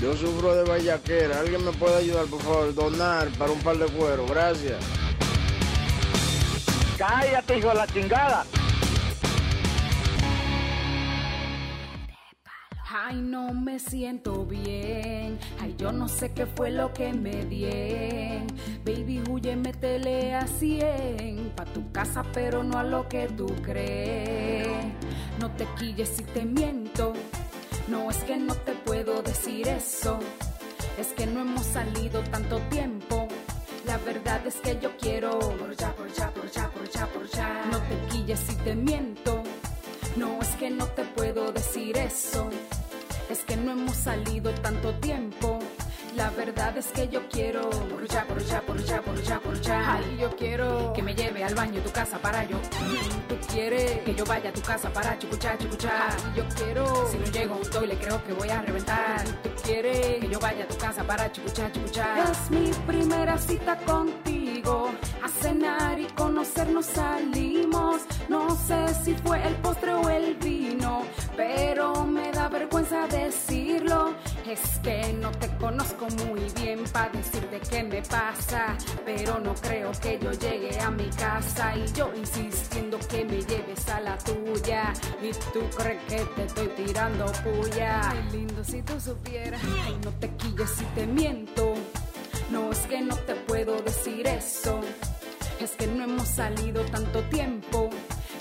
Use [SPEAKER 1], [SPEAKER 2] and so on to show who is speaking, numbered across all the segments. [SPEAKER 1] Yo sufro de vallaquera. ¿Alguien me puede ayudar, por favor? Donar para un par de cueros. Gracias.
[SPEAKER 2] Cállate, hijo de la chingada.
[SPEAKER 1] ¿Eh?
[SPEAKER 3] Ay, no me siento bien. Ay, yo no sé qué fue lo que me di. Baby, huye, métele a 100. Pa' tu casa, pero no a lo que tú crees. No te quilles si te miento. No es que no te puedo decir eso. Es que no hemos salido tanto tiempo. La verdad es que yo quiero por ya, por ya, por ya, por ya, por ya. No te quilles si te miento. No es que no te puedo decir eso. Es que no hemos salido tanto tiempo. La verdad es que yo quiero por ya, por ya, por ya, por ya, por ya. Ay, yo quiero que me lleve al baño de tu casa para yo. Tú quieres que yo vaya a tu casa para chucuchar, chucuchar. Ay, yo quiero si no llego a un toile creo que voy a reventar. Tú quieres que yo vaya a tu casa para chucuchar, chucuchar. Es mi primera cita contigo. A cenar y conocernos salimos. No sé si fue el postre o el vino, pero me da vergüenza decirlo. Es que no te conozco muy bien para decirte qué me pasa, pero no creo que yo llegue a mi casa y yo insistiendo que me lleves a la tuya y tú crees que te estoy tirando puya. Ay, lindo si tú supieras, ay, no te quilles si te miento. No es que no te puedo decir eso, es que no hemos salido tanto tiempo.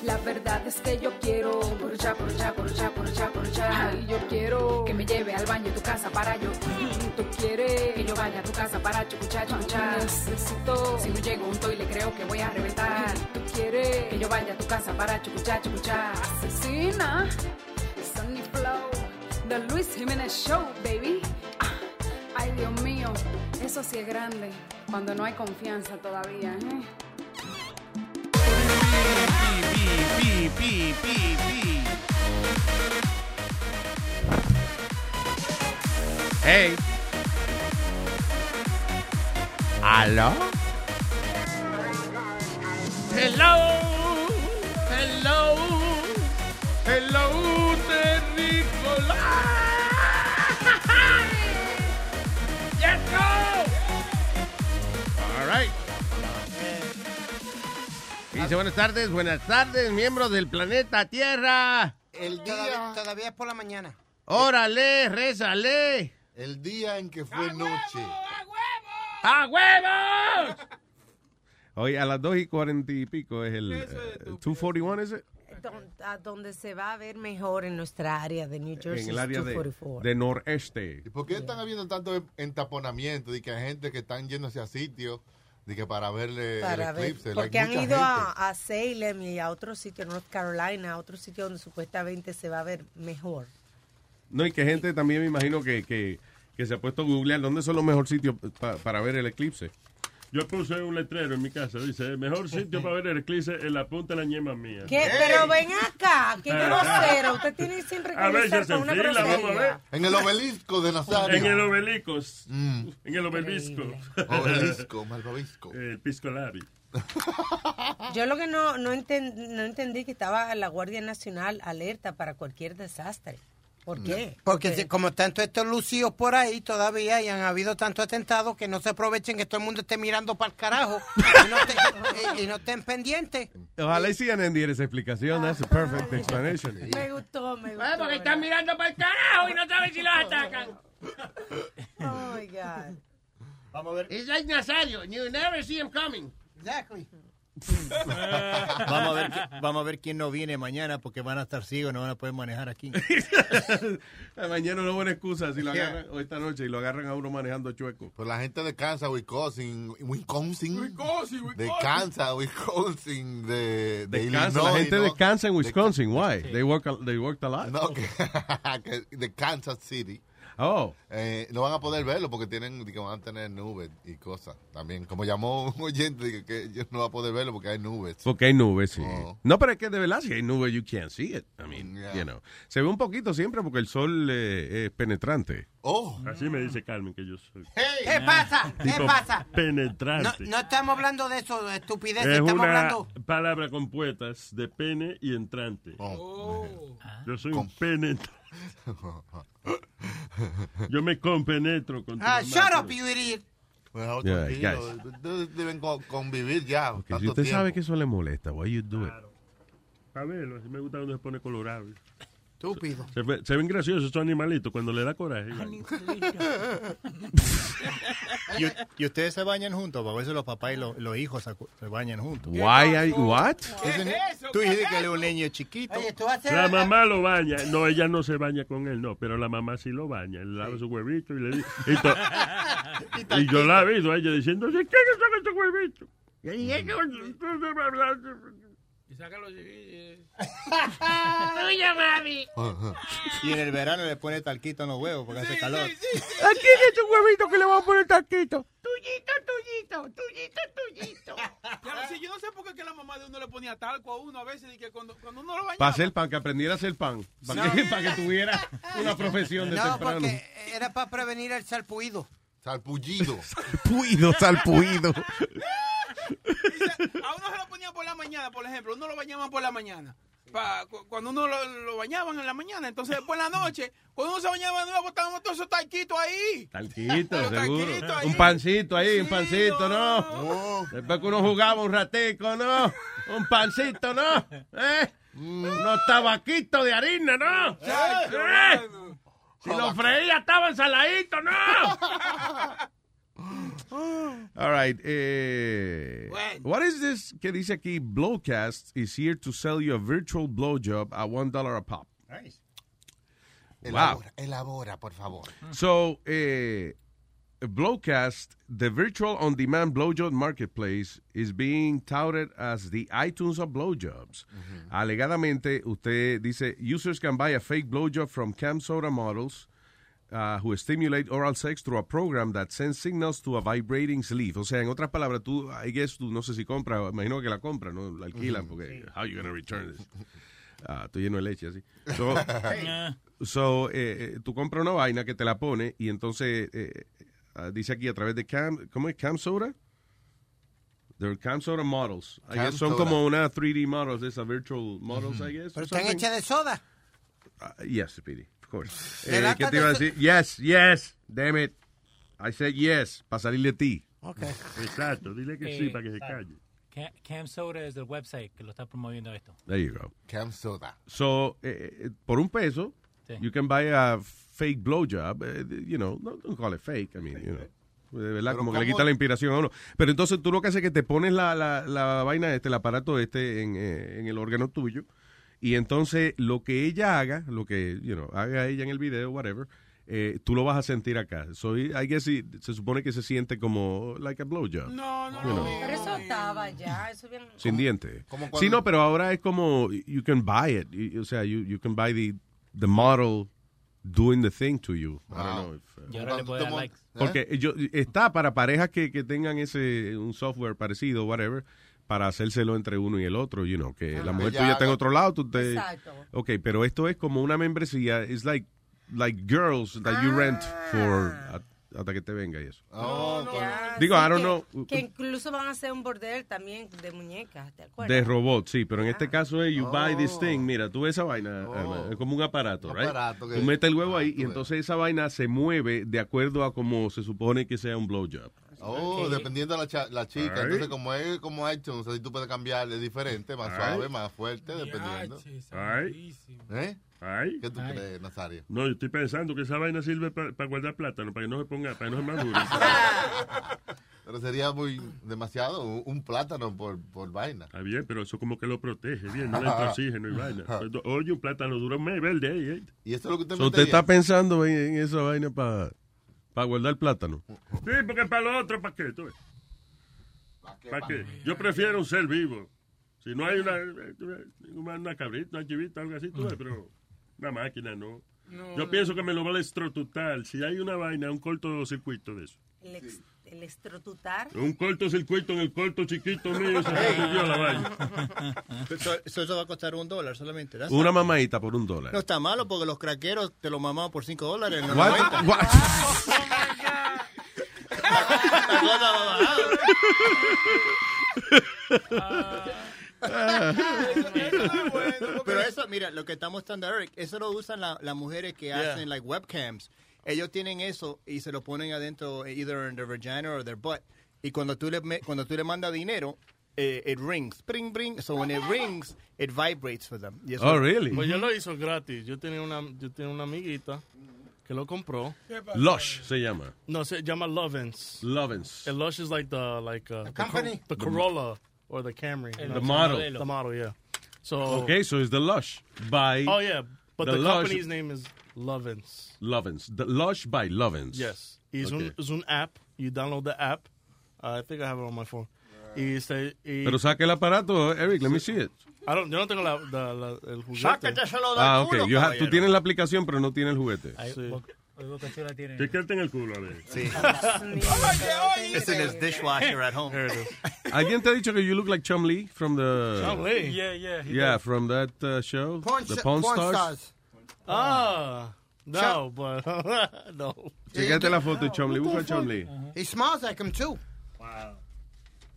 [SPEAKER 3] La verdad es que yo quiero por ya, por ya, por ya, por ya, por ya. Ay, yo quiero que me lleve al baño de tu casa para yo. Tú quieres que yo vaya a tu casa para chucuchar, chucuchar. Necesito, si no llego a un toile creo que voy a reventar. Tú quieres que yo vaya a tu casa para chucuchar, chucuchar. Asesina, Sunny Flow, The Luis Jiménez Show, baby. Ah, Ay, Dios mío, eso sí es grande, cuando no hay confianza todavía, ¿eh?
[SPEAKER 4] Pi, pi, pi, pi. Hey. ¿Aló? Hello. Hello. Hello, Nicolás. Yes, go. All right. Y Dice buenas tardes, buenas tardes, miembros del planeta Tierra.
[SPEAKER 5] El día,
[SPEAKER 6] Todavía, todavía es por la mañana.
[SPEAKER 4] Órale, rézale.
[SPEAKER 5] el día en que fue noche.
[SPEAKER 4] ¡A huevos! Oye, a las 2 y 40 y pico es el. eh, 241 es
[SPEAKER 6] Don- a donde se va a ver mejor en nuestra área de New Jersey.
[SPEAKER 4] en el área de,
[SPEAKER 6] 244.
[SPEAKER 4] de noreste.
[SPEAKER 5] ¿Y por qué están habiendo tanto entaponamiento? De que hay gente que están yendo hacia sitios, de que para verle
[SPEAKER 6] para
[SPEAKER 5] el
[SPEAKER 6] ver,
[SPEAKER 5] eclipse. like,
[SPEAKER 6] porque han
[SPEAKER 5] mucha
[SPEAKER 6] ido a,
[SPEAKER 5] gente.
[SPEAKER 6] a Salem y a otro sitio, North Carolina, a otro sitio donde supuestamente se va a ver mejor.
[SPEAKER 4] No, y que gente también me imagino que, que, que se ha puesto a googlear dónde son los mejores sitios pa- para ver el eclipse.
[SPEAKER 7] Yo puse un letrero en mi casa, dice, el mejor sitio para ver el eclipse es la punta de la ñema mía.
[SPEAKER 6] ¿Qué? Pero ven acá, qué
[SPEAKER 7] Ah.
[SPEAKER 6] grosero. Usted tiene siempre que
[SPEAKER 7] A ver,
[SPEAKER 6] empezar
[SPEAKER 7] ya se
[SPEAKER 6] con una
[SPEAKER 7] enfila, vamos a ver.
[SPEAKER 6] grosería.
[SPEAKER 5] En el obelisco de Nazario.
[SPEAKER 7] En el obelisco,
[SPEAKER 5] Mm,
[SPEAKER 7] en el obelisco, Eh,
[SPEAKER 5] obelisco, malvavisco.
[SPEAKER 7] el pisco lari.
[SPEAKER 8] Eh,
[SPEAKER 6] Yo lo que no, no, enten- no entendí que estaba la Guardia Nacional alerta para cualquier desastre. ¿Por qué?
[SPEAKER 8] Porque si- como tanto estos lucidos por ahí todavía y han habido tantos atentados que no se aprovechen que todo el mundo esté mirando para el carajo y no, te- y- y no estén pendientes.
[SPEAKER 4] Ojalá y sigan en esa explicación. That's a perfect explanation.
[SPEAKER 6] Me gustó, me gustó.
[SPEAKER 4] Ah, mirando para el
[SPEAKER 7] Ah,
[SPEAKER 4] carajo y no saben si los atacan.
[SPEAKER 6] Oh my God.
[SPEAKER 4] It's like Nazario. You never see him coming.
[SPEAKER 9] Vamos a, ver, qui- vamos a ver quién no viene mañana porque van a estar ciegos, no van a poder manejar aquí.
[SPEAKER 4] Mañana no buena excusa si lo agarran o esta noche y lo agarran a uno manejando chueco.
[SPEAKER 5] Pero Pues la gente de Kansas, Wisconsin, Wisconsin, de Kansas, Wisconsin, de, de,
[SPEAKER 4] Descansa, la
[SPEAKER 5] Illinois,
[SPEAKER 4] gente
[SPEAKER 5] ¿no?
[SPEAKER 4] descansa en Wisconsin. Why? They work a, they worked a lot.
[SPEAKER 5] No, que- que de Kansas City. Eh,
[SPEAKER 4] Oh.
[SPEAKER 5] no van a poder verlo porque tienen, que van a tener nubes y cosas. También, como llamó un oyente, dije que yo no va a poder verlo porque hay nubes.
[SPEAKER 4] Porque hay nubes, sí.
[SPEAKER 5] Oh.
[SPEAKER 4] No, pero es que de verdad, si hay nubes, you can't see it. I mean, you know. Se ve un poquito siempre porque el sol eh, es penetrante.
[SPEAKER 5] Oh.
[SPEAKER 7] Así me dice Carmen que yo soy.
[SPEAKER 8] ¿Qué pasa? ¿Qué
[SPEAKER 7] Tipo
[SPEAKER 8] pasa? No,
[SPEAKER 7] Penetrante.
[SPEAKER 8] no estamos hablando de eso, de estupidez.
[SPEAKER 7] es
[SPEAKER 8] estamos
[SPEAKER 7] una
[SPEAKER 8] hablando.
[SPEAKER 7] palabra con puertas de pene y entrante.
[SPEAKER 5] Oh.
[SPEAKER 8] Oh.
[SPEAKER 4] Ah.
[SPEAKER 7] Yo soy un penetrante. Yo me compenetro con tu
[SPEAKER 8] Ah,
[SPEAKER 7] mamá,
[SPEAKER 8] shut up,
[SPEAKER 7] pero-
[SPEAKER 8] you idiot.
[SPEAKER 5] Bueno,
[SPEAKER 4] Yeah,
[SPEAKER 5] tranquilo, Pues, ustedes deben co- convivir ya.
[SPEAKER 4] Que si
[SPEAKER 5] tanto
[SPEAKER 4] usted
[SPEAKER 5] tiempo.
[SPEAKER 4] sabe que eso le molesta, why you do it?
[SPEAKER 7] A ver, así me gusta cuando se pone colorado.
[SPEAKER 8] Estúpido.
[SPEAKER 7] Se, ve- se ven graciosos estos animalitos cuando le da coraje.
[SPEAKER 9] Y, u- y ustedes se bañan juntos, porque a veces los papás y los, los hijos se, acu- se bañan juntos.
[SPEAKER 4] Why are you- what?
[SPEAKER 9] Ese ni- Tú dijiste que él es un niño chiquito.
[SPEAKER 8] Oye, tú vas a
[SPEAKER 7] La
[SPEAKER 8] hacer.
[SPEAKER 7] mamá lo baña. No, ella no se baña con él, no. Pero la mamá sí lo baña. Le lava su huevito y le dice. Y, to- y yo la he oído a ella diciendo: ¿Qué es con este huevito? Y ella,
[SPEAKER 10] Y saca los chiquillos.
[SPEAKER 11] Tuya, mami.
[SPEAKER 9] Y en el verano le pone talquito en los huevos porque hace calor.
[SPEAKER 11] Aquí es tu huevito que le vamos a poner taquito. Tuyito, tuyito, tuyito, tuyito.
[SPEAKER 10] Claro, sí, yo no sé por qué que la mamá de uno le ponía talco a uno a veces y que cuando, cuando uno lo bañaba.
[SPEAKER 4] Para hacer pan, que aprendiera a hacer pan. Para, que, para que tuviera una profesión de
[SPEAKER 8] No,
[SPEAKER 4] temprano.
[SPEAKER 8] porque era para prevenir el salpuido.
[SPEAKER 5] Salpullido.
[SPEAKER 4] Puido, salpuido.
[SPEAKER 10] A uno se lo ponían por la mañana, por ejemplo. Uno lo bañaban por la mañana. Pa- cu- cuando uno lo, lo bañaban en la mañana. Entonces, después en la noche, cuando uno se bañaba de nuevo, botábamos todos esos talquitos ahí.
[SPEAKER 4] Talquito,
[SPEAKER 10] Pero
[SPEAKER 4] seguro.
[SPEAKER 10] talquito ahí.
[SPEAKER 4] Un pancito ahí, un pancito, ¿no? Después que uno jugaba un ratico, ¿no? Un pancito, ¿no? ¿Eh? Unos tabaquitos de harina, ¿no? ¿Eh? Si lo freía, estaba ensaladito, ¿no? All right. Eh, What is this que dice aquí? Blowcast is here to sell you a virtual blowjob at $1 a pop. Wow.
[SPEAKER 5] Elabora, elabora, por favor.
[SPEAKER 4] Mm. So, eh, Blowcast, the virtual on demand blowjob marketplace, is being touted as the iTunes of blowjobs.
[SPEAKER 7] Mm-hmm.
[SPEAKER 4] Alegadamente, usted dice, users can buy a fake blowjob from Cam Soda models uh, who stimulate oral sex through a program that sends signals to a vibrating sleeve. O sea, en otras palabras, tú, I guess, tú no sé si compra, imagino que la compra, ¿no? La alquilan,
[SPEAKER 7] Ujú.
[SPEAKER 4] porque,
[SPEAKER 7] Sí.
[SPEAKER 4] how you gonna return this? Ah, estoy lleno de leche, así. So, So, eh, eh, tú compras una vaina que te la pone y entonces eh, ah, dice aquí a través de Cam, ¿cómo es? Cam Soda. They're Cam Soda models. I
[SPEAKER 8] Cam
[SPEAKER 4] guess son
[SPEAKER 8] Soda.
[SPEAKER 4] como una 3D models, esas virtual models, I guess.
[SPEAKER 8] Pero
[SPEAKER 4] or
[SPEAKER 8] están
[SPEAKER 4] something.
[SPEAKER 8] hechas de soda.
[SPEAKER 4] Ah, yes, Speedy, of course.
[SPEAKER 8] De
[SPEAKER 4] Eh,
[SPEAKER 8] lata
[SPEAKER 4] ¿Qué te
[SPEAKER 8] de
[SPEAKER 4] iba a
[SPEAKER 8] so-
[SPEAKER 4] decir? Yes, yes, damn it. I said yes, para salir de ti.
[SPEAKER 7] Exacto, dile que sí para que se calle.
[SPEAKER 12] Ca- Cam Soda es del website que lo está promoviendo esto.
[SPEAKER 4] There you go.
[SPEAKER 5] Cam Soda.
[SPEAKER 4] So, eh, eh, por un peso,
[SPEAKER 12] Sí.
[SPEAKER 4] you can buy a fake blowjob. eh, you know, no- don't call it fake. I mean, you know. De verdad,
[SPEAKER 7] Pero
[SPEAKER 4] como que le
[SPEAKER 7] ¿cómo?
[SPEAKER 4] quita la inspiración a uno. Pero entonces tú lo que haces es que te pones la, la, la vaina, este, el aparato este en, eh, en el órgano tuyo. Y entonces lo que ella haga, lo que you know, haga ella en el video, whatever, eh, tú lo vas a sentir acá. So, I guess it- se supone que se siente como like a blowjob.
[SPEAKER 10] No,
[SPEAKER 4] You know.
[SPEAKER 6] Pero eso estaba ya. Eso bien.
[SPEAKER 4] Sin diente.
[SPEAKER 6] como
[SPEAKER 4] Sí,
[SPEAKER 6] cuando-
[SPEAKER 4] no, pero ahora es como you can buy it. Y- O sea, you, you can buy the, the model doing the thing to you. I don't know if, uh,
[SPEAKER 12] Y ahora le puede dar likes.
[SPEAKER 6] ¿Eh?
[SPEAKER 4] porque yo, está para parejas que, que tengan ese un software parecido, whatever, para hacérselo entre uno y el otro, you know, que
[SPEAKER 6] Ah,
[SPEAKER 4] la mujer
[SPEAKER 5] Ella
[SPEAKER 4] tuya
[SPEAKER 5] haga-
[SPEAKER 4] está en otro lado, tú te...
[SPEAKER 5] Exacto.
[SPEAKER 4] Ok, pero esto es como una membresía, it's like, like girls that you rent for
[SPEAKER 6] Ah.
[SPEAKER 4] at- hasta que te venga y eso.
[SPEAKER 6] Oh,
[SPEAKER 10] Oh,
[SPEAKER 4] Digo, I don't know.
[SPEAKER 6] Que incluso van a hacer un bordel también de muñecas, ¿te acuerdas?
[SPEAKER 4] De robot, sí, pero en este caso es you buy this thing. Mira, tú ves esa vaina, Alma, es como un aparato, right?
[SPEAKER 5] aparato que-
[SPEAKER 4] Tú metes el huevo ahí y entonces esa vaina se mueve de acuerdo a como se supone que sea un blowjob.
[SPEAKER 5] Oh, dependiendo de la, cha- la chica.
[SPEAKER 4] Ay.
[SPEAKER 5] Entonces, como es como iTunes, así tú puedes cambiarle diferente, más
[SPEAKER 7] Ay.
[SPEAKER 5] suave, más fuerte, dependiendo.
[SPEAKER 7] Ay.
[SPEAKER 5] ¿Eh?
[SPEAKER 7] Ay.
[SPEAKER 5] ¿Qué tú crees, Nazario?
[SPEAKER 7] No, yo estoy pensando que esa vaina sirve para guardar plátano, para que no se ponga, para que no se madure.
[SPEAKER 5] Pero sería muy demasiado, un, un plátano por, por vaina.
[SPEAKER 7] Está bien, pero eso como que lo protege bien, no le entra oxígeno y vaina. Pero, Oye, un plátano duro, me verde ahí, ¿eh?
[SPEAKER 5] Y eso es lo que
[SPEAKER 4] So, usted está pensando en, en esa vaina para guardar plátano.
[SPEAKER 7] Sí, porque para lo otro, ¿para qué? ¿Para qué? Yo prefiero un ser vivo. Si eh, no hay una, una cabrita, una chivita, algo así, tú ves, pero una máquina no. Yo
[SPEAKER 6] no.
[SPEAKER 7] pienso que me lo va a estrotutar. Si hay una vaina, un cortocircuito de eso.
[SPEAKER 6] El, ex- el estrotutar.
[SPEAKER 7] Un cortocircuito en el corto chiquito mío. Se me perdió la vaina.
[SPEAKER 9] Eso, eso- eso va a costar un dólar solamente. That's
[SPEAKER 4] Una
[SPEAKER 9] not-
[SPEAKER 4] mamadita por un dólar.
[SPEAKER 9] No está malo porque los craqueros te lo mamaban por 5 dólares. en los
[SPEAKER 4] What?
[SPEAKER 9] 90.
[SPEAKER 4] What?
[SPEAKER 9] La cosa va bajando.
[SPEAKER 4] Ah.
[SPEAKER 9] Pero eso, mira, lo que está mostrando Eric, eso lo usan la- las mujeres que
[SPEAKER 13] Yeah.
[SPEAKER 9] hacen like webcams. Ellos tienen eso y se lo ponen adentro, eh, either in their vagina or their butt. Y cuando tú le, me- cuando tú le mandas dinero, eh, it rings, bring, bring. So when it rings, it vibrates for them. Y
[SPEAKER 4] Oh,
[SPEAKER 9] eso-
[SPEAKER 13] Pues yo lo hizo gratis. Yo tenía una, yo tenía una amiguita que lo compró.
[SPEAKER 4] Lush se llama.
[SPEAKER 13] No, se llama Lovens.
[SPEAKER 4] Lovens.
[SPEAKER 13] And Lush is like the like uh, the,
[SPEAKER 4] company?
[SPEAKER 13] Cor- the Corolla or the Camry.
[SPEAKER 4] The
[SPEAKER 13] You know what I'm
[SPEAKER 4] model.
[SPEAKER 13] saying? The model, yeah. So
[SPEAKER 4] Okay, so it's the Lush by.
[SPEAKER 13] Oh yeah, but the,
[SPEAKER 4] Lush-
[SPEAKER 13] company's name is Lovens.
[SPEAKER 4] Lovins. The Lush by Lovins.
[SPEAKER 13] Yes. It's
[SPEAKER 4] Okay.
[SPEAKER 13] an it's an app. You download the app. Uh, I think I have it on my phone. Y se- y-
[SPEAKER 4] Pero saque el aparato, Eric, let me see it.
[SPEAKER 13] I don't- yo no tengo la, la- la- el juguete.
[SPEAKER 9] Sácateselo
[SPEAKER 4] Ah, ok. You have- tú tienes la aplicación, pero no tienes el juguete.
[SPEAKER 7] Te quedaste en el culo, a ver.
[SPEAKER 9] Sí.
[SPEAKER 13] Oh,
[SPEAKER 10] Oye,
[SPEAKER 9] It's in his dishwasher at home.
[SPEAKER 4] ¿Alguien te ha dicho que you look like Chum Lee from the...
[SPEAKER 13] Chum Lee? Yeah, yeah, he
[SPEAKER 4] Yeah,
[SPEAKER 13] does.
[SPEAKER 4] from that uh, show, The Pawn Stars.
[SPEAKER 13] Ah, no, but no.
[SPEAKER 4] Checate la foto de Chum Lee. Busca a Chum Lee.
[SPEAKER 8] He smiles like him too.
[SPEAKER 13] Wow.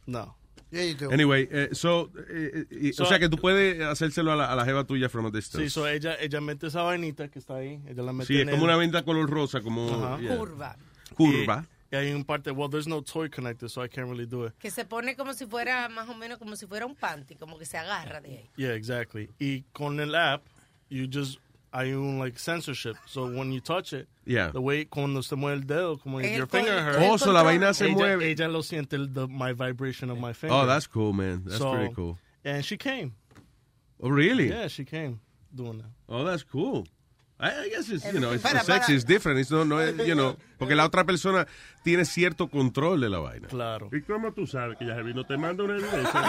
[SPEAKER 13] No.
[SPEAKER 8] Yeah, you do.
[SPEAKER 4] Anyway, eh, so, eh, eh, eh,
[SPEAKER 13] So,
[SPEAKER 4] o sea que tú puedes hacérselo a la, a la jeva tuya from a distance.
[SPEAKER 13] Sí, so ella, ella mete esa vainita que está ahí. Ella la mete
[SPEAKER 4] Sí, es
[SPEAKER 13] en
[SPEAKER 4] como
[SPEAKER 13] el-
[SPEAKER 4] una venta color rosa, como...
[SPEAKER 13] Ajá.
[SPEAKER 4] yeah. Curva.
[SPEAKER 13] Y, y hay un parte, well, there's no toy connected, so I can't really do it.
[SPEAKER 6] Que se pone como si fuera, más o menos, como si fuera un panty, como que se agarra de ahí.
[SPEAKER 13] Yeah, exactly. Y con el app, you just, hay un, like, censorship. So when you touch it,
[SPEAKER 4] Yeah.
[SPEAKER 13] the way, cuando se mueve el dedo, como
[SPEAKER 4] El
[SPEAKER 13] your
[SPEAKER 4] con-
[SPEAKER 13] finger
[SPEAKER 4] el
[SPEAKER 13] hurts.
[SPEAKER 4] Oh, so la vaina se
[SPEAKER 13] ella,
[SPEAKER 4] mueve.
[SPEAKER 13] Ella lo siente, el, the, my vibration of my finger.
[SPEAKER 4] Oh, that's cool, man. That's
[SPEAKER 13] So,
[SPEAKER 4] pretty cool.
[SPEAKER 13] And she came.
[SPEAKER 4] Oh, really?
[SPEAKER 13] Yeah, she came doing that.
[SPEAKER 4] Oh, that's cool. I, I guess it's,
[SPEAKER 6] Eh,
[SPEAKER 4] you know, it's
[SPEAKER 13] Para,
[SPEAKER 4] the sex
[SPEAKER 13] para.
[SPEAKER 4] is different. It's no, no, es, you know, porque la otra persona tiene cierto control de la vaina.
[SPEAKER 13] Claro.
[SPEAKER 7] ¿Y cómo tú sabes que ya se vino? Te manda una evidencia.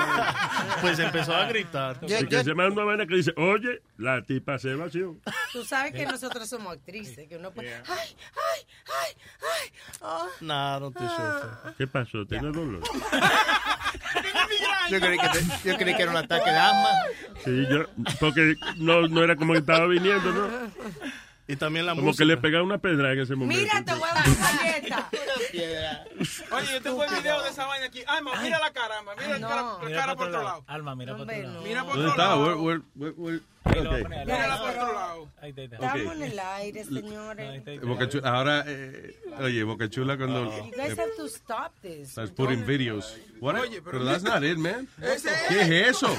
[SPEAKER 13] pues empezó a gritar.
[SPEAKER 7] Y que se manda una vaina que dice, oye, la tipa se vació.
[SPEAKER 6] Tú sabes que nosotros somos actrices, que uno puede. ¡Ay, ay, ay, ay! Oh.
[SPEAKER 13] Nah, I don't think so.
[SPEAKER 7] ¿Qué pasó? ¿Tengo dolor?
[SPEAKER 9] Yo creí, que te- yo creí que era un ataque de asma.
[SPEAKER 7] Sí, yo, porque no, no era como que estaba viniendo, ¿no?
[SPEAKER 13] Y también la
[SPEAKER 7] como
[SPEAKER 13] música.
[SPEAKER 7] que le pegaba una pedra en ese momento.
[SPEAKER 6] Mira, te voy a dar una galleta.
[SPEAKER 10] Oye, yo tengo el video de esa vaina aquí. Alma, mira la caramba. Mira la cara, la cara por otro lado.
[SPEAKER 12] Alma, mira para otro lado.
[SPEAKER 10] Mira por
[SPEAKER 4] ¿Dónde
[SPEAKER 10] otro
[SPEAKER 4] está?
[SPEAKER 10] lado.
[SPEAKER 4] Where- where- where- where- Ah, okay.
[SPEAKER 10] Mírala por otro lado.
[SPEAKER 12] Ahí está, ahí está.
[SPEAKER 6] Estamos en
[SPEAKER 4] Ok.
[SPEAKER 6] el aire, señores.
[SPEAKER 4] Boca Chula- ahora, eh, oye, Boca Chula cuando...
[SPEAKER 6] Ah.
[SPEAKER 4] eh,
[SPEAKER 6] You guys have to stop this.
[SPEAKER 4] Starts putting videos. What?
[SPEAKER 6] Oye,
[SPEAKER 4] pero
[SPEAKER 6] pero-
[SPEAKER 4] that's not it, man.
[SPEAKER 6] Ese
[SPEAKER 4] ¿Qué
[SPEAKER 6] es.
[SPEAKER 4] es eso?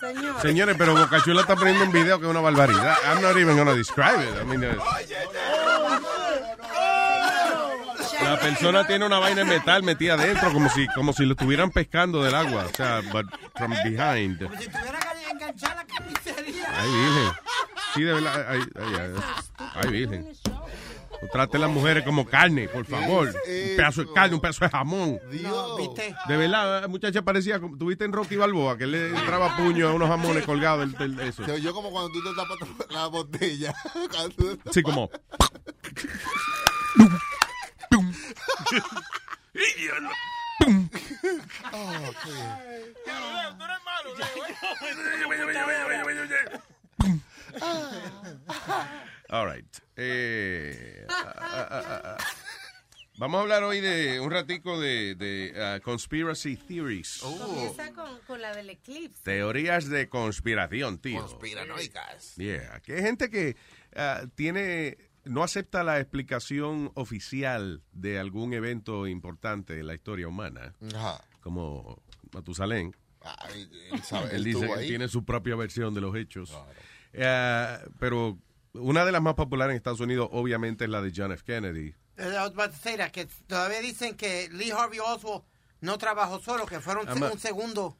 [SPEAKER 6] Señor.
[SPEAKER 4] Señores, pero Bocachula está poniendo un video que es una barbaridad. I'm not even gonna describe it. I mean, eh, Oh, la persona tiene una vaina de metal metida adentro como si como si lo estuvieran pescando del agua, o sea, but from behind. Ay, virgen. Sí, de verdad. Ay, ay, ay, Ay, virgen. No trate a las mujeres como carne, por favor. Un pedazo de carne, un pedazo de jamón.
[SPEAKER 9] No,
[SPEAKER 8] ¿viste?
[SPEAKER 4] De verdad, la muchacha parecía, como- tuviste en Rocky Balboa, que le entraba puño a unos jamones colgados del, del- eso.
[SPEAKER 5] Se oyó como cuando tú te tapas tu- la botella. Cuando tú te
[SPEAKER 4] Sí, como.
[SPEAKER 11] Oh,
[SPEAKER 4] All right. Eh, ah, ah, ah, ah. Vamos a hablar hoy de un ratico de, de, ah, conspiracy theories.
[SPEAKER 6] Comienza con, con la del eclipse.
[SPEAKER 4] Teorías de conspiración, tío.
[SPEAKER 5] Conspiranoicas.
[SPEAKER 4] Yeah. Que hay gente que ah, tiene no acepta la explicación oficial de algún evento importante de la historia humana,
[SPEAKER 5] Ajá.
[SPEAKER 4] como Matusalén.
[SPEAKER 5] él sabe,
[SPEAKER 4] él
[SPEAKER 5] él
[SPEAKER 4] dice
[SPEAKER 5] estuvo
[SPEAKER 4] que
[SPEAKER 5] ahí.
[SPEAKER 4] tiene su propia versión de los hechos. Ah, pero una de las más populares en Estados Unidos, obviamente, es la de John F. Kennedy.
[SPEAKER 8] I was about to say that, que todavía dicen que Lee Harvey Oswald no trabajó solo, que fueron
[SPEAKER 4] Ama-
[SPEAKER 8] un segundo.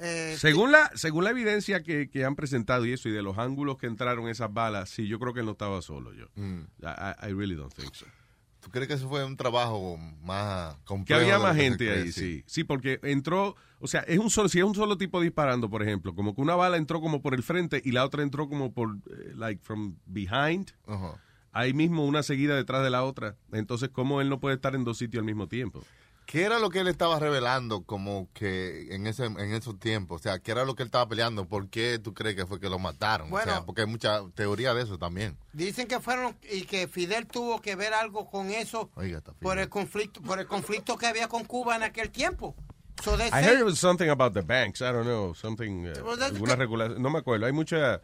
[SPEAKER 8] eh,
[SPEAKER 4] Según la, según la evidencia que, que han presentado y eso, y de los
[SPEAKER 5] Mm.
[SPEAKER 4] ángulos que entraron esas balas, sí, yo creo que él no estaba solo yo. I, I- I really don't think so.
[SPEAKER 5] ¿Tú crees que eso fue un trabajo más complejo?
[SPEAKER 4] Que había
[SPEAKER 5] de lo
[SPEAKER 4] más
[SPEAKER 5] se
[SPEAKER 4] gente
[SPEAKER 5] cree?
[SPEAKER 4] ahí, sí. Sí, porque entró, o sea, es un solo, si es un solo tipo disparando, por ejemplo, como que una bala entró como por el frente y la otra entró como por, eh, like, from behind. Ahí mismo una seguida detrás de la otra. Entonces, ¿cómo él no puede estar en dos sitios al mismo tiempo?
[SPEAKER 5] ¿Qué era lo que él estaba revelando como que en ese en esos tiempos? O sea, ¿qué era lo que él estaba peleando? ¿Por qué tú crees que fue que lo mataron?
[SPEAKER 8] Bueno.
[SPEAKER 5] o sea, porque hay mucha teoría de eso también.
[SPEAKER 8] Dicen que fueron y que Fidel tuvo que ver algo con eso
[SPEAKER 5] Oiga, está
[SPEAKER 8] por el conflicto por el conflicto que había con Cuba en aquel tiempo. So they
[SPEAKER 4] I
[SPEAKER 8] say-
[SPEAKER 4] heard it was something about the banks, I don't know, something, eh,
[SPEAKER 8] Well, that's-
[SPEAKER 4] alguna regulación, no me acuerdo, hay muchas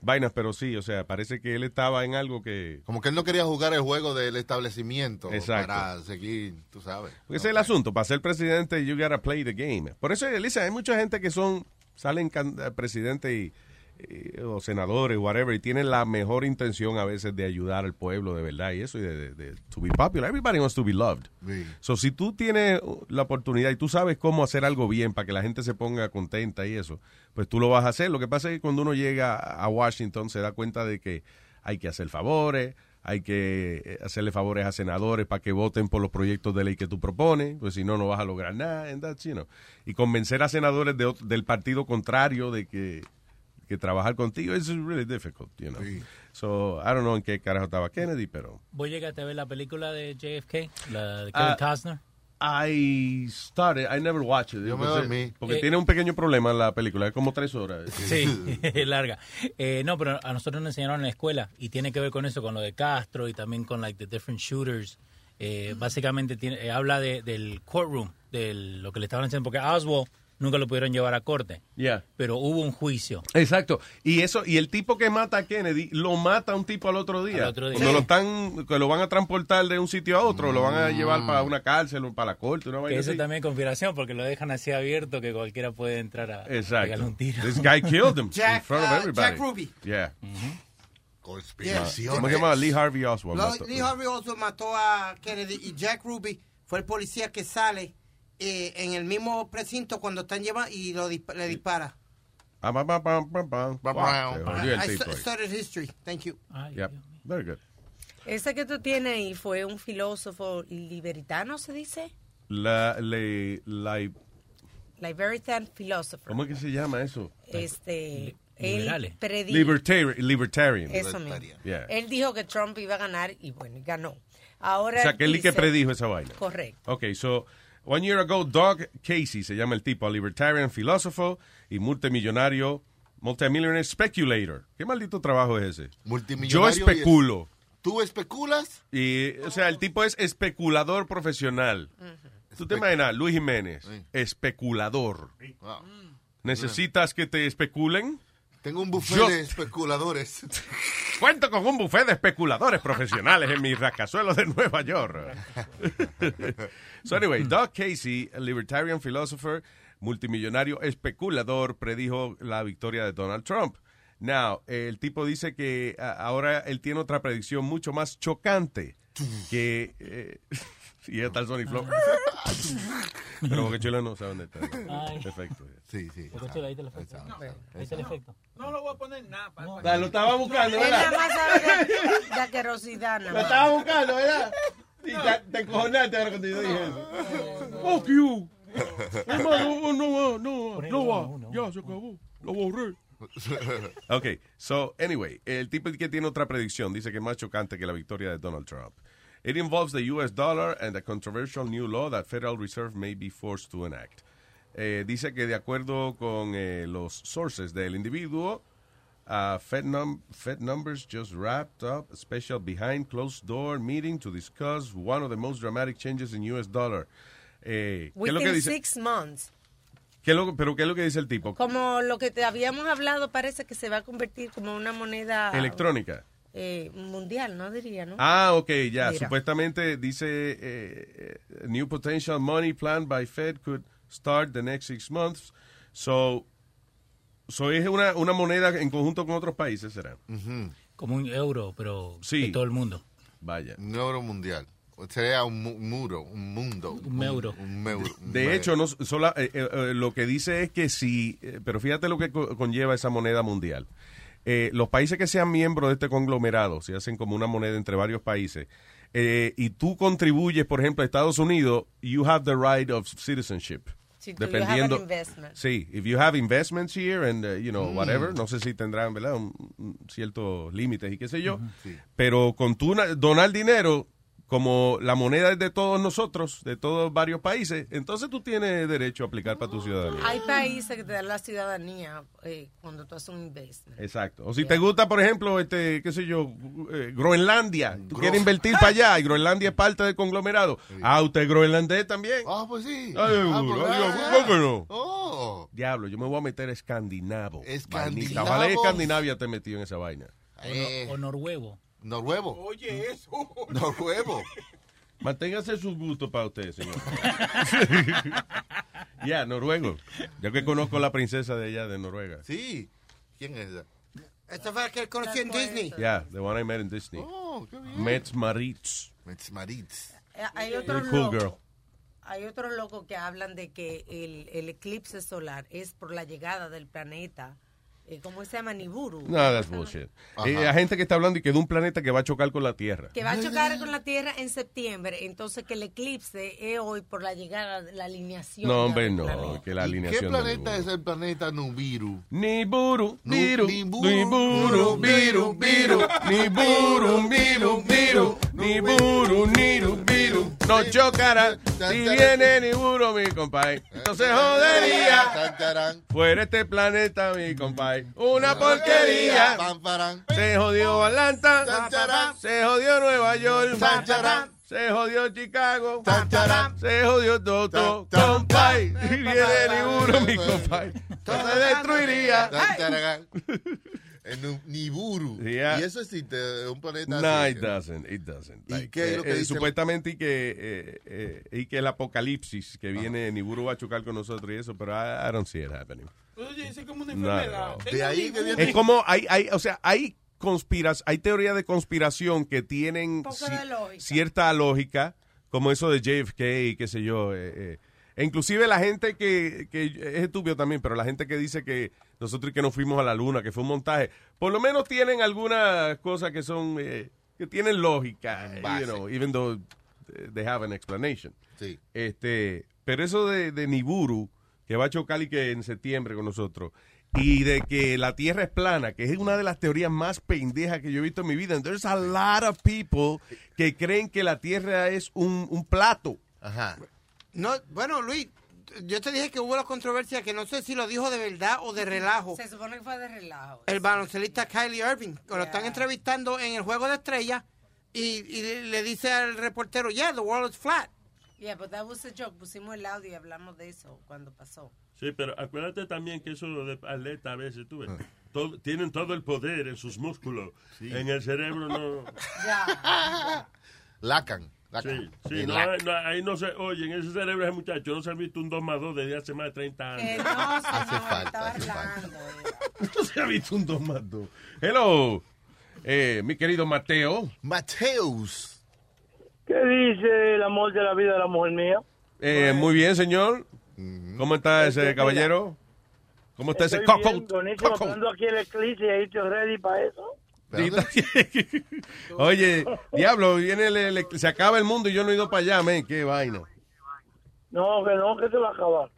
[SPEAKER 4] vainas, pero sí, o sea, parece que él estaba en algo que...
[SPEAKER 5] Como que él no quería jugar el juego del establecimiento
[SPEAKER 4] Exacto.
[SPEAKER 5] para seguir, tú sabes.
[SPEAKER 4] Porque ese es el asunto. Para ser presidente, you gotta play the game. Por eso, Elisa, hay mucha gente que son, salen can- eh, presidente y, eh, o senadores, whatever, y tienen la mejor intención a veces de ayudar al pueblo, de verdad, y eso, y de, de- de- to be popular. Everybody wants to be loved.
[SPEAKER 5] Sí.
[SPEAKER 4] So, si tú tienes la oportunidad y tú sabes cómo hacer algo bien para que la gente se ponga contenta y eso, pues tú lo vas a hacer. Lo que pasa es que cuando uno llega a Washington se da cuenta de que hay que hacer favores, hay que eh, hacerle favores a senadores para que voten por los proyectos de ley que tú propones, pues si no, no vas a lograr nada. And that's, you know. Y convencer a senadores de ot- del partido contrario de que, que trabajar contigo es really difficult, you know. So, I don't know en qué carajo estaba Kennedy, pero...
[SPEAKER 12] ¿Vos llegaste a ver la película de JFK? La de
[SPEAKER 4] Ah,
[SPEAKER 12] Kevin Costner.
[SPEAKER 4] I started, I never watched it.
[SPEAKER 12] Yo me
[SPEAKER 4] Entonces,
[SPEAKER 12] dormí.
[SPEAKER 4] Porque
[SPEAKER 12] Eh,
[SPEAKER 4] tiene un pequeño problema la película, es como tres horas.
[SPEAKER 12] Sí, es larga. Eh, no, pero a nosotros nos enseñaron en la escuela y tiene que ver con eso, con lo de Castro y también con like the different shooters. Eh,
[SPEAKER 10] Mm.
[SPEAKER 12] Básicamente tiene, eh, habla de, del courtroom, de lo que le estaban haciendo, porque a Oswald nunca lo pudieron llevar a corte,
[SPEAKER 4] Yeah.
[SPEAKER 12] pero hubo un juicio.
[SPEAKER 4] Exacto. Y eso y el tipo que mata a Kennedy lo mata a un tipo al otro día.
[SPEAKER 12] Al otro día.
[SPEAKER 4] Cuando
[SPEAKER 12] Sí.
[SPEAKER 4] lo están que lo van a transportar de un sitio a otro, lo van
[SPEAKER 12] Mm.
[SPEAKER 4] a llevar para una cárcel o para la corte, una
[SPEAKER 12] Que
[SPEAKER 4] vaina
[SPEAKER 12] eso
[SPEAKER 4] así.
[SPEAKER 12] también es conspiración, porque lo dejan así abierto que cualquiera puede entrar a, a pegarle
[SPEAKER 4] Exacto.
[SPEAKER 12] un tiro.
[SPEAKER 4] This guy killed him in
[SPEAKER 8] Jack,
[SPEAKER 4] front of
[SPEAKER 8] uh,
[SPEAKER 4] everybody.
[SPEAKER 8] Jack Ruby.
[SPEAKER 4] Yeah.
[SPEAKER 8] Conspiración.
[SPEAKER 4] ¿Cómo se llamaba? Lee Harvey Oswald.
[SPEAKER 8] Lo-
[SPEAKER 4] mató.
[SPEAKER 8] Lee Harvey Oswald mató a Kennedy y Jack Ruby fue el policía que sale eh, en el mismo precinto cuando están llevando y lo dispa- le dispara.
[SPEAKER 4] Ah, pam, pam, pam, pam, pam. Wow, se jodió el
[SPEAKER 12] Ah,
[SPEAKER 8] I
[SPEAKER 4] tipo
[SPEAKER 8] stu-
[SPEAKER 4] ahí.
[SPEAKER 8] studied history. Thank you.
[SPEAKER 4] Yep. Very good.
[SPEAKER 6] Ese que tú tienes ahí fue un filósofo libertano, ¿se dice?
[SPEAKER 4] La, le, la,
[SPEAKER 6] Libertarian philosopher.
[SPEAKER 4] ¿Cómo es que se llama eso?
[SPEAKER 6] Este,
[SPEAKER 12] Liberales.
[SPEAKER 6] él predijo.
[SPEAKER 4] Libertarian. Libertarian.
[SPEAKER 6] Eso mismo.
[SPEAKER 4] Yeah.
[SPEAKER 6] Él dijo que Trump iba a ganar y bueno, ganó. Ahora
[SPEAKER 4] O sea, que él y que
[SPEAKER 6] dice-
[SPEAKER 4] predijo esa vaina.
[SPEAKER 6] Correcto.
[SPEAKER 4] Ok, so, one year ago, Doug Casey, se llama el tipo, a libertarian filósofo y multimillonario, multimillionaire speculator. ¿Qué maldito trabajo es ese? Yo
[SPEAKER 5] Multimillonario y
[SPEAKER 4] especulo.
[SPEAKER 5] ¿Tú especulas?
[SPEAKER 4] Y, o sea, el tipo es especulador profesional. ¿Tú te imaginas? Luis Jiménez, especulador.
[SPEAKER 5] Wow.
[SPEAKER 8] Mm.
[SPEAKER 4] ¿Necesitas que te especulen?
[SPEAKER 5] Tengo un buffet
[SPEAKER 4] Yo-
[SPEAKER 5] de especuladores.
[SPEAKER 4] Cuento con un buffet de especuladores profesionales en mis rascazuelos de Nueva York. so anyway, Doug Casey, a libertarian philosopher, multimillonario especulador, predijo la victoria de Donald Trump. Now, el tipo dice que a- ahora él tiene otra predicción mucho más chocante que... eh, y está el Sonic Flow. Pero porque chulo no saben dónde
[SPEAKER 12] Ay.
[SPEAKER 4] está. Perfecto.
[SPEAKER 5] Sí, sí.
[SPEAKER 12] ahí te lo efecto. Ahí está el efecto.
[SPEAKER 10] No lo voy a poner nada. pa- pa-
[SPEAKER 4] Lo estaba buscando,
[SPEAKER 6] Él nada
[SPEAKER 4] ¿verdad?
[SPEAKER 6] más sabe de, de aquerosidad, nada
[SPEAKER 4] Lo
[SPEAKER 6] más.
[SPEAKER 4] estaba buscando, ¿verdad? Y te, te encojonaste ahora cuando yo dije eso. Fuck you. Hermano, no, no, no, no va. Ya se acabó. Lo borré. Ok, so anyway, el tipo que tiene otra predicción dice que es más chocante que la victoria de Donald Trump. It involves the U.S. dollar and a controversial new law that Federal Reserve may be forced to enact. Eh, dice que de acuerdo con eh, los sources del individuo, uh, Fed, num- Fed numbers just wrapped up a special behind closed door meeting to discuss one of the most dramatic changes in U.S. dollar. Eh, ¿qué es lo que
[SPEAKER 6] Within
[SPEAKER 4] dice?
[SPEAKER 6] six months.
[SPEAKER 4] ¿Qué es lo- pero qué es lo que dice el tipo?
[SPEAKER 6] Como lo que te habíamos hablado, parece que se va a convertir como una moneda
[SPEAKER 4] Electrónica.
[SPEAKER 6] eh, mundial, ¿no? Diría, ¿no?
[SPEAKER 4] Ah, ok, ya.
[SPEAKER 6] Mira.
[SPEAKER 4] Supuestamente dice eh, eh, New Potential Money Plan by Fed could start the next six months. So, so es una, una moneda en conjunto con otros países, ¿será?
[SPEAKER 12] Como un euro, pero
[SPEAKER 4] Sí.
[SPEAKER 12] de todo el mundo.
[SPEAKER 4] Vaya.
[SPEAKER 5] Un euro mundial. O Sería un mu- muro, un mundo. Un
[SPEAKER 12] euro.
[SPEAKER 5] Un, euro.
[SPEAKER 4] De hecho, no, sola- eh, eh, eh, lo que dice es que si, eh, pero fíjate lo que co- conlleva esa moneda mundial. Eh, los países que sean miembros de este conglomerado, si hacen como una moneda entre varios países, eh, y tú contribuyes, por ejemplo, a Estados Unidos, you have the right of citizenship.
[SPEAKER 6] Si tú- you have an investment.
[SPEAKER 4] Sí, if you have investments here and, uh, you know,
[SPEAKER 6] Mm.
[SPEAKER 4] whatever, no sé si tendrán, ¿verdad?, un, un cierto límite y qué sé yo.
[SPEAKER 5] Ujú. Sí.
[SPEAKER 4] Pero con tú na- donar dinero, como la moneda es de todos nosotros, de todos varios países, entonces tú tienes derecho a aplicar para tu ciudadanía.
[SPEAKER 6] Hay países que te dan la ciudadanía eh, cuando tú haces un investment.
[SPEAKER 4] Exacto. O si te gusta, por ejemplo, este, qué sé yo, eh, Groenlandia. Tú quieres invertir para allá y Groenlandia es parte del conglomerado. Ah, usted es groenlandés también.
[SPEAKER 5] Ah, pues sí.
[SPEAKER 4] Ay,
[SPEAKER 5] Ah,
[SPEAKER 4] seguro.
[SPEAKER 5] pues,
[SPEAKER 4] Ay,
[SPEAKER 5] ah,
[SPEAKER 4] yo, ¿por qué no?
[SPEAKER 5] Oh.
[SPEAKER 4] Diablo, yo me voy a meter escandinavo.
[SPEAKER 5] Escandinavo.
[SPEAKER 4] Vainita. Ojalá Escandinavia te metió en esa vaina.
[SPEAKER 12] O Noruego.
[SPEAKER 5] Noruego.
[SPEAKER 10] Oye, eso.
[SPEAKER 5] Noruego.
[SPEAKER 4] Manténgase su gusto para usted, señor. Ya, Noruego. Yo que conozco a la princesa de allá de Noruega.
[SPEAKER 5] Sí. ¿Quién es esa?
[SPEAKER 8] Esta fue la que él conoció en Disney.
[SPEAKER 4] Ya, the one I met in Disney.
[SPEAKER 8] Oh, qué bien.
[SPEAKER 4] Metz Maritz.
[SPEAKER 5] Metz Maritz.
[SPEAKER 6] Eh, Hay
[SPEAKER 4] Very
[SPEAKER 6] otros
[SPEAKER 4] cool
[SPEAKER 6] locos
[SPEAKER 4] girl.
[SPEAKER 6] hay otros locos que hablan de que el, el eclipse solar es por la llegada del planeta, eh, ¿cómo se llama? Nibiru.
[SPEAKER 4] No, that's bullshit.
[SPEAKER 5] Ajá.
[SPEAKER 4] Eh, hay gente que está hablando y que de un planeta que va a chocar con la Tierra.
[SPEAKER 6] Que va a chocar con la Tierra en septiembre, entonces que el eclipse es hoy por la llegada, la alineación.
[SPEAKER 4] No,
[SPEAKER 6] ya
[SPEAKER 4] hombre,
[SPEAKER 6] del
[SPEAKER 4] no,
[SPEAKER 6] planeta.
[SPEAKER 4] que la
[SPEAKER 5] ¿Qué
[SPEAKER 4] alineación. de
[SPEAKER 5] planeta es el planeta Nubiru?
[SPEAKER 4] Niburu,
[SPEAKER 5] Nibiru,
[SPEAKER 4] Niburu, Biru, Biru, Niburu, Biru, Biru, Niburu, Niru, Biru. No chocará si viene Niburu, mi compadre. Entonces jodería. Fuera este planeta, mi compadre. Una porquería. Se jodió Atlanta. Se jodió Nueva York. Se jodió Chicago. Se jodió todo. Compay. Viene Niburu, mi compadre. Todo se destruiría.
[SPEAKER 5] En Nu- Niburu.
[SPEAKER 4] Yeah.
[SPEAKER 5] Y eso existe, es un planeta.
[SPEAKER 4] No,
[SPEAKER 5] así
[SPEAKER 4] it
[SPEAKER 5] que-
[SPEAKER 4] doesn't, it doesn't.
[SPEAKER 5] ¿Y
[SPEAKER 4] Like,
[SPEAKER 5] qué es lo
[SPEAKER 4] eh,
[SPEAKER 5] que
[SPEAKER 4] eh,
[SPEAKER 5] dice?
[SPEAKER 4] Supuestamente y que, eh, eh, y que el apocalipsis que viene, Niburu va a chocar con nosotros y eso, pero I, I don't see it happening.
[SPEAKER 10] Pues, Oye, eso es como una
[SPEAKER 4] No,
[SPEAKER 10] enfermedad.
[SPEAKER 4] no.
[SPEAKER 10] Tengo Nibiru.
[SPEAKER 4] Es como, hay, hay, o sea, hay conspiras, hay teorías de conspiración que tienen
[SPEAKER 10] poco
[SPEAKER 4] ci-
[SPEAKER 10] de lógica.
[SPEAKER 4] cierta lógica, como eso de JFK y qué sé yo. eh, eh. E inclusive la gente que, que es estúpido también, pero la gente que dice que nosotros que nos fuimos a la luna, que fue un montaje, por lo menos tienen algunas cosas que son, eh, que tienen lógica, you know, even though eh, they have an explanation.
[SPEAKER 5] Sí.
[SPEAKER 4] Este, pero eso de, de Niburu, que va a chocar y que en septiembre con nosotros, y de que la Tierra es plana, que es una de las teorías más pendejas que yo he visto en mi vida. And there's a lot of people que creen que la Tierra es un, un plato.
[SPEAKER 5] Ajá.
[SPEAKER 8] No, bueno, Luis, yo te dije que hubo la controversia que no sé si lo dijo de verdad o de relajo.
[SPEAKER 6] Se supone que fue de relajo.
[SPEAKER 8] El baloncelista Kylie Irving, que lo están entrevistando en el Juego de Estrellas, y, y le- le dice al reportero, yeah, the world is flat.
[SPEAKER 6] Yeah, but that was a joke. Pusimos el audio y hablamos de eso cuando pasó.
[SPEAKER 7] Sí, pero acuérdate también que eso de atleta a veces, tú ves, todo- tienen todo el poder en sus músculos, en el cerebro no...
[SPEAKER 5] Lacan.
[SPEAKER 7] Sí,
[SPEAKER 5] Lacan.
[SPEAKER 7] sí,
[SPEAKER 5] El
[SPEAKER 7] no,
[SPEAKER 5] lac.
[SPEAKER 7] no, ahí no se, oye, en ese cerebro ese muchacho no se ha visto un 2 más 2 desde hace más de 30 años.
[SPEAKER 6] Que no, señor,
[SPEAKER 7] Hace falta,
[SPEAKER 6] estaba
[SPEAKER 7] hace falta.
[SPEAKER 6] hablando.
[SPEAKER 4] No se ha visto un dos más dos. Hello, eh, mi querido Mateo.
[SPEAKER 5] Mateus.
[SPEAKER 14] ¿Qué dice el amor de la vida de la mujer mía?
[SPEAKER 4] Eh, muy bien, señor. ¿Cómo está ese caballero? ¿Cómo está ese
[SPEAKER 14] Estoy
[SPEAKER 4] coco?
[SPEAKER 14] bien, buenísimo, esperando aquí el eclipse y ahí estoy ready para eso.
[SPEAKER 4] Oye, diablo, viene el- el- se acaba el mundo y yo no he ido para allá, men, qué vaina.
[SPEAKER 14] No, que no, que se va a acabar.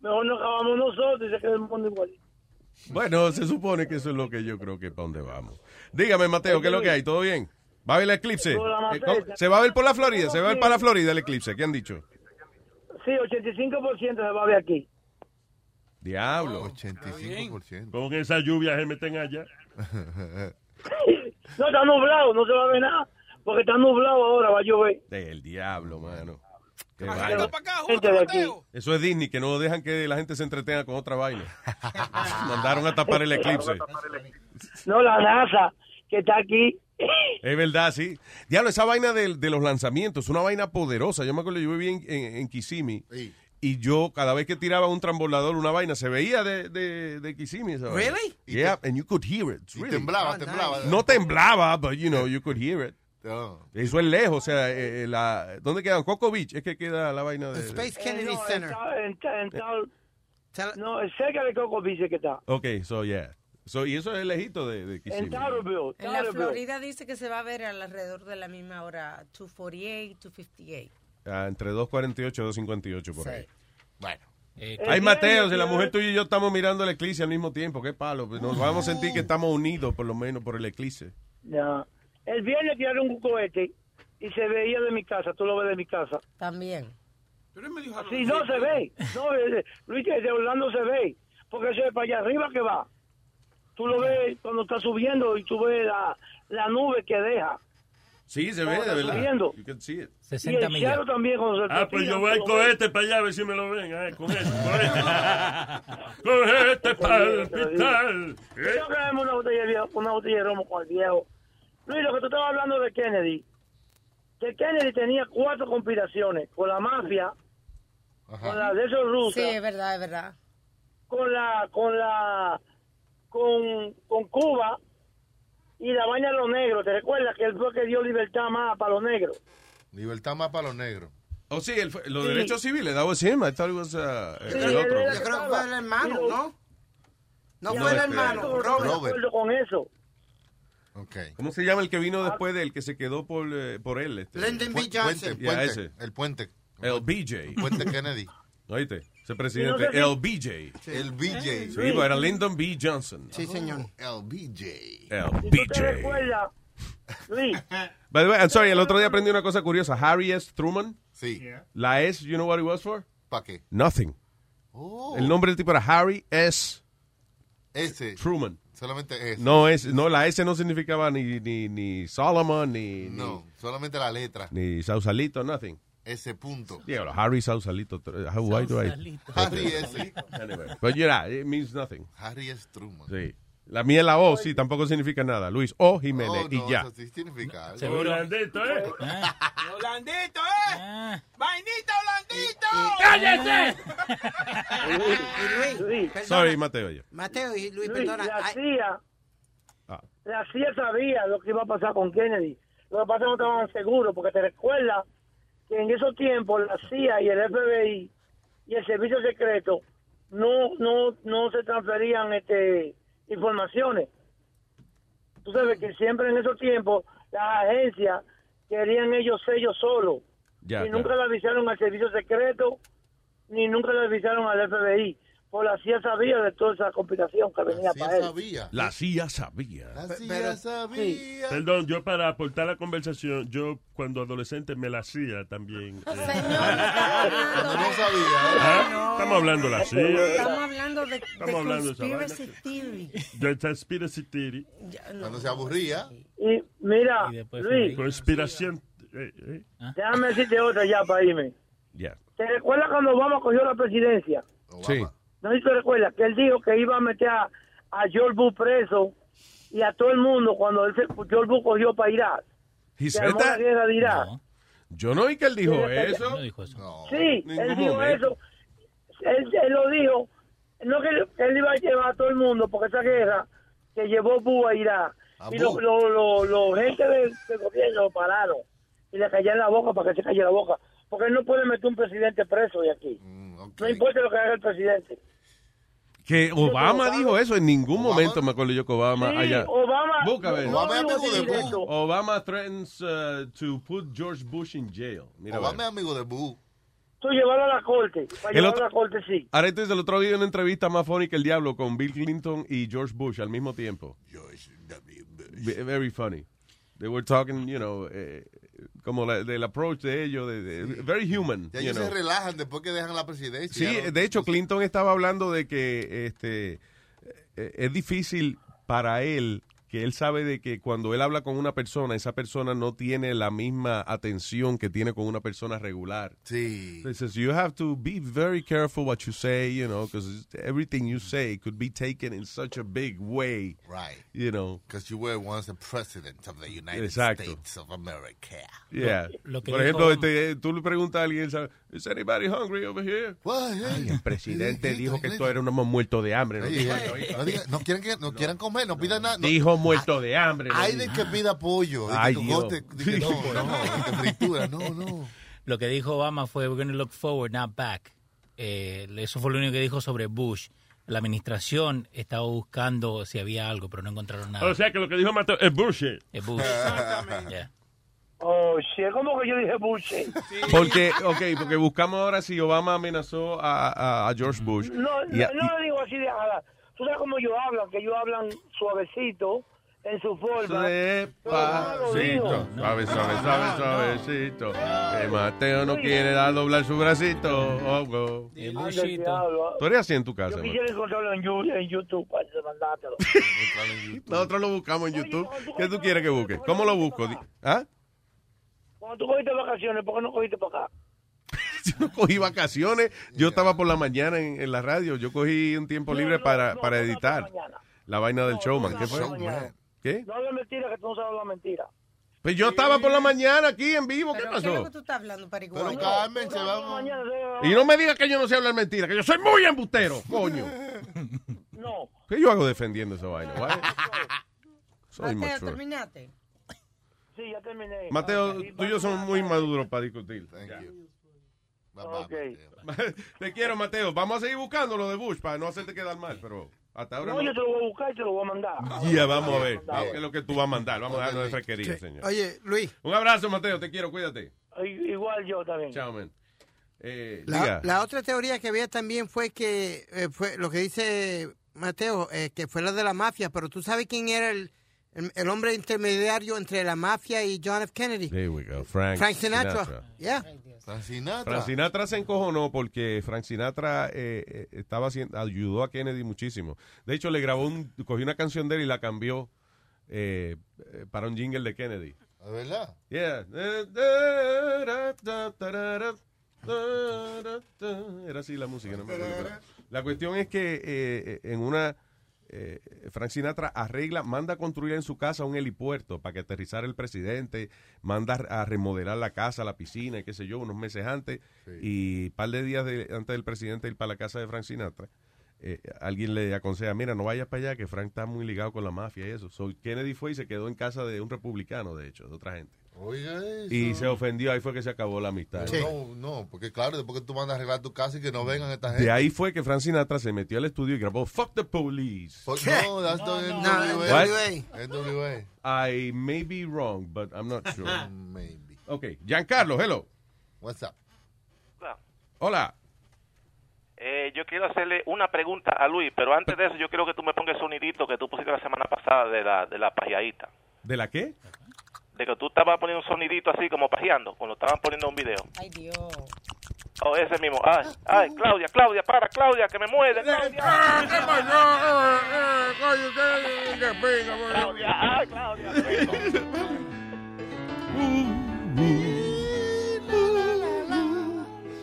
[SPEAKER 14] Mejor nos acabamos nosotros y se queda el mundo igual.
[SPEAKER 4] Bueno, se supone que eso es lo que yo creo que para dónde vamos. Dígame, Mateo, ¿qué es lo que hay? ¿Todo bien? ¿Va a ver el eclipse? Eh, ¿cómo? ¿Se va a ver por la Florida? ¿Se va a ver para la Florida el eclipse? ¿Qué han dicho?
[SPEAKER 14] Sí, 85% se va a ver aquí.
[SPEAKER 4] Diablo.
[SPEAKER 5] 85%.
[SPEAKER 7] Con esa lluvia se meten allá.
[SPEAKER 14] No, está nublado, no se va a ver nada. Porque está nublado ahora, va a llover.
[SPEAKER 4] Del diablo, mano. Qué
[SPEAKER 14] Pero-
[SPEAKER 4] vaina.
[SPEAKER 14] gente de aquí.
[SPEAKER 4] Eso es Disney, que no dejan que la gente se entretenga con otra vaina. Mandaron a tapar el eclipse.
[SPEAKER 14] No, la NASA, que está aquí.
[SPEAKER 4] Es verdad, sí. Diablo, esa vaina del- de, los lanzamientos, una vaina poderosa. Yo me acuerdo, yo vivía en, en, en Kissimmee. Y yo, cada vez que tiraba un transbordador, una vaina, se veía de, de, de Kissimmee. esa vaina.
[SPEAKER 5] Really?
[SPEAKER 4] Yeah, and you could hear it. really.
[SPEAKER 5] temblaba, Oh, temblaba. nice.
[SPEAKER 4] No temblaba, but you know, you could hear it.
[SPEAKER 5] Oh.
[SPEAKER 4] Eso es lejos, o sea, eh, eh, la, ¿dónde quedan? Coco Beach, es que queda la vaina de...
[SPEAKER 8] Space
[SPEAKER 14] Eh,
[SPEAKER 8] Kennedy
[SPEAKER 14] no,
[SPEAKER 8] Center. Eh,
[SPEAKER 14] en tal- en tal- no, es cerca de Coco Beach que está.
[SPEAKER 4] Ok, so yeah. So, y eso es lejito de, de
[SPEAKER 6] En
[SPEAKER 4] Kissimmee.
[SPEAKER 6] Florida. En la Florida dice que se va a ver alrededor de la misma hora, 248, 258.
[SPEAKER 4] Ah, entre 2.48 y 2.58 por
[SPEAKER 6] Sí.
[SPEAKER 4] ahí.
[SPEAKER 5] Bueno. Eh,
[SPEAKER 4] Ay, Mateo, si la mujer tuya y yo estamos mirando el eclipse al mismo tiempo, qué palo. pues Nos vamos a sentir que estamos unidos, por lo menos, por el eclipse.
[SPEAKER 14] Ya. El viernes tiraron un cohete y se veía de mi casa. Tú lo ves de mi casa.
[SPEAKER 6] También.
[SPEAKER 14] Sí, no se ve. No, eh, Luis, de Orlando se ve. Porque eso es para allá arriba que va. Tú lo ves cuando está subiendo y tú ves la, la nube que deja.
[SPEAKER 4] Sí, se ve,
[SPEAKER 14] Ahora
[SPEAKER 4] de verdad.
[SPEAKER 14] subiendo.
[SPEAKER 4] You can see it.
[SPEAKER 14] Y el cielo también cuando se
[SPEAKER 7] Ah, pues
[SPEAKER 14] despega,
[SPEAKER 7] yo voy al
[SPEAKER 14] tú lo ves.
[SPEAKER 7] cohete para allá a ver si me lo ven. A ver, con este, cohete. cohete para el hospital.
[SPEAKER 14] Creo que vemos una botella, de viejo- una botella de romo con el viejo. Luis, lo que tú estabas hablando de Kennedy, que Kennedy tenía cuatro conspiraciones con la mafia, con la de esos rusos,
[SPEAKER 6] Sí, es verdad, es verdad.
[SPEAKER 14] con la, con la, con, con Cuba y la vaina de los negros. ¿Te recuerdas que él fue que dio libertad más para los negros?
[SPEAKER 5] Libertad más para los negros.
[SPEAKER 4] Oh, sí, el, los
[SPEAKER 5] Sí.
[SPEAKER 4] derechos civiles, that was him. I thought it was uh,
[SPEAKER 5] Sí,
[SPEAKER 4] el otro.
[SPEAKER 8] Yo creo que fue el hermano, ¿no?
[SPEAKER 4] No,
[SPEAKER 8] No fue el
[SPEAKER 5] este,
[SPEAKER 4] espera.
[SPEAKER 8] hermano,
[SPEAKER 4] Robert. Robert.
[SPEAKER 14] con eso.
[SPEAKER 4] ¿Cómo se llama el que vino después del que se quedó por, eh, por él? Este?
[SPEAKER 8] Lyndon B.
[SPEAKER 4] Pu-
[SPEAKER 8] Johnson.
[SPEAKER 4] Yeah,
[SPEAKER 5] Puente,
[SPEAKER 4] ese.
[SPEAKER 5] El puente.
[SPEAKER 4] El BJ.
[SPEAKER 5] Puente Kennedy.
[SPEAKER 4] Oíste, ese
[SPEAKER 5] Y no
[SPEAKER 4] presidente,
[SPEAKER 5] sé si-
[SPEAKER 4] el BJ.
[SPEAKER 5] Sí. El BJ.
[SPEAKER 4] Sí, pues era Lyndon B. Johnson.
[SPEAKER 8] Sí, señor.
[SPEAKER 5] El BJ.
[SPEAKER 4] El
[SPEAKER 14] ¿Te
[SPEAKER 4] BJ.
[SPEAKER 14] recuerdas, Luis?
[SPEAKER 4] By the way, I'm sorry, el otro día aprendí una cosa curiosa. Harry S. Truman.
[SPEAKER 5] Sí.
[SPEAKER 4] La S, you know what it was for?
[SPEAKER 5] ¿Para qué?
[SPEAKER 4] Nothing.
[SPEAKER 5] Oh.
[SPEAKER 4] El nombre del tipo era Harry S.
[SPEAKER 5] Ese.
[SPEAKER 4] Truman.
[SPEAKER 5] Solamente ese.
[SPEAKER 4] No, es, no, la S no significaba ni, ni, ni Solomon, ni,
[SPEAKER 5] No, solamente la letra.
[SPEAKER 4] ni, ni Sausalito, nothing.
[SPEAKER 5] Ese punto.
[SPEAKER 4] Diablo, Harry Sausalito. How, why do I- Este,
[SPEAKER 5] Harry S.
[SPEAKER 4] But yeah, it means nothing.
[SPEAKER 5] Harry S. Truman.
[SPEAKER 4] Sí. La mía la O, sí, tampoco significa nada. Luis O. Jiménez
[SPEAKER 5] Oh,
[SPEAKER 4] y
[SPEAKER 5] no,
[SPEAKER 4] ya.
[SPEAKER 5] eso sí significa algo.
[SPEAKER 7] Holandito, ¿eh?
[SPEAKER 10] ¡Holandito, eh! ¡Vainita, holandito!
[SPEAKER 7] ¡Cállese!
[SPEAKER 8] Luis, Luis, perdona.
[SPEAKER 4] Sorry, Mateo. ya.
[SPEAKER 8] Mateo y Luis,
[SPEAKER 14] Luis,
[SPEAKER 8] perdona.
[SPEAKER 14] la
[SPEAKER 8] Ay,
[SPEAKER 14] CIA,
[SPEAKER 4] Ah.
[SPEAKER 14] la CIA sabía lo que iba a pasar con Kennedy. Lo que pasa es que no estaban seguros, porque te recuerda que en esos tiempos la CIA y el FBI y el servicio secreto no no no se transferían este informaciones. Tú sabes que siempre en esos tiempos las agencias querían ellos ellos solos
[SPEAKER 4] Ya,
[SPEAKER 14] y
[SPEAKER 4] claro.
[SPEAKER 14] nunca le avisaron al servicio secreto ni nunca le avisaron al FBI. Por Pues la CIA sabía de toda esa conspiración que venía para él.
[SPEAKER 4] La CIA sabía.
[SPEAKER 5] pero- Sí.
[SPEAKER 7] Perdón, yo para aportar la conversación, yo cuando adolescente me la hacía también. eh.
[SPEAKER 5] No sabía.
[SPEAKER 7] Ah, Estamos hablando la
[SPEAKER 6] Estamos
[SPEAKER 7] CIA.
[SPEAKER 6] hablando de, de
[SPEAKER 7] Estamos hablando de esa vaina.
[SPEAKER 6] conspiracy theory.
[SPEAKER 7] De Conspiracy Theory.
[SPEAKER 5] Cuando se aburría.
[SPEAKER 14] Y mira, Luis,
[SPEAKER 7] Conspiración. eh, eh.
[SPEAKER 14] déjame decirte otra ya para irme.
[SPEAKER 4] Ah. Ya.
[SPEAKER 14] ¿Te recuerdas cuando Obama cogió la presidencia?
[SPEAKER 4] Sí.
[SPEAKER 14] No sé si te recuerdas que él dijo que iba a meter a, a George Bush preso y a todo el mundo cuando él se, George Bush cogió para Irak.
[SPEAKER 4] He
[SPEAKER 14] Se
[SPEAKER 4] said
[SPEAKER 14] armó la
[SPEAKER 4] that?
[SPEAKER 14] guerra de Irak.
[SPEAKER 4] Yo no oí que él dijo
[SPEAKER 14] Sí, ya-
[SPEAKER 4] eso.
[SPEAKER 14] No
[SPEAKER 12] dijo eso.
[SPEAKER 14] Sí, él
[SPEAKER 4] Ningún
[SPEAKER 14] dijo
[SPEAKER 4] momento.
[SPEAKER 14] eso. Él, él lo dijo. No que él- él iba a llevar a todo el mundo, porque esa guerra que llevó Bush a Irak.
[SPEAKER 5] A
[SPEAKER 14] y los
[SPEAKER 5] Bush.
[SPEAKER 14] lo, lo, lo- gente del, del gobierno lo pararon y le callaron la boca para que se calle la boca. Porque él no puede meter un presidente preso de aquí. No importa lo que haga el presidente.
[SPEAKER 4] Que Obama dijo eso en ningún momento, me acuerdo yo que Obama
[SPEAKER 14] Sí,
[SPEAKER 4] allá.
[SPEAKER 14] Obama.
[SPEAKER 4] Busca a ver.
[SPEAKER 14] no dijo directo.
[SPEAKER 4] Obama threatens uh, to put George Bush in jail. Mira, a ver.
[SPEAKER 5] Obama es amigo de Boo.
[SPEAKER 14] Tú llevarlo a la corte. Para
[SPEAKER 4] El
[SPEAKER 14] llevarlo
[SPEAKER 4] otro-
[SPEAKER 14] a la corte, sí.
[SPEAKER 4] Ahora entonces el otro día una entrevista más funny que el diablo con Bill Clinton y George Bush al mismo tiempo. Ve- Very funny. They were talking, you know, eh, como la- del approach de ellos, de, de- very human.
[SPEAKER 5] Ya
[SPEAKER 4] you
[SPEAKER 5] ellos
[SPEAKER 4] know.
[SPEAKER 5] se relajan después que dejan la presidencia.
[SPEAKER 4] Sí, eh,
[SPEAKER 5] Ya no-
[SPEAKER 4] de hecho, Clinton estaba hablando de que este eh, es difícil para él que él sabe de que cuando él habla con una persona, esa persona no tiene la misma atención que tiene con una persona regular.
[SPEAKER 5] Sí.
[SPEAKER 4] He says you have to be very careful what you say, you know, because everything you say could be taken in such a big way.
[SPEAKER 5] Right.
[SPEAKER 4] You know.
[SPEAKER 5] Because you were once the president of the United
[SPEAKER 4] Exacto.
[SPEAKER 5] States of America.
[SPEAKER 4] Yeah.
[SPEAKER 5] Lo que
[SPEAKER 4] Por
[SPEAKER 5] dijo-
[SPEAKER 4] ejemplo, este, tú le preguntas a alguien, ¿sabe? ¿Is anybody hungry over here?
[SPEAKER 5] Ay,
[SPEAKER 4] el presidente dijo que todos éramos muertos de hambre. ¿no?
[SPEAKER 5] Oye,
[SPEAKER 4] Dijo-
[SPEAKER 5] oye, no digan- no quieren que- no quieran comer, no pidan nada. no-
[SPEAKER 4] Dijo muerto de hambre. ¿no?
[SPEAKER 5] Hay de que pida pollo.
[SPEAKER 4] Ay,
[SPEAKER 5] Ay, que tu
[SPEAKER 4] Dios.
[SPEAKER 5] gote- de que no, no, no, de fritura, no, no.
[SPEAKER 12] Lo que dijo Obama fue, we're going to look forward, not back. Eh, eso fue lo único que dijo sobre Bush. la administración estaba buscando si había algo, pero no encontraron nada. Eh,
[SPEAKER 7] O sea que lo que dijo Mateo es bullshit.
[SPEAKER 12] Es bullshit.
[SPEAKER 7] Exactamente.
[SPEAKER 12] Yeah.
[SPEAKER 14] Oh, shit, ¿cómo que yo dije buche?
[SPEAKER 4] Porque, ok, porque buscamos ahora si Obama amenazó a, a- a George Bush.
[SPEAKER 14] No,
[SPEAKER 4] Y a-
[SPEAKER 14] no, no lo digo así de nada. Tú sabes cómo ellos hablan, que ellos hablan suavecito en su forma.
[SPEAKER 4] Suavecito, suave, suave, suave, suavecito. Que Mateo no
[SPEAKER 14] Muy
[SPEAKER 4] quiere
[SPEAKER 14] bien.
[SPEAKER 4] dar doblar su bracito. Oh, go.
[SPEAKER 14] Anda, el diablo.
[SPEAKER 4] ¿Tú harías así en tu casa?
[SPEAKER 14] Yo
[SPEAKER 4] Mateo?
[SPEAKER 14] quisiera encontrarlo en You- en YouTube para mandártelo.
[SPEAKER 4] Nosotros lo buscamos en YouTube. ¿Qué tú quieres que busque? ¿Cómo lo busco? Di- ¿Ah?
[SPEAKER 14] Cuando tú cogiste vacaciones, ¿por qué no cogiste para acá?
[SPEAKER 4] Yo no cogí vacaciones. Yo estaba por la mañana en, en la radio. Yo cogí un tiempo libre para, para editar la vaina del showman. ¿Qué fue? ¿Qué?
[SPEAKER 14] No hables mentira, que tú no sabes la mentira.
[SPEAKER 4] Pues yo estaba por la mañana aquí en vivo. ¿Qué
[SPEAKER 6] ¿Qué es lo
[SPEAKER 4] pasó?
[SPEAKER 6] que tú estás hablando, Pariguay?
[SPEAKER 14] Pero Carmen, se va.
[SPEAKER 4] Y no me digas que yo no sé hablar mentira, que yo soy muy embustero, coño.
[SPEAKER 14] No.
[SPEAKER 4] ¿Qué yo hago defendiendo esa vaina? Why- Soy
[SPEAKER 6] Mateo,
[SPEAKER 4] macho.
[SPEAKER 6] terminaste.
[SPEAKER 14] Sí, ya terminé.
[SPEAKER 4] Mateo, tú y yo somos muy maduros para discutir. Te quiero, Mateo. Vamos a seguir buscando lo de Bush para no hacerte quedar mal, pero hasta ahora
[SPEAKER 14] No, yo te
[SPEAKER 4] no.
[SPEAKER 14] lo voy a buscar y te lo voy a mandar.
[SPEAKER 4] Ya, vamos a ver. Vamos, ¿Qué es lo que tú vas a mandar? Vamos a darnos de fresquería, señor.
[SPEAKER 14] Oye,
[SPEAKER 8] Luis.
[SPEAKER 4] Un abrazo, Mateo. Te quiero, cuídate.
[SPEAKER 14] I- Igual yo también.
[SPEAKER 4] Chao, man. Eh,
[SPEAKER 8] La,
[SPEAKER 4] diga.
[SPEAKER 8] la otra teoría que había también fue que eh, fue lo que dice Mateo, eh, que fue la de la mafia, pero tú sabes quién era el, el- el hombre intermediario entre la mafia y John F. Kennedy.
[SPEAKER 4] There we go. Frank,
[SPEAKER 8] Frank Sinatra. Yeah.
[SPEAKER 5] Frank Sinatra.
[SPEAKER 4] Frank Sinatra se encojonó porque Frank Sinatra eh, eh, estaba haciendo, ayudó a Kennedy muchísimo. De hecho, le grabó un, cogió una canción de él y la cambió eh, eh, para un jingle de Kennedy.
[SPEAKER 5] ¿Es verdad?
[SPEAKER 4] Yeah. Era así la música. no me acuerdo. La cuestión es que eh, eh, en una... eh, Frank Sinatra arregla, manda a construir en su casa un helipuerto para que aterrizara el presidente, manda a remodelar la casa, la piscina, y qué sé yo, unos meses antes, y un par de días de- antes del presidente ir para la casa de Frank Sinatra, eh, alguien le aconseja, mira, no vayas para allá, que Frank está muy ligado con la mafia y eso. So, Kennedy fue y se quedó en casa de un republicano, de hecho, de otra gente.
[SPEAKER 5] Oye,
[SPEAKER 4] Y
[SPEAKER 5] eso.
[SPEAKER 4] se ofendió, ahí fue que se acabó la amistad.
[SPEAKER 5] No, no, porque claro, después que tú mandas a arreglar tu casa y que no vengan esta gente.
[SPEAKER 4] De ahí fue que Frank Sinatra se metió al estudio y grabó Fuck the Police.
[SPEAKER 5] Fuck- No, that's the NWA.
[SPEAKER 4] What?
[SPEAKER 5] NWA.
[SPEAKER 4] I may be wrong, but I'm not sure.
[SPEAKER 5] Maybe.
[SPEAKER 4] Ok, Giancarlo, hello.
[SPEAKER 5] What's up?
[SPEAKER 4] Hola.
[SPEAKER 15] Eh, yo quiero hacerle una pregunta a Luis, pero antes de eso yo quiero que tú me pongas el sonidito que tú pusiste la semana pasada de la, de la pajeadita.
[SPEAKER 4] ¿De la qué?
[SPEAKER 15] De que tú estabas poniendo un sonidito así como pajeando, cuando estaban poniendo un video.
[SPEAKER 6] Ay, Dios.
[SPEAKER 15] O ese mismo. Ay, ay, Claudia, Claudia, para, Claudia, que me muerde, Claudia. Claudia, ay, Claudia.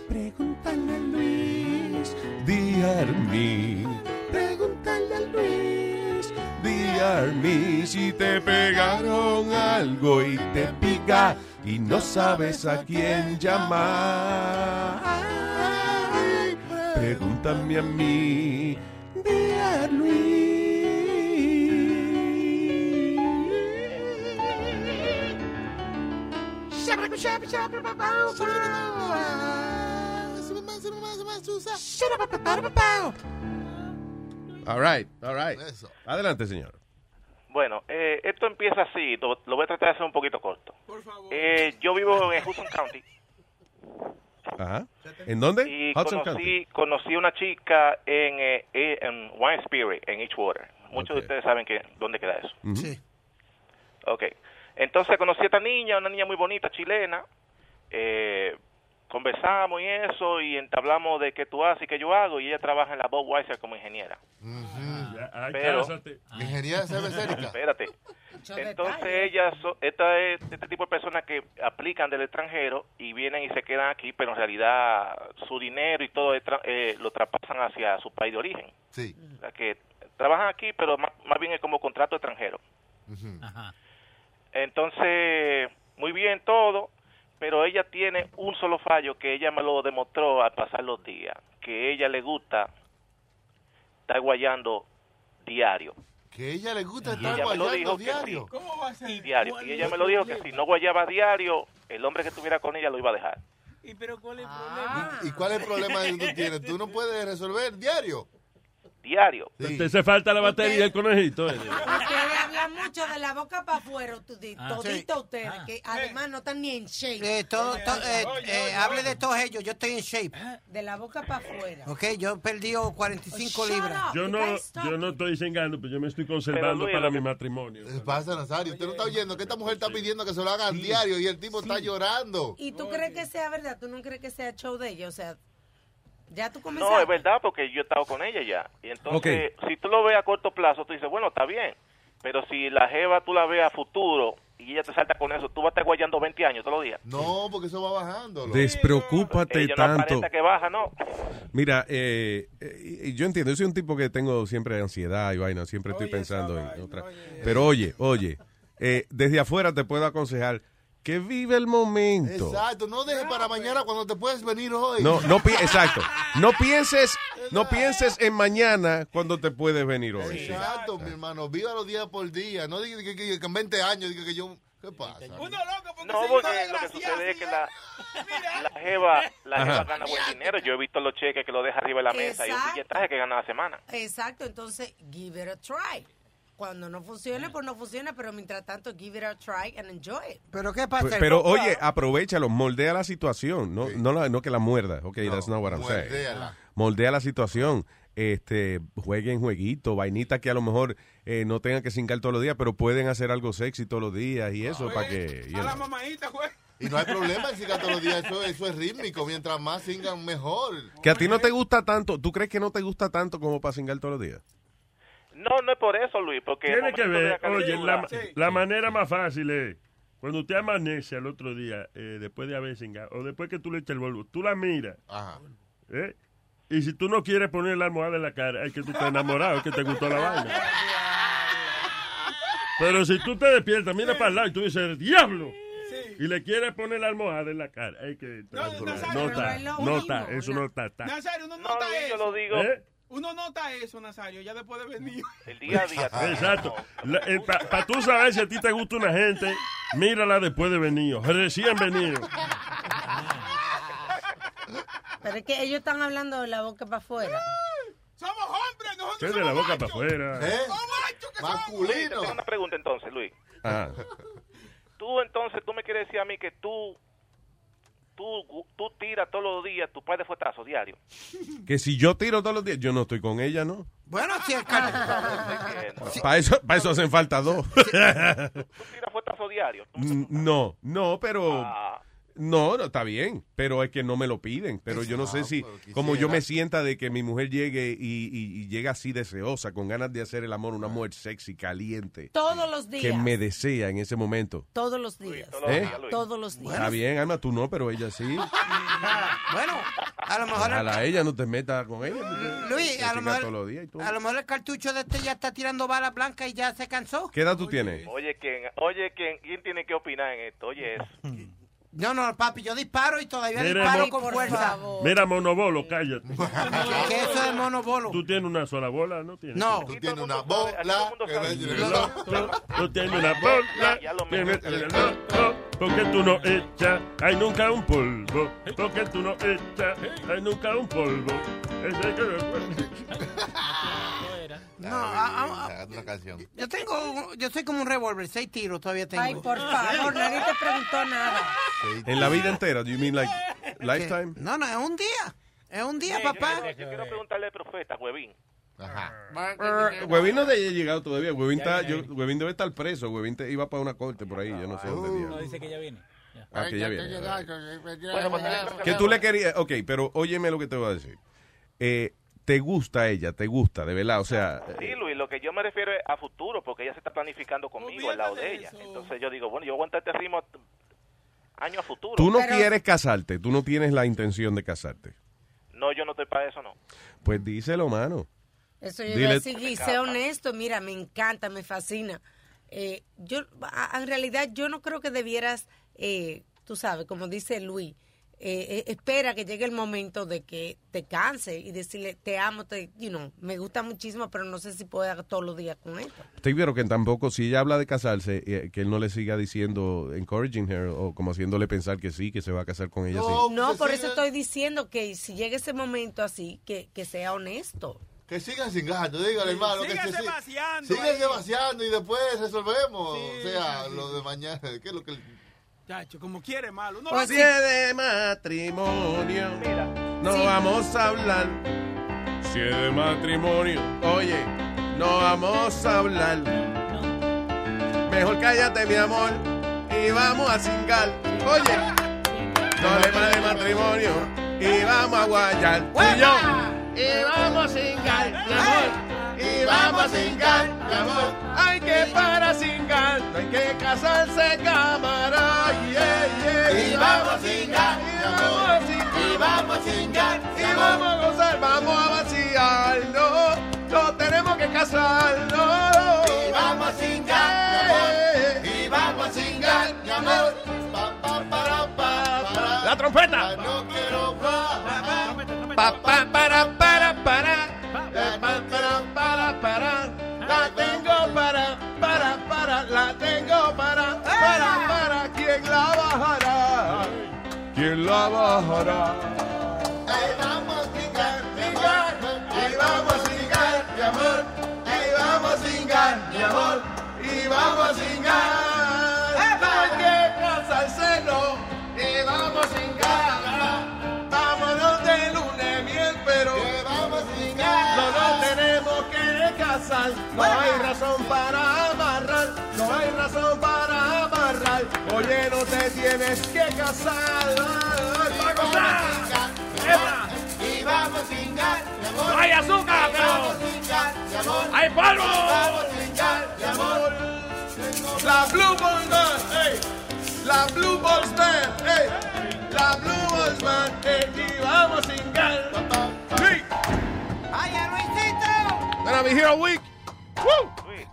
[SPEAKER 11] Pregúntale a Luis.
[SPEAKER 4] The Army.
[SPEAKER 11] Pregúntale a Luis.
[SPEAKER 4] The Army. Si te pegaron algo y te pica y no sabes a quién llamar, pregúntame a mí.
[SPEAKER 11] Día Luis. Shabra- shabra- shabra- ba- ba- ba- Shabra- ba- ba- ba- ba-
[SPEAKER 4] All right, all right. Adelante, señor.
[SPEAKER 15] Bueno, eh, esto empieza así, lo, lo voy a tratar de hacer un poquito corto. Eh, yo vivo en Hudson County.
[SPEAKER 4] Ajá. ¿En dónde?
[SPEAKER 15] Y
[SPEAKER 4] Hudson County.
[SPEAKER 15] conocí, conocí una chica en, eh, eh, en Wine Spirit, en Edgewater. Muchos de ustedes saben que dónde queda eso.
[SPEAKER 11] Sí.
[SPEAKER 15] Ok. Entonces conocí a esta niña, una niña muy bonita, chilena. Eh, conversamos y eso, y entablamos de qué tú haces y qué yo hago. Y ella trabaja en la Bob Weiser como ingeniera. Pero-
[SPEAKER 5] Ingeniería cervecérica.
[SPEAKER 15] Espérate. Entonces ellas, son- esta es este tipo de personas que aplican del extranjero y vienen y se quedan aquí, pero en realidad su dinero y todo es tra- eh, lo traspasan hacia su país de origen.
[SPEAKER 5] Sí.
[SPEAKER 15] O sea, que trabajan aquí, pero más, más bien es como contrato extranjero. Entonces, muy bien todo, pero ella tiene un solo fallo que ella me lo demostró al pasar los días, que ella le gusta estar guayando diario.
[SPEAKER 5] Que a ella le gusta
[SPEAKER 15] Y ella
[SPEAKER 5] estar
[SPEAKER 15] me lo
[SPEAKER 5] guayando
[SPEAKER 15] dijo que
[SPEAKER 5] diario.
[SPEAKER 10] ¿Cómo va a ser?
[SPEAKER 15] diario.
[SPEAKER 10] ¿Cuál
[SPEAKER 15] Y
[SPEAKER 10] es
[SPEAKER 15] ella
[SPEAKER 10] el
[SPEAKER 15] me lo dijo que si
[SPEAKER 10] problema?
[SPEAKER 15] no guayaba diario, el hombre que estuviera con ella lo iba a dejar.
[SPEAKER 10] ¿Y pero cuál es el problema?
[SPEAKER 5] ¿Y cuál es el problema que tú tienes? Tú no puedes resolver diario.
[SPEAKER 15] diario.
[SPEAKER 4] Este
[SPEAKER 7] Te hace falta la batería del conejito. eh.
[SPEAKER 6] Ustedes hablan mucho de la boca para afuera, todito,
[SPEAKER 7] Ah.
[SPEAKER 6] todito ustedes, que además no están ni en shape.
[SPEAKER 8] Eh, todo- to- eh, eh, hable de todos ellos, yo estoy en shape.
[SPEAKER 6] De la boca para afuera.
[SPEAKER 8] Ok, yo he perdido 45 libras.
[SPEAKER 7] Yo no, yo no estoy cingando, pero yo me estoy conservando
[SPEAKER 5] Luis,
[SPEAKER 7] para
[SPEAKER 5] lo
[SPEAKER 7] mi matrimonio.
[SPEAKER 5] ¿Qué pasa, Nazario? Usted no está oyendo que esta mujer está pidiendo que se lo hagan diario y el tipo está llorando.
[SPEAKER 6] ¿Y tú crees que sea verdad? ¿Tú no crees que sea show de ella? O sea, ya tú
[SPEAKER 15] No, es
[SPEAKER 6] comenzaste.
[SPEAKER 15] verdad, porque yo he estado con ella ya. Y entonces, si tú lo ves a corto plazo, tú dices, bueno, está bien. Pero si la jeva tú la ves a futuro y ella te salta con eso, tú vas a estar guayando 20 años todos los días.
[SPEAKER 5] No, porque eso va bajando.
[SPEAKER 4] Despreocúpate
[SPEAKER 15] Ella Eh, no
[SPEAKER 4] tanto.
[SPEAKER 15] aparenta que baja, ¿no?
[SPEAKER 4] Mira, eh, eh, yo entiendo, yo soy un tipo que tengo siempre ansiedad y vaina, siempre estoy pensando en otra. Pero oye, oye, eh, desde afuera te puedo aconsejar que vive el momento.
[SPEAKER 5] Exacto, no dejes para mañana cuando te puedes venir hoy.
[SPEAKER 4] No, no pi- exacto. No pienses, no pienses en mañana cuando te puedes venir hoy.
[SPEAKER 5] Exacto, mi hermano, viva los días por día. No digas que, que- que en 20 años diga que yo... ¿Qué pasa?
[SPEAKER 15] No, porque lo que sucede es que la, la jeva, la
[SPEAKER 5] Ajá.
[SPEAKER 15] jeva gana buen dinero. Yo he visto los cheques que lo deja arriba de la mesa y un
[SPEAKER 6] Exacto.
[SPEAKER 15] billetaje que gana la semana.
[SPEAKER 6] Exacto, entonces, give it a try. Cuando no funcione, pues no funciona, pero mientras tanto, give it a try and enjoy it.
[SPEAKER 8] ¿Pero qué
[SPEAKER 4] Pe- Pues, Pero oye, aprovechalo, moldea la situación, no, no, la- no que la muerda. Ok, that's not what I'm saying.
[SPEAKER 5] moldéala.
[SPEAKER 4] Moldea la situación. Este, jueguen jueguito, vainita que a lo mejor eh, no tengan que cincar todos los días, pero pueden hacer algo sexy todos los días y eso para que. you know.
[SPEAKER 5] Y no hay problema en cingar todos los días, eso, eso es rítmico. Mientras más cingan, mejor.
[SPEAKER 4] Que a ti no te gusta tanto, ¿tú crees que no te gusta tanto como para cingar todos los días?
[SPEAKER 15] No, no es por eso, Luis, porque... el
[SPEAKER 7] Tiene que
[SPEAKER 15] momento de
[SPEAKER 7] ver,
[SPEAKER 15] la
[SPEAKER 7] oye,
[SPEAKER 15] calentura-
[SPEAKER 7] la, la manera más fácil es, cuando usted amanece al otro día, eh, después de haber cingado, o después que tú le echas el polvo, tú la miras, ¿eh? y si tú no quieres poner la almohada en la cara, es que tú estás enamorado, es que te gustó la vaina. Pero si tú te despiertas, mira para el lado y tú dices, ¡diablo! Y le quieres poner la almohada en la cara. es que no está, no está, eso no está. está.
[SPEAKER 10] Nazario, uno nota
[SPEAKER 15] Luis,
[SPEAKER 10] eso.
[SPEAKER 15] yo lo digo.
[SPEAKER 7] ¿Eh?
[SPEAKER 10] Uno nota eso, Nazario, ya después de venir.
[SPEAKER 15] El día a día.
[SPEAKER 7] Exacto. Para tú saber si a ti te gusta una gente, mírala después de venido, recién venido.
[SPEAKER 6] Pero es que ellos están hablando de la boca para afuera.
[SPEAKER 10] Somos hombres, nosotros
[SPEAKER 7] ¿Qué de la boca para afuera?
[SPEAKER 8] ¿Eh?
[SPEAKER 15] Luis, te tengo una pregunta entonces, Luis.
[SPEAKER 7] Ah.
[SPEAKER 15] Tú entonces, tú me quieres decir a mí que tú, tú, tú tiras todos los días tu par de fuetazos diario.
[SPEAKER 4] Que si yo tiro todos los días, yo no estoy con ella, ¿no?
[SPEAKER 8] Bueno, si el
[SPEAKER 4] Para eso, para eso hacen falta dos.
[SPEAKER 15] Fuetazo diario.
[SPEAKER 4] No, no, pero... No, no, está bien, pero es que no me lo piden. Pero yo no
[SPEAKER 8] Ah,
[SPEAKER 4] sé si, como yo me sienta de que mi mujer llegue y, y- y llega así deseosa, con ganas de hacer el
[SPEAKER 8] Ah.
[SPEAKER 4] amor, una mujer sexy, caliente,
[SPEAKER 6] Todos los días.
[SPEAKER 4] que me desea en ese momento.
[SPEAKER 6] Todos los días.
[SPEAKER 4] los ¿Eh? días, Luis.
[SPEAKER 6] Todos los días.
[SPEAKER 4] Está bien, Alma, tú no, pero ella sí.
[SPEAKER 8] Bueno, a lo mejor...
[SPEAKER 4] A la ella no te metas con ella.
[SPEAKER 8] Luis,
[SPEAKER 4] Te
[SPEAKER 8] a lo,
[SPEAKER 4] chingas
[SPEAKER 8] mejor,
[SPEAKER 4] todos los días y todo.
[SPEAKER 8] a lo mejor el cartucho de este ya está tirando balas blancas y ya se cansó.
[SPEAKER 4] ¿Qué edad tú tienes?
[SPEAKER 15] Oye, ¿quién, oye ¿quién, ¿quién tiene que opinar en esto? Oye, eso.
[SPEAKER 8] No, no, papi, yo disparo y todavía
[SPEAKER 7] Mire,
[SPEAKER 8] disparo
[SPEAKER 7] mo-
[SPEAKER 8] con
[SPEAKER 7] por
[SPEAKER 8] fuerza.
[SPEAKER 7] Mira, monobolo, cállate.
[SPEAKER 8] ¿Qué es eso de monobolo?
[SPEAKER 7] Tú tienes una sola bola, ¿no tienes?
[SPEAKER 8] No.
[SPEAKER 5] Tú tienes una bola.
[SPEAKER 7] Tú tienes una bola. tienes- Porque tú no echas, hay nunca un polvo. Porque tú no echas, hay nunca un polvo. Ese que
[SPEAKER 8] No, a- a- a-
[SPEAKER 5] Una canción.
[SPEAKER 8] yo tengo, yo soy como un revólver, seis tiros todavía tengo.
[SPEAKER 6] Ay, por favor, nadie te preguntó nada.
[SPEAKER 4] En la vida entera, do you mean like lifetime?
[SPEAKER 8] No, no, es un día. Es un día,
[SPEAKER 15] Ey, yo
[SPEAKER 8] papá.
[SPEAKER 15] quiero- Yo, quiero preguntarle al profeta, huevín.
[SPEAKER 4] Ah, Huevín no te haya llegado todavía. Huevín, está- yo- Huevín debe estar preso. Huevín te iba para una corte por ahí. Yo
[SPEAKER 12] Ah,
[SPEAKER 4] no sé dónde diablos.
[SPEAKER 12] No, dice que ya viene. Ya.
[SPEAKER 4] Ah, que ya viene.
[SPEAKER 12] Bueno, pues,
[SPEAKER 4] Que tú le querías. Ok, pero óyeme lo que te voy a decir. Eh, te gusta ella, te gusta, de verdad. O sea, eh,
[SPEAKER 15] Sí, Luis, lo que yo me refiero es a futuro, porque ella se está planificando
[SPEAKER 8] Pues
[SPEAKER 15] conmigo al lado de ella. Entonces yo digo, bueno, yo aguanto este ritmo t- año a futuro.
[SPEAKER 4] tú no quieres casarte, tú no tienes la intención de casarte.
[SPEAKER 15] No, yo no estoy para eso, no.
[SPEAKER 4] Pues díselo, mano.
[SPEAKER 6] Eso yo
[SPEAKER 4] Dile-
[SPEAKER 6] iba a decir, y sé honesto, mira, me encanta, me fascina. Eh, yo, a- a- en realidad, yo no creo que debieras, eh, tú sabes, como dice Luis, eh, eh, espera que llegue el momento de que te canse y decirle, te amo, te, you know, me gusta muchísimo, pero no sé si puedo dar todos los días con esto.
[SPEAKER 4] Te quiero que tampoco, si ella habla de casarse, eh, que él no le siga diciendo, encouraging her, o como haciéndole pensar que sí, que se va a casar con ella. sí.
[SPEAKER 6] No, por eso estoy diciendo que si llega ese momento así, que, que sea honesto.
[SPEAKER 5] Que sigan sin gato, dígale, hermano. que
[SPEAKER 10] síganse
[SPEAKER 5] se sig-
[SPEAKER 10] vaciando
[SPEAKER 5] Síganse
[SPEAKER 10] ahí.
[SPEAKER 5] vaciando y después resolvemos.
[SPEAKER 10] Sí,
[SPEAKER 5] o sea,
[SPEAKER 10] sí, sí.
[SPEAKER 5] lo de mañana. ¿Qué es lo que.?
[SPEAKER 10] Chacho, como quiere, malo. No,
[SPEAKER 4] Así es de matrimonio. No
[SPEAKER 10] Sí.
[SPEAKER 4] vamos a hablar. Si es de matrimonio. Oye, no vamos a hablar. Mejor cállate, mi amor. Y vamos a cingar. Oye, no hablemos de matrimonio. Y vamos a guayar. Tú y yo.
[SPEAKER 11] Y vamos a cingar, mi amor. Y vamos a cingar, mi amor. Hay que para cingar, no hay que casarse, cámara. yeah, yeah. Y vamos a cingar, mi amor. Y vamos a cingar, y vamos a gozar, vamos a vaciarlo. No tenemos que casarlo. Y vamos a cingar, mi amor. Y vamos a cingar, mi amor. Pa, pa, para, pa, para.
[SPEAKER 4] La trompeta.
[SPEAKER 11] No quiero más.
[SPEAKER 4] Pa, pa, para, para, para.
[SPEAKER 11] La para, para, para, la tengo para, para, para, la tengo para, para, para, quien la bajará.
[SPEAKER 4] ¿Quién la bajará?
[SPEAKER 11] Ahí vamos a cingar, cingar, ahí vamos a cingar, mi amor, ahí vamos a cingar, mi amor, y vamos a cingar. No hay que casarse, no, y vamos a cingar, vámonos de lunes bien, pero vamos a cingar. No nos tenemos que casar, no hay razón para amarrar, no hay razón para amarrar, oye, no te tienes que casar, para gozar. Y vamos sin gas, mi amor.
[SPEAKER 10] No hay azúcar,
[SPEAKER 11] Y
[SPEAKER 10] pero-
[SPEAKER 11] vamos sin gas, mi amor.
[SPEAKER 10] ¡Hay polvo!
[SPEAKER 11] Y vamos sin gas, mi amor. La Blue Balls Man, ey. La Blue Balls Man, ey. La Blue Balls Man, ey. Y vamos sin gas. Sí. ¡Vaya, Luisito!
[SPEAKER 4] Then I'm here a week. Woo!
[SPEAKER 15] Luis,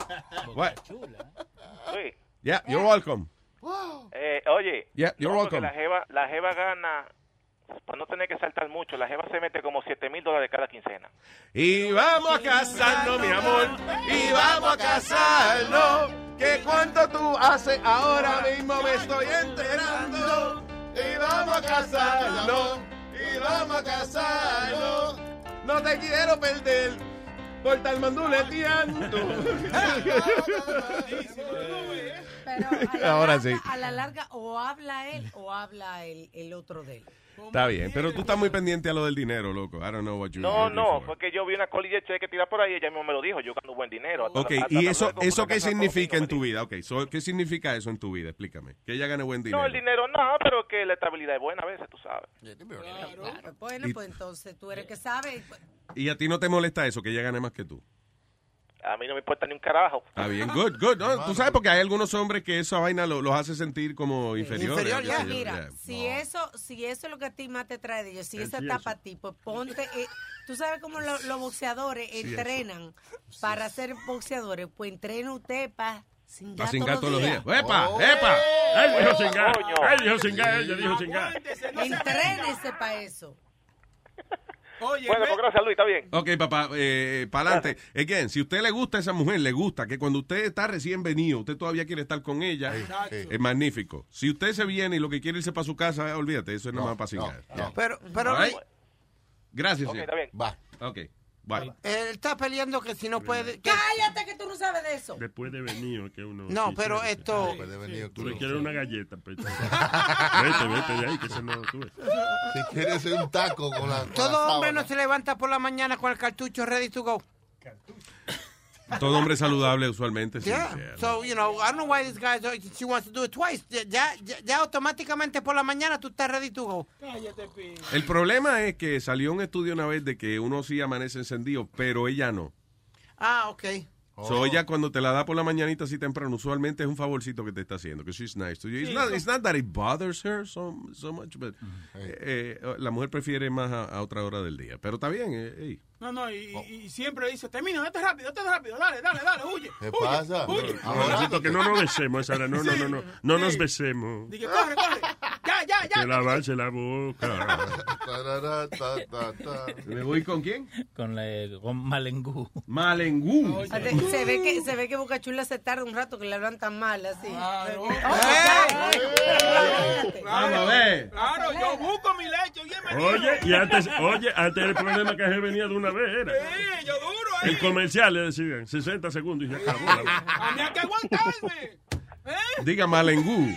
[SPEAKER 4] What?
[SPEAKER 15] Luis,
[SPEAKER 4] Yeah, you're welcome.
[SPEAKER 15] eh, oye,
[SPEAKER 4] Yeah, you're
[SPEAKER 15] loco, que
[SPEAKER 4] welcome.
[SPEAKER 15] la jeva, la jeva gana, para no tener que saltar mucho, la jeva se mete como 7 mil dólares cada quincena.
[SPEAKER 4] Y vamos a casarnos, mi amor.
[SPEAKER 11] Y vamos a casarnos. Que cuánto tú haces ahora mismo me estoy enterando. Y vamos a casarnos. Y vamos a casarnos. No te quiero perder. Por tal manduleteando.
[SPEAKER 4] Ahora
[SPEAKER 6] larga-
[SPEAKER 4] sí.
[SPEAKER 6] A la larga, o habla él o habla el, el otro de él.
[SPEAKER 4] Está bien, pero tú estás muy pendiente a lo del dinero, loco. I don't know what you
[SPEAKER 15] No, no, fue que yo vi una colilla de cheque tirada por ahí y ella mismo me lo dijo, yo gano buen dinero. hasta-
[SPEAKER 4] Ok,
[SPEAKER 15] hasta
[SPEAKER 4] ¿y
[SPEAKER 15] la
[SPEAKER 4] eso,
[SPEAKER 15] nueve
[SPEAKER 4] eso qué
[SPEAKER 15] compras casa
[SPEAKER 4] significa en tu vida? Ok, so, ¿qué significa eso en tu vida? Explícame. Que ella gane buen
[SPEAKER 15] todo. No,
[SPEAKER 4] dinero.
[SPEAKER 15] el dinero no, pero que la estabilidad es buena a veces, tú sabes.
[SPEAKER 6] Claro, bueno,
[SPEAKER 4] Y-
[SPEAKER 6] pues entonces tú eres el que sabe.
[SPEAKER 4] ¿Y a ti no te molesta eso, que ella gane más que tú?
[SPEAKER 15] A mí no me importa ni un carajo.
[SPEAKER 4] Está bien, good, good. No, tú sabes porque hay algunos hombres que esa vaina lo- los hace sentir como inferiores.
[SPEAKER 8] Inferior,
[SPEAKER 4] qué
[SPEAKER 8] ya.
[SPEAKER 4] sé yo,
[SPEAKER 6] Mira,
[SPEAKER 4] ya.
[SPEAKER 6] si eso si eso es lo que a ti más te trae de ellos, si
[SPEAKER 4] El
[SPEAKER 6] esa
[SPEAKER 4] sí
[SPEAKER 6] tapa a ti, pues ponte... eh, tú sabes cómo lo- los boxeadores
[SPEAKER 4] Sí, eso.
[SPEAKER 6] entrenan para ser boxeadores, pues entrena usted para... Sin
[SPEAKER 4] Pa'
[SPEAKER 6] gato
[SPEAKER 4] cingar
[SPEAKER 6] los
[SPEAKER 4] todos los
[SPEAKER 6] días.
[SPEAKER 4] días. ¡Epa! ¡Epa!
[SPEAKER 7] Él dijo chingar. Él dijo chingar, ella dijo chingar.
[SPEAKER 6] Entrénese para eso.
[SPEAKER 10] Oye,
[SPEAKER 15] Bueno, pues gracias Luis, está bien.
[SPEAKER 4] Ok, papá, eh, para adelante. Again, si usted le gusta a esa mujer, le gusta que cuando usted está recién venido, usted todavía quiere estar con ella,
[SPEAKER 5] Exacto.
[SPEAKER 4] es magnífico. Si usted se viene y lo que quiere irse para su casa, eh, olvídate, eso es nada más para cingar.
[SPEAKER 5] no.
[SPEAKER 8] Pero, pero
[SPEAKER 4] All right? Gracias,
[SPEAKER 8] Ok,
[SPEAKER 4] señor.
[SPEAKER 8] está bien.
[SPEAKER 5] Va.
[SPEAKER 4] Ok, bye.
[SPEAKER 8] él está peleando que Eh, si no puede. que-
[SPEAKER 6] Cállate que tú no sabes de eso.
[SPEAKER 7] Después de venir, que uno.
[SPEAKER 8] No,
[SPEAKER 7] sí
[SPEAKER 8] pero
[SPEAKER 7] sabe.
[SPEAKER 8] esto-
[SPEAKER 7] Sí,
[SPEAKER 8] Después de
[SPEAKER 5] venir,
[SPEAKER 7] Tú
[SPEAKER 5] tú-
[SPEAKER 7] le quieres una galleta, pues. Vete, vete de ahí, que eso no tú ves.
[SPEAKER 5] Si quieres hacer un taco con la. con la
[SPEAKER 8] Todo hombre
[SPEAKER 5] sábana.
[SPEAKER 8] no se levanta por la mañana con el cartucho ready to go.
[SPEAKER 4] Todo hombre saludable usualmente. sí,
[SPEAKER 8] Yeah.
[SPEAKER 4] yeah.
[SPEAKER 8] So, you know, I don't know why this guy, she wants to do it twice. Ya, ya, ya automáticamente por la mañana tú estás ready to go.
[SPEAKER 10] Cállate, pi.
[SPEAKER 4] El problema es que salió un estudio una vez de que uno sí amanece encendido, pero ella no.
[SPEAKER 8] Ah, ok.
[SPEAKER 4] So
[SPEAKER 16] Oh.
[SPEAKER 4] ella cuando te la da por la mañanita así temprano, usualmente es un favorcito que te está haciendo, que she's nice to you. It's,
[SPEAKER 10] Sí,
[SPEAKER 4] not,
[SPEAKER 10] no.
[SPEAKER 4] it's not that it bothers her so, so much, but
[SPEAKER 16] Mm-hmm.
[SPEAKER 4] eh, eh, la mujer prefiere más a, a otra hora del día. Pero está bien, eh, hey.
[SPEAKER 10] No, no, y,
[SPEAKER 7] Oh.
[SPEAKER 10] y- y siempre dice, termina, este es rápido, este es rápido, dale, dale, dale, huye.
[SPEAKER 4] ¿Qué
[SPEAKER 10] huye,
[SPEAKER 4] pasa?
[SPEAKER 10] Huye.
[SPEAKER 7] Ahorita que no nos besemos, Sara. No, no, no, no. No nos besemos.
[SPEAKER 10] Dije, corre, corre. Ya, ya,
[SPEAKER 7] Que
[SPEAKER 10] ya.
[SPEAKER 7] lavarse la boca.
[SPEAKER 5] Tarara, ta, ta, ta.
[SPEAKER 4] ¿Me voy con quién?
[SPEAKER 12] Con, la- con Malengú.
[SPEAKER 4] Malengú.
[SPEAKER 6] Ate- Se ve que se ve que Boca Chula se tarda un rato que le hablan tan mal así.
[SPEAKER 10] Claro,
[SPEAKER 6] Ay,
[SPEAKER 10] Claro, yo busco mi leche, oye,
[SPEAKER 7] Oye, y antes, oye, antes el problema que se venía de una vez era. El comercial le decían 60 segundos y se acabó. la vaina.
[SPEAKER 10] Había que aguantarme.
[SPEAKER 4] Diga Malengú.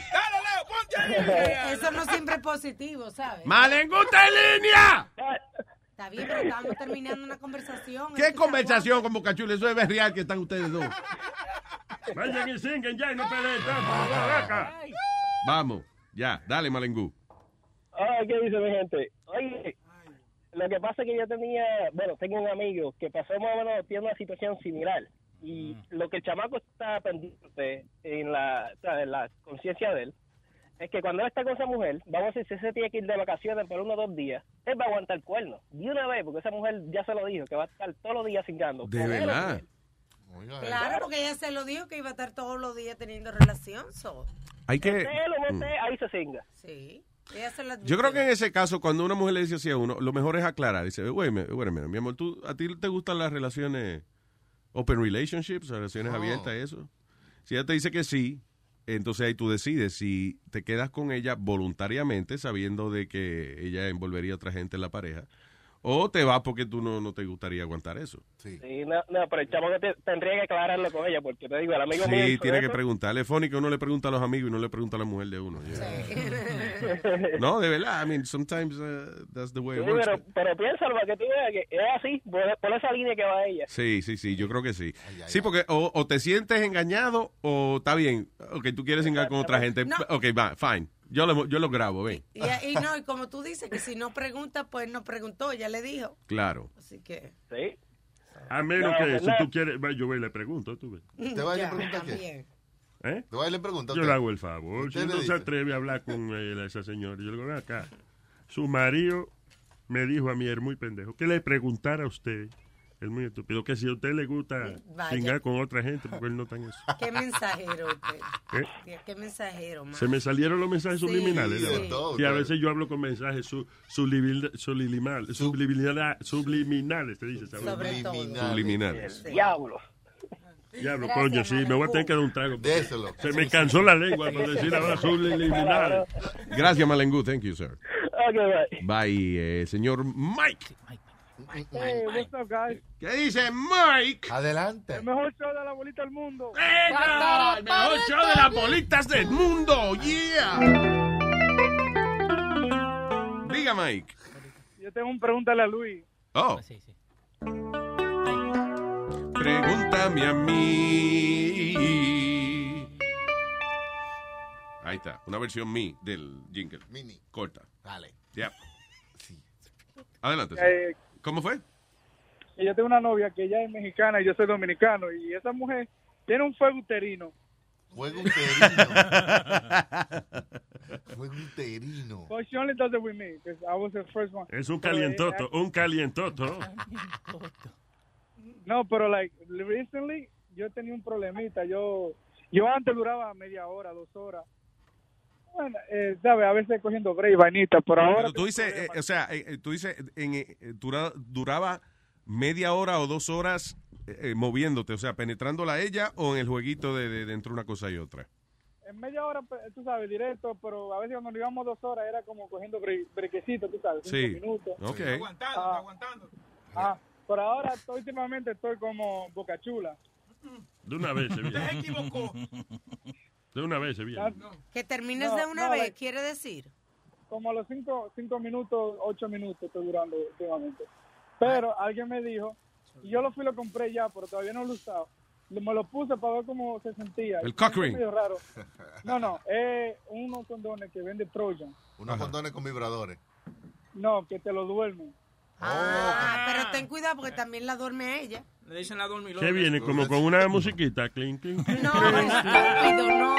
[SPEAKER 6] Eso no siempre es positivo, ¿sabes?
[SPEAKER 16] ¡Malengu está en línea!
[SPEAKER 6] Está bien, pero estábamos terminando una conversación. Este,
[SPEAKER 16] ¿Qué conversación con Bocachula? Eso es real que están ustedes dos.
[SPEAKER 7] Vayan y singen ya y no peleen tanto. vaca.
[SPEAKER 4] Vamos, ya, dale Malengú.
[SPEAKER 17] Ay, ¿qué dice mi gente? Oye, lo que pasa es que yo tenía, bueno, tengo un amigo que pasó más o menos, tiene una situación similar. Y lo que el chamaco está pendiente en la, o sea, en la conciencia de él, es que cuando él está con esa mujer, vamos a decir, si se tiene que ir de vacaciones por uno o dos días, él va a aguantar el cuerno. De una vez, porque esa mujer ya se lo dijo, que va a estar todos los días cingando.
[SPEAKER 4] De verdad.
[SPEAKER 6] Claro, porque ella se lo dijo que iba a estar todos los días teniendo relación. so.
[SPEAKER 4] Hay que. mm.
[SPEAKER 17] Esté él o no esté, ahí se cinga.
[SPEAKER 6] Sí. Ella se lo
[SPEAKER 4] Yo creo que en ese caso, cuando una mujer le dice así a uno, lo mejor es aclarar. Dice, güey, me- güey, mira, mi amor, ¿tú, ¿a ti te gustan las relaciones open relationships, relaciones
[SPEAKER 16] Oh.
[SPEAKER 4] abiertas, eso? Si ella te dice que sí, entonces ahí tú decides si te quedas con ella voluntariamente, sabiendo de que ella envolvería a otra gente en la pareja, o te vas porque tú no, no te gustaría aguantar eso.
[SPEAKER 17] Sí. no, no, pero el chamaco te- tendría que aclararlo con ella, porque te digo, el amigo mío
[SPEAKER 4] Sí,
[SPEAKER 17] hizo
[SPEAKER 4] tiene que
[SPEAKER 17] eso.
[SPEAKER 4] preguntarle. Fónico, uno le pregunta a los amigos y no le pregunta a la mujer de uno. Yeah. No, de verdad, I mean, sometimes uh, that's the way
[SPEAKER 17] Sí,
[SPEAKER 4] it works.
[SPEAKER 17] pero, pero piénsalo para que tú veas que es así, por, por esa línea que va ella.
[SPEAKER 4] Sí, sí, sí, yo creo que sí. sí, porque o, o te sientes engañado o está bien, ok, tú quieres engañar con otra gente,
[SPEAKER 6] No.
[SPEAKER 4] ok, va, fine, yo lo, yo lo grabo, ven.
[SPEAKER 6] Y, y no, y como tú dices, que si no pregunta, pues no preguntó, ya le dijo.
[SPEAKER 4] Claro.
[SPEAKER 6] Así que.
[SPEAKER 17] Sí.
[SPEAKER 7] A menos
[SPEAKER 6] No, pues
[SPEAKER 7] que si
[SPEAKER 6] no.
[SPEAKER 7] tú quieres, va, yo voy y le pregunto, tú ves.
[SPEAKER 5] ¿Te va a ir a
[SPEAKER 6] Ya,
[SPEAKER 5] preguntar qué?
[SPEAKER 6] también.
[SPEAKER 7] ¿Eh?
[SPEAKER 5] ¿Te va a ir a preguntar?
[SPEAKER 7] Yo
[SPEAKER 5] qué?
[SPEAKER 7] le hago el favor.
[SPEAKER 5] Usted
[SPEAKER 7] Si
[SPEAKER 5] le
[SPEAKER 7] no se
[SPEAKER 5] dice.
[SPEAKER 7] atreve a hablar con eh, esa señora, yo le digo, "Ven acá. Su marido me dijo a mí, es muy pendejo, que le preguntara a usted, es muy estúpido, que si a usted le gusta
[SPEAKER 6] Vaya.
[SPEAKER 7] chingar con otra gente, porque él no está en eso.
[SPEAKER 6] Qué mensajero usted.
[SPEAKER 7] ¿Eh?
[SPEAKER 6] Tía, Qué mensajero, man.
[SPEAKER 7] Se me salieron los mensajes
[SPEAKER 6] Sí,
[SPEAKER 7] subliminales.
[SPEAKER 6] sí.
[SPEAKER 7] ¿no?
[SPEAKER 6] De todo,
[SPEAKER 7] y a
[SPEAKER 6] claro.
[SPEAKER 7] veces yo hablo con mensajes su, subliminal- subliminal- subliminal- ah, subliminales, te dice. ¿sabes?
[SPEAKER 6] Sobre todo.
[SPEAKER 4] Subliminales.
[SPEAKER 17] Diablo.
[SPEAKER 7] Diablo,
[SPEAKER 17] Gracias,
[SPEAKER 7] coño, sí, me voy a tener que dar un trago.
[SPEAKER 5] Déselo.
[SPEAKER 7] Se me cansó la lengua por decir la palabra subliminal.
[SPEAKER 4] Gracias, Malengu, thank you, sir.
[SPEAKER 17] Ok, bye.
[SPEAKER 4] Bye, eh, señor Mike.
[SPEAKER 18] Hey, Eh, what's up, guys?
[SPEAKER 16] ¿Qué dice Mike? Adelante.
[SPEAKER 18] El mejor show de la bolita del mundo.
[SPEAKER 16] ¡Venga! ¡El mejor show de las bolitas del mundo! ¡Yeah!
[SPEAKER 4] Diga, Mike.
[SPEAKER 18] Yo tengo un pregúntale a Luis.
[SPEAKER 4] Oh. Pregúntame a mí. Ahí está, una versión mi del jingle. Mini. Corta.
[SPEAKER 5] Dale.
[SPEAKER 4] Ya. Adelante. sir.
[SPEAKER 18] Eh,
[SPEAKER 4] ¿Cómo fue?
[SPEAKER 18] que yo tengo una novia que ella es mexicana y yo soy dominicano. Y esa mujer tiene un fuego uterino.
[SPEAKER 5] Fuego uterino. Fuego uterino.
[SPEAKER 18] But she only does it with me, 'cause I was the first one.
[SPEAKER 7] Es un
[SPEAKER 18] Pero, eh,
[SPEAKER 7] calientoto, un calientoto.
[SPEAKER 18] No, pero like recently yo tenía un problemita. Yo yo antes duraba media hora, dos horas. Bueno, eh, sabe, a veces cogiendo break, vainita, por ahora.
[SPEAKER 4] Tú dices, eh, o sea, eh, eh, tú dices, en, eh, dura- duraba media hora o dos horas eh, eh, moviéndote, o sea, penetrándola a ella o en el jueguito de, de- de entre una cosa y otra.
[SPEAKER 18] En media hora, pues, tú sabes, directo, pero a veces cuando íbamos dos horas era como cogiendo bre- brequecito, tú sabes, cinco
[SPEAKER 4] Sí.
[SPEAKER 18] minutos.
[SPEAKER 4] Ok.
[SPEAKER 18] Aguantando, aguantando. Ah, por ahora, estoy- últimamente estoy como boca chula.
[SPEAKER 7] De una vez se viene.
[SPEAKER 18] Se equivocó.
[SPEAKER 7] De una vez se viene.
[SPEAKER 18] Que
[SPEAKER 6] termines de una vez, quiere decir.
[SPEAKER 18] Como a los cinco, cinco minutos, ocho minutos estoy durando últimamente. Pero alguien me dijo, y yo lo fui y lo compré ya, pero todavía no lo he usado. Lo- Me lo puse para ver cómo se sentía.
[SPEAKER 4] El
[SPEAKER 18] Y
[SPEAKER 4] cock
[SPEAKER 18] fue
[SPEAKER 4] ring.
[SPEAKER 18] medio raro. No, no, es unos condones que vende Trojan.
[SPEAKER 5] Unos condones con vibradores.
[SPEAKER 18] No, que te lo duermen.
[SPEAKER 6] Ah, pero ten cuidado porque también la duerme a ella.
[SPEAKER 10] Le dicen la dormilona.
[SPEAKER 7] Que viene como con una musiquita. Clink, clink, clink.
[SPEAKER 6] No, estúpido, no.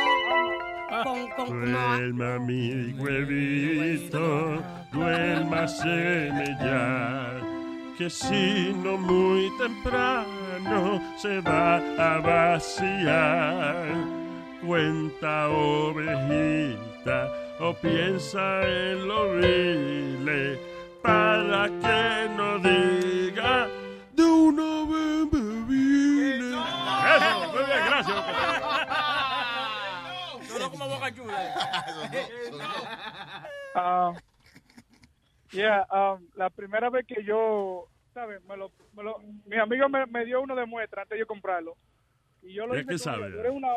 [SPEAKER 6] Con, con,
[SPEAKER 4] Mm.
[SPEAKER 7] Duerma mi huevito, duérmaseme ya, que si no muy temprano se va a vaciar. Cuenta ovejita o piensa en lo vile para que no diga de una vez vile. Eso, muy bien, gracias.
[SPEAKER 10] No, no como boca chula.
[SPEAKER 18] Ah, Yeah, um, la primera vez que yo, ¿sabes? Me lo, me lo- mi amigo me, me dio uno de muestra antes de yo comprarlo. Y yo lo
[SPEAKER 7] ¿De
[SPEAKER 18] hice
[SPEAKER 7] qué
[SPEAKER 18] con-
[SPEAKER 7] sabe?
[SPEAKER 18] Duré una,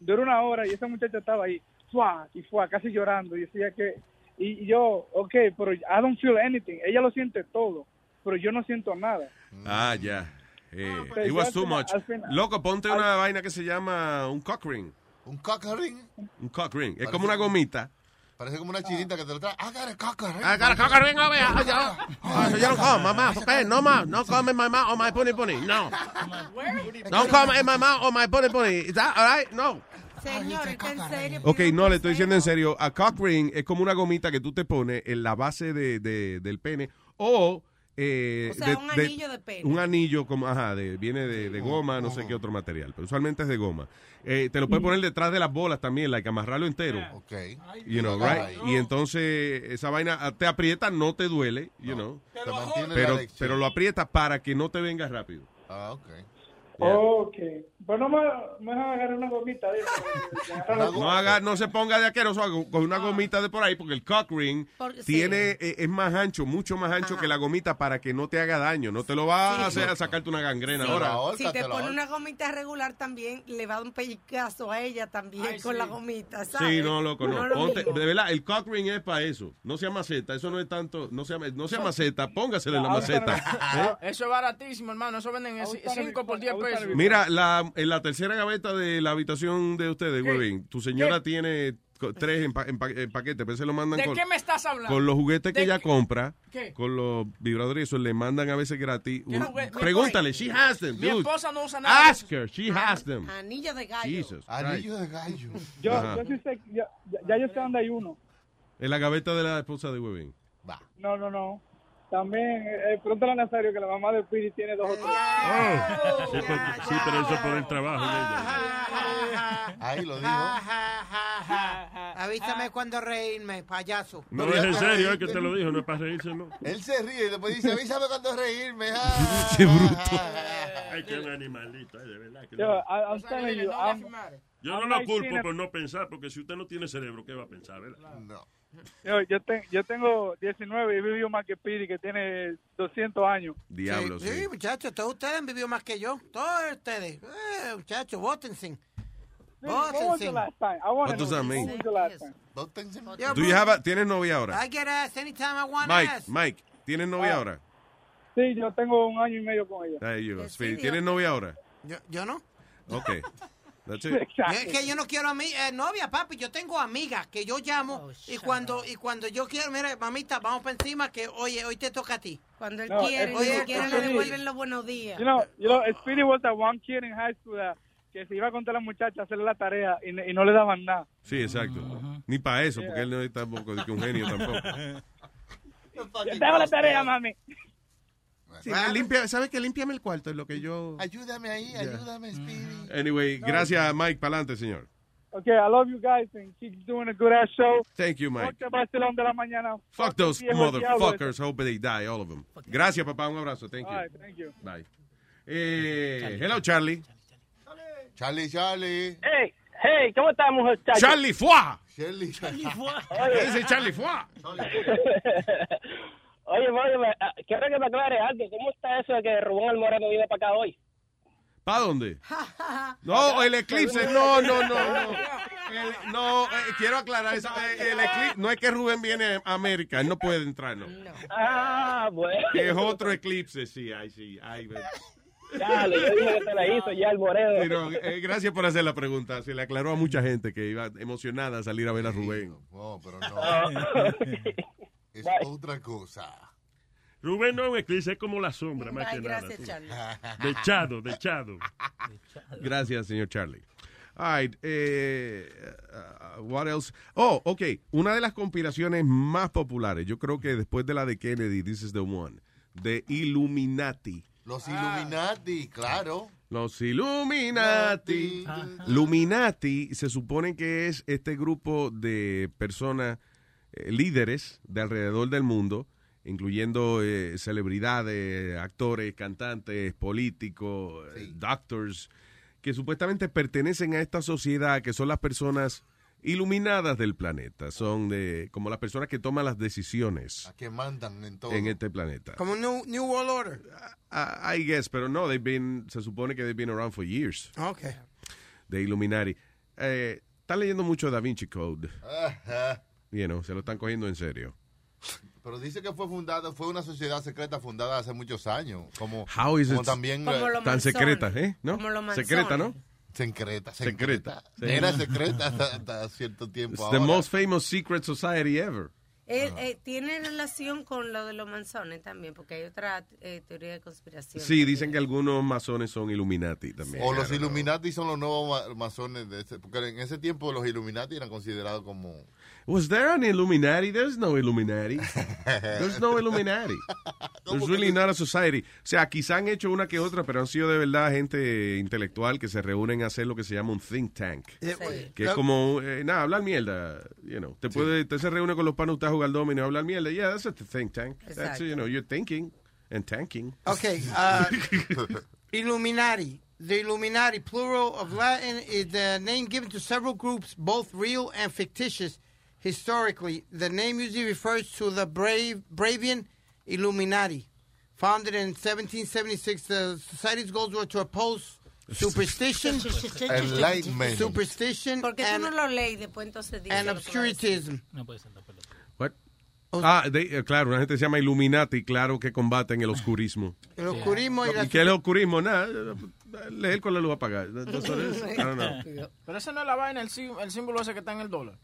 [SPEAKER 18] duré una hora y esa muchacha estaba ahí, ¡fua! y fue casi llorando. Y decía que, y, y yo, ok, pero I don't feel anything. Ella lo siente todo, pero yo no siento nada.
[SPEAKER 4] Ah, ya. Eh,
[SPEAKER 18] pero
[SPEAKER 4] it
[SPEAKER 18] ya
[SPEAKER 4] was
[SPEAKER 18] al
[SPEAKER 4] too
[SPEAKER 18] final-
[SPEAKER 4] much.
[SPEAKER 18] al final-
[SPEAKER 4] Loco, ponte una vaina que se llama un cock ring.
[SPEAKER 5] ¿Un cock ring?
[SPEAKER 4] Un cock ring. Es como una gomita.
[SPEAKER 5] Parece como
[SPEAKER 18] Ah.
[SPEAKER 5] una chinita que te lo trae. I got a cock ring.
[SPEAKER 4] Ah,
[SPEAKER 16] I got a cock ring over here. Oh, yeah. Oh, so you don't call my mouth, okay? No mouth. No call me my mouth or my bunny bunny. No. Don't call
[SPEAKER 4] eh,
[SPEAKER 16] me my mouth or my bunny bunny. Is that all right? No.
[SPEAKER 6] Señor, está en serio.
[SPEAKER 4] Ok, no, le estoy diciendo en serio. A cock ring es como una gomita que tú te pones en la base de, de- del pene o... eh,
[SPEAKER 6] O sea, un anillo de pene.
[SPEAKER 4] Un anillo como, ajá, de- viene de, de goma, no sé qué otro material, pero usualmente es de goma. Eh, te lo puedes poner detrás de las bolas también, like amarrarlo entero.
[SPEAKER 6] Ah.
[SPEAKER 5] Ok.
[SPEAKER 4] You know, right? Y entonces esa vaina ah, te aprieta, no te duele, you know.
[SPEAKER 5] Te mantiene la
[SPEAKER 4] Pero,
[SPEAKER 5] erección.
[SPEAKER 4] pero lo aprietas para que no te vengas rápido.
[SPEAKER 5] Ah, ok.
[SPEAKER 18] Ok, bueno, me, me dejan agarrar una gomita de eso.
[SPEAKER 4] No, haga, no se ponga de aqueroso haga- con
[SPEAKER 11] Ah.
[SPEAKER 4] una gomita de por ahí, porque el cock ring
[SPEAKER 18] Porque-
[SPEAKER 4] tiene, eh, es más ancho, mucho más ancho que la gomita para que no te haga daño. No te lo va
[SPEAKER 6] Sí.
[SPEAKER 4] a hacer Ah, a sacarte una gangrena
[SPEAKER 6] Sí,
[SPEAKER 4] ahora.
[SPEAKER 6] si te pone una gomita regular también, le va a dar un pellicazo a ella también con la gomita, ¿sabes?
[SPEAKER 4] Sí, no, loco, no.
[SPEAKER 6] es lo
[SPEAKER 4] Ponte-
[SPEAKER 6] mismo.
[SPEAKER 4] de verdad, el cock ring es para eso. No sea maceta, eso no es tanto, no sea, no sea maceta, póngasele
[SPEAKER 11] Ah,
[SPEAKER 4] la maceta. ¿eh?
[SPEAKER 1] Ah,
[SPEAKER 11] Eso es baratísimo, hermano. Eso venden en 5 por 10 pesos.
[SPEAKER 4] Mira, la, en la tercera gaveta de la habitación de ustedes,
[SPEAKER 11] ¿Qué?
[SPEAKER 4] huevín, tu señora tiene co- tres eh, en, pa- en pa- en paquete, pero se lo mandan
[SPEAKER 11] ¿De
[SPEAKER 4] con,
[SPEAKER 11] qué me estás hablando?
[SPEAKER 4] con los juguetes que
[SPEAKER 11] ¿De
[SPEAKER 4] ella
[SPEAKER 11] qué?
[SPEAKER 4] compra,
[SPEAKER 11] ¿Qué?
[SPEAKER 4] con los vibradores, eso le mandan a veces gratis. un-
[SPEAKER 11] juguete? Mi
[SPEAKER 4] pregúntale,
[SPEAKER 11] esposa-
[SPEAKER 4] she has them,
[SPEAKER 11] mi
[SPEAKER 4] dude.
[SPEAKER 11] esposa no usa nada de
[SPEAKER 4] Ask her, she has them.
[SPEAKER 6] Anillo de gallo.
[SPEAKER 4] Jesus Christ.
[SPEAKER 5] de gallo.
[SPEAKER 18] Yo,
[SPEAKER 4] Ajá.
[SPEAKER 18] yo sí sé, ya, ya- ya yo sé dónde hay uno.
[SPEAKER 4] En la gaveta de la esposa de huevín.
[SPEAKER 18] No, no, no. También, eh, pregúntale a Nazario que la mamá de Piri tiene
[SPEAKER 6] Eh,
[SPEAKER 18] dos o tres.
[SPEAKER 7] Sí, pero, sí, pero eso es por el trabajo de
[SPEAKER 5] Ah.
[SPEAKER 7] ella.
[SPEAKER 5] Ahí lo
[SPEAKER 8] Avísame cuando reírme, payaso.
[SPEAKER 7] No es en serio, es que te lo dijo, no es para reírse, ¿no?
[SPEAKER 5] Él se ríe y después dice, avísame cuando reírme.
[SPEAKER 4] Qué bruto.
[SPEAKER 7] Ay, que un animalito, ay, de verdad. que
[SPEAKER 18] Yo,
[SPEAKER 7] no.
[SPEAKER 18] I- I'm telling you, I'm-
[SPEAKER 7] Yo no
[SPEAKER 18] I'm
[SPEAKER 7] lo
[SPEAKER 18] like
[SPEAKER 7] culpo
[SPEAKER 18] seeing a-
[SPEAKER 7] por no pensar, porque si usted no tiene cerebro, ¿qué va a pensar, verdad?
[SPEAKER 5] No.
[SPEAKER 18] yo, yo, te- yo tengo 19 y he vivido más que Piri, que tiene 200 años.
[SPEAKER 4] Diablo, sí.
[SPEAKER 8] Sí, muchachos, todos ustedes han vivido más que yo. Todos ustedes. Eh, muchachos, votense.
[SPEAKER 18] What was the
[SPEAKER 8] Votense.
[SPEAKER 18] last time? I wanna
[SPEAKER 4] What does
[SPEAKER 18] know.
[SPEAKER 4] that mean?
[SPEAKER 18] What was the last time?
[SPEAKER 8] Yeah,
[SPEAKER 4] Do you have a- ¿Tienes novia ahora?
[SPEAKER 8] I get ass anytime I want
[SPEAKER 4] Mike,
[SPEAKER 8] ass.
[SPEAKER 4] Mike, ¿tienes novia ahora?
[SPEAKER 18] Sí, yo tengo un año y medio con ella.
[SPEAKER 4] Ahí you go.
[SPEAKER 8] Yes,
[SPEAKER 4] Speedy,
[SPEAKER 8] sí,
[SPEAKER 4] ¿Tienes
[SPEAKER 8] yo-
[SPEAKER 4] novia ahora?
[SPEAKER 8] Yo, yo no.
[SPEAKER 4] Ok. That's it.
[SPEAKER 8] Yo es que yo no quiero a mi eh, novia, papi. Yo tengo amigas que yo llamo
[SPEAKER 6] Oh,
[SPEAKER 8] y cuando y cuando yo quiero, mira, mamita, vamos para encima que oye, hoy te toca a ti.
[SPEAKER 6] Cuando él
[SPEAKER 18] No,
[SPEAKER 6] quiere,
[SPEAKER 18] es-
[SPEAKER 6] cuando
[SPEAKER 18] oye,
[SPEAKER 6] quiere,
[SPEAKER 18] es-
[SPEAKER 6] le devuelven los buenos días.
[SPEAKER 18] You know, you know, Speedy was the one kid in high school that- que se iba a contar a la muchacha a hacerle la tarea y, ne- y no le daban nada.
[SPEAKER 4] Sí, exacto. Ni para eso, porque él no es tampoco de que un genio tampoco.
[SPEAKER 18] Yo te hago la tarea, mami.
[SPEAKER 4] Sí, limpia, ¿Sabes que Límpiame el cuarto, es lo que yo...
[SPEAKER 5] Ayúdame ahí,
[SPEAKER 18] Mm.
[SPEAKER 5] ayúdame, Speedy.
[SPEAKER 4] Anyway, gracias, Mike. Para adelante, señor.
[SPEAKER 18] Okay, I love you guys and keep doing a good ass show.
[SPEAKER 4] Thank you, Mike.
[SPEAKER 18] Fuck the Barcelona de la mañana.
[SPEAKER 4] Fuck those
[SPEAKER 18] viejos diablos.
[SPEAKER 4] motherfuckers. Hope they die, all of them. Gracias, papá. Un abrazo. Thank
[SPEAKER 18] All right,
[SPEAKER 4] you.
[SPEAKER 18] thank you.
[SPEAKER 4] Bye. Eh, hello, Charlie.
[SPEAKER 5] Charlie, Charlie.
[SPEAKER 19] Hey, hey, ¿cómo estamos, muchachos?
[SPEAKER 4] Charlie Fua.
[SPEAKER 5] Charlie, Charlie.
[SPEAKER 19] Oye.
[SPEAKER 4] Ese es Charlie Fua.
[SPEAKER 19] Oye, oye, me- ah, quiero que me aclares algo. ¿Cómo está eso de que Rubén Almora no viene para acá hoy?
[SPEAKER 4] ¿Para dónde? No, el eclipse. No, no, no. no. El- no, eh, quiero aclarar eso. Eh, El eclipse, no es que Rubén viene a América. Él no puede entrar, no.
[SPEAKER 19] Ah, bueno.
[SPEAKER 4] Es otro eclipse, sí. Ay, sí. Ay, ve.
[SPEAKER 19] Dale, yo dije que te la hizo ya el moreno.
[SPEAKER 4] Sí, no, eh, gracias por hacer la pregunta. Se le aclaró a mucha gente que iba emocionada a salir a ver a Rubén.
[SPEAKER 5] No, pero no. es otra cosa.
[SPEAKER 7] Rubén no es un eclipse, es como la sombra, más
[SPEAKER 5] Ay,
[SPEAKER 7] que
[SPEAKER 5] gracias,
[SPEAKER 7] nada.
[SPEAKER 5] Charlie.
[SPEAKER 7] Dechado, dechado.
[SPEAKER 4] Gracias, señor Charlie. All right, eh, uh, what else? Oh, ok. Una de las compilaciones más populares, yo creo que después de la de Kennedy, this is the one, de Illuminati.
[SPEAKER 5] Los Illuminati, claro.
[SPEAKER 4] Los Illuminati. Illuminati se supone que es este grupo de personas, eh, líderes de alrededor del mundo, incluyendo eh, celebridades, actores, cantantes, políticos, eh, doctors, que supuestamente pertenecen a esta sociedad, que son las personas iluminadas del planeta. Son de, como las personas que toman las decisiones
[SPEAKER 5] que mandan en todo.
[SPEAKER 4] en este planeta.
[SPEAKER 8] Como New, New World Order.
[SPEAKER 4] I, I guess, pero no, they've been, se supone que they've been around for years.
[SPEAKER 5] Oh,
[SPEAKER 8] Ok.
[SPEAKER 4] de Illuminati. Eh, están leyendo mucho Da Vinci Code.
[SPEAKER 5] Ajá.
[SPEAKER 4] You know, se lo están cogiendo en serio.
[SPEAKER 5] Pero dice que fue fundada, fue una sociedad secreta fundada hace muchos años. Como,
[SPEAKER 4] How is
[SPEAKER 5] como
[SPEAKER 4] it
[SPEAKER 5] también
[SPEAKER 4] Como
[SPEAKER 5] eh,
[SPEAKER 4] los tan secreta, masones. eh? ¿No? Como los masones. Secreta, ¿no?
[SPEAKER 5] Secreta,
[SPEAKER 4] Secreta.
[SPEAKER 5] secreta.
[SPEAKER 4] Sí.
[SPEAKER 5] Era secreta hasta, hasta cierto tiempo.
[SPEAKER 4] It's
[SPEAKER 5] ahora.
[SPEAKER 4] the most famous secret society ever.
[SPEAKER 6] Él, eh, tiene relación con lo de los manzones también, porque hay otra eh, teoría de conspiración.
[SPEAKER 4] Sí, dicen que algunos masones son Illuminati también.
[SPEAKER 5] O los Illuminati son los nuevos ma- masones de ese, porque en ese tiempo los Illuminati eran considerados como
[SPEAKER 4] Was there an Illuminati? There's no Illuminati. There's no Illuminati. There's really not a society. O sea, quizá han hecho una que otra, pero han sido de verdad gente intelectual que se reúnen a hacer lo que se llama un think tank. Que es como, eh, nada, hablar mierda. You know, te, puede, te se reúne con los panos, usted a jugar domino, hablar mierda. Yeah, that's a think tank. That's,
[SPEAKER 8] Exacto.
[SPEAKER 4] you know, you're thinking and tanking.
[SPEAKER 8] Ok. ah, Illuminati. The Illuminati, plural of Latin, is the name given to several groups, both real and fictitious. Historically, the name usually refers to the Brave, Bravian Illuminati. Founded in 1776, the society's goals were to oppose superstition,
[SPEAKER 5] Enlightenment.
[SPEAKER 8] superstition,
[SPEAKER 6] Porque tú no lo lees y después entonces dices.
[SPEAKER 8] and
[SPEAKER 6] lo que va a decir.
[SPEAKER 8] obscurantism.
[SPEAKER 4] What? Ah, they- eh, claro, una gente se llama Illuminati, claro que combaten el oscurismo.
[SPEAKER 8] El oscurismo y la-
[SPEAKER 4] ¿Y qué es el oscurismo? Nada, leer con la luz apagada. That's what it is. I don't know.
[SPEAKER 1] Pero esa no es la vaina, el, sí- el símbolo ese que está en el dólar.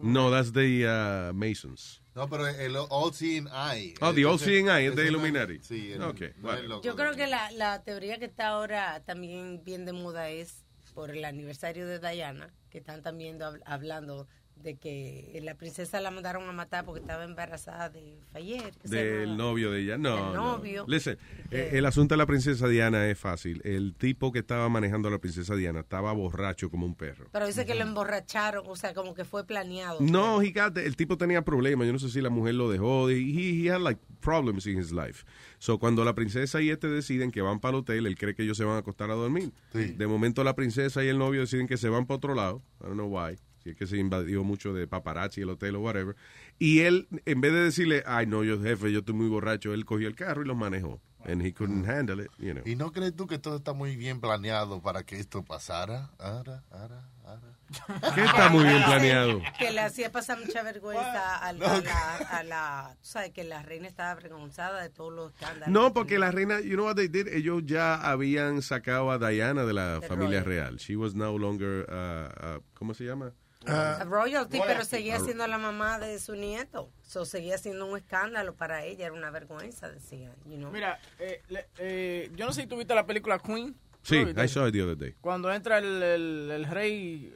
[SPEAKER 4] No, that's the uh, Masons.
[SPEAKER 5] No, pero el All Seeing Eye.
[SPEAKER 4] Oh, the All
[SPEAKER 5] Entonces,
[SPEAKER 4] Seeing Eye, es
[SPEAKER 5] ese
[SPEAKER 4] de
[SPEAKER 5] no-
[SPEAKER 4] Illuminati.
[SPEAKER 5] Sí, el-
[SPEAKER 4] Okay,
[SPEAKER 5] no es
[SPEAKER 4] bueno.
[SPEAKER 5] loco.
[SPEAKER 6] Yo creo que la, la teoría que está ahora también bien de moda es por el aniversario de Diana, que están también hab- hablando de que la princesa la mandaron a matar porque estaba embarazada de Fayer. que se
[SPEAKER 4] Del
[SPEAKER 6] llamaba.
[SPEAKER 4] novio de ella. No.
[SPEAKER 6] Del
[SPEAKER 4] no.
[SPEAKER 6] novio.
[SPEAKER 4] Listen, eh, el asunto de la princesa Diana es fácil. El tipo que estaba manejando a la princesa Diana estaba borracho como un perro.
[SPEAKER 6] Pero dice que lo emborracharon, o sea, como que fue planeado.
[SPEAKER 4] No, he got the- el tipo tenía problemas. Yo no sé si la mujer lo dejó. He, he had like problems in his life. So, cuando la princesa y este deciden que van para el hotel, él cree que ellos se van a acostar a dormir. De momento, la princesa y el novio deciden que se van para otro lado. I don't know why. Si es que se invadió mucho de paparazzi el hotel o whatever. Y él, en vez de decirle, ay, no, yo jefe, yo estoy muy borracho, él cogió el carro y los manejó. And he couldn't handle it, you know.
[SPEAKER 5] ¿Y no crees tú que todo está muy bien planeado para que esto pasara? Ara, ara, ara.
[SPEAKER 4] ¿Qué está muy bien planeado?
[SPEAKER 6] Que le hacía pasar mucha vergüenza a, la, a la, a la- tú sabes que la reina estaba avergonzada de todos los escándalos.
[SPEAKER 4] No, porque la reina, you know what they did? Ellos ya habían sacado a Diana de la
[SPEAKER 6] De
[SPEAKER 4] familia
[SPEAKER 6] Royal.
[SPEAKER 4] real. She was no longer, uh, uh, ¿cómo se llama?
[SPEAKER 6] A royalty, pero seguía
[SPEAKER 4] A-
[SPEAKER 6] siendo la mamá de su nieto. So, seguía siendo un escándalo para ella, era una vergüenza, decían. You know?
[SPEAKER 1] Mira, eh, le- eh, yo no sé si tuviste la película Queen.
[SPEAKER 4] Sí,
[SPEAKER 1] ¿Tú la
[SPEAKER 4] I
[SPEAKER 1] viste?
[SPEAKER 4] saw it the other day.
[SPEAKER 1] Cuando entra el, el- el rey,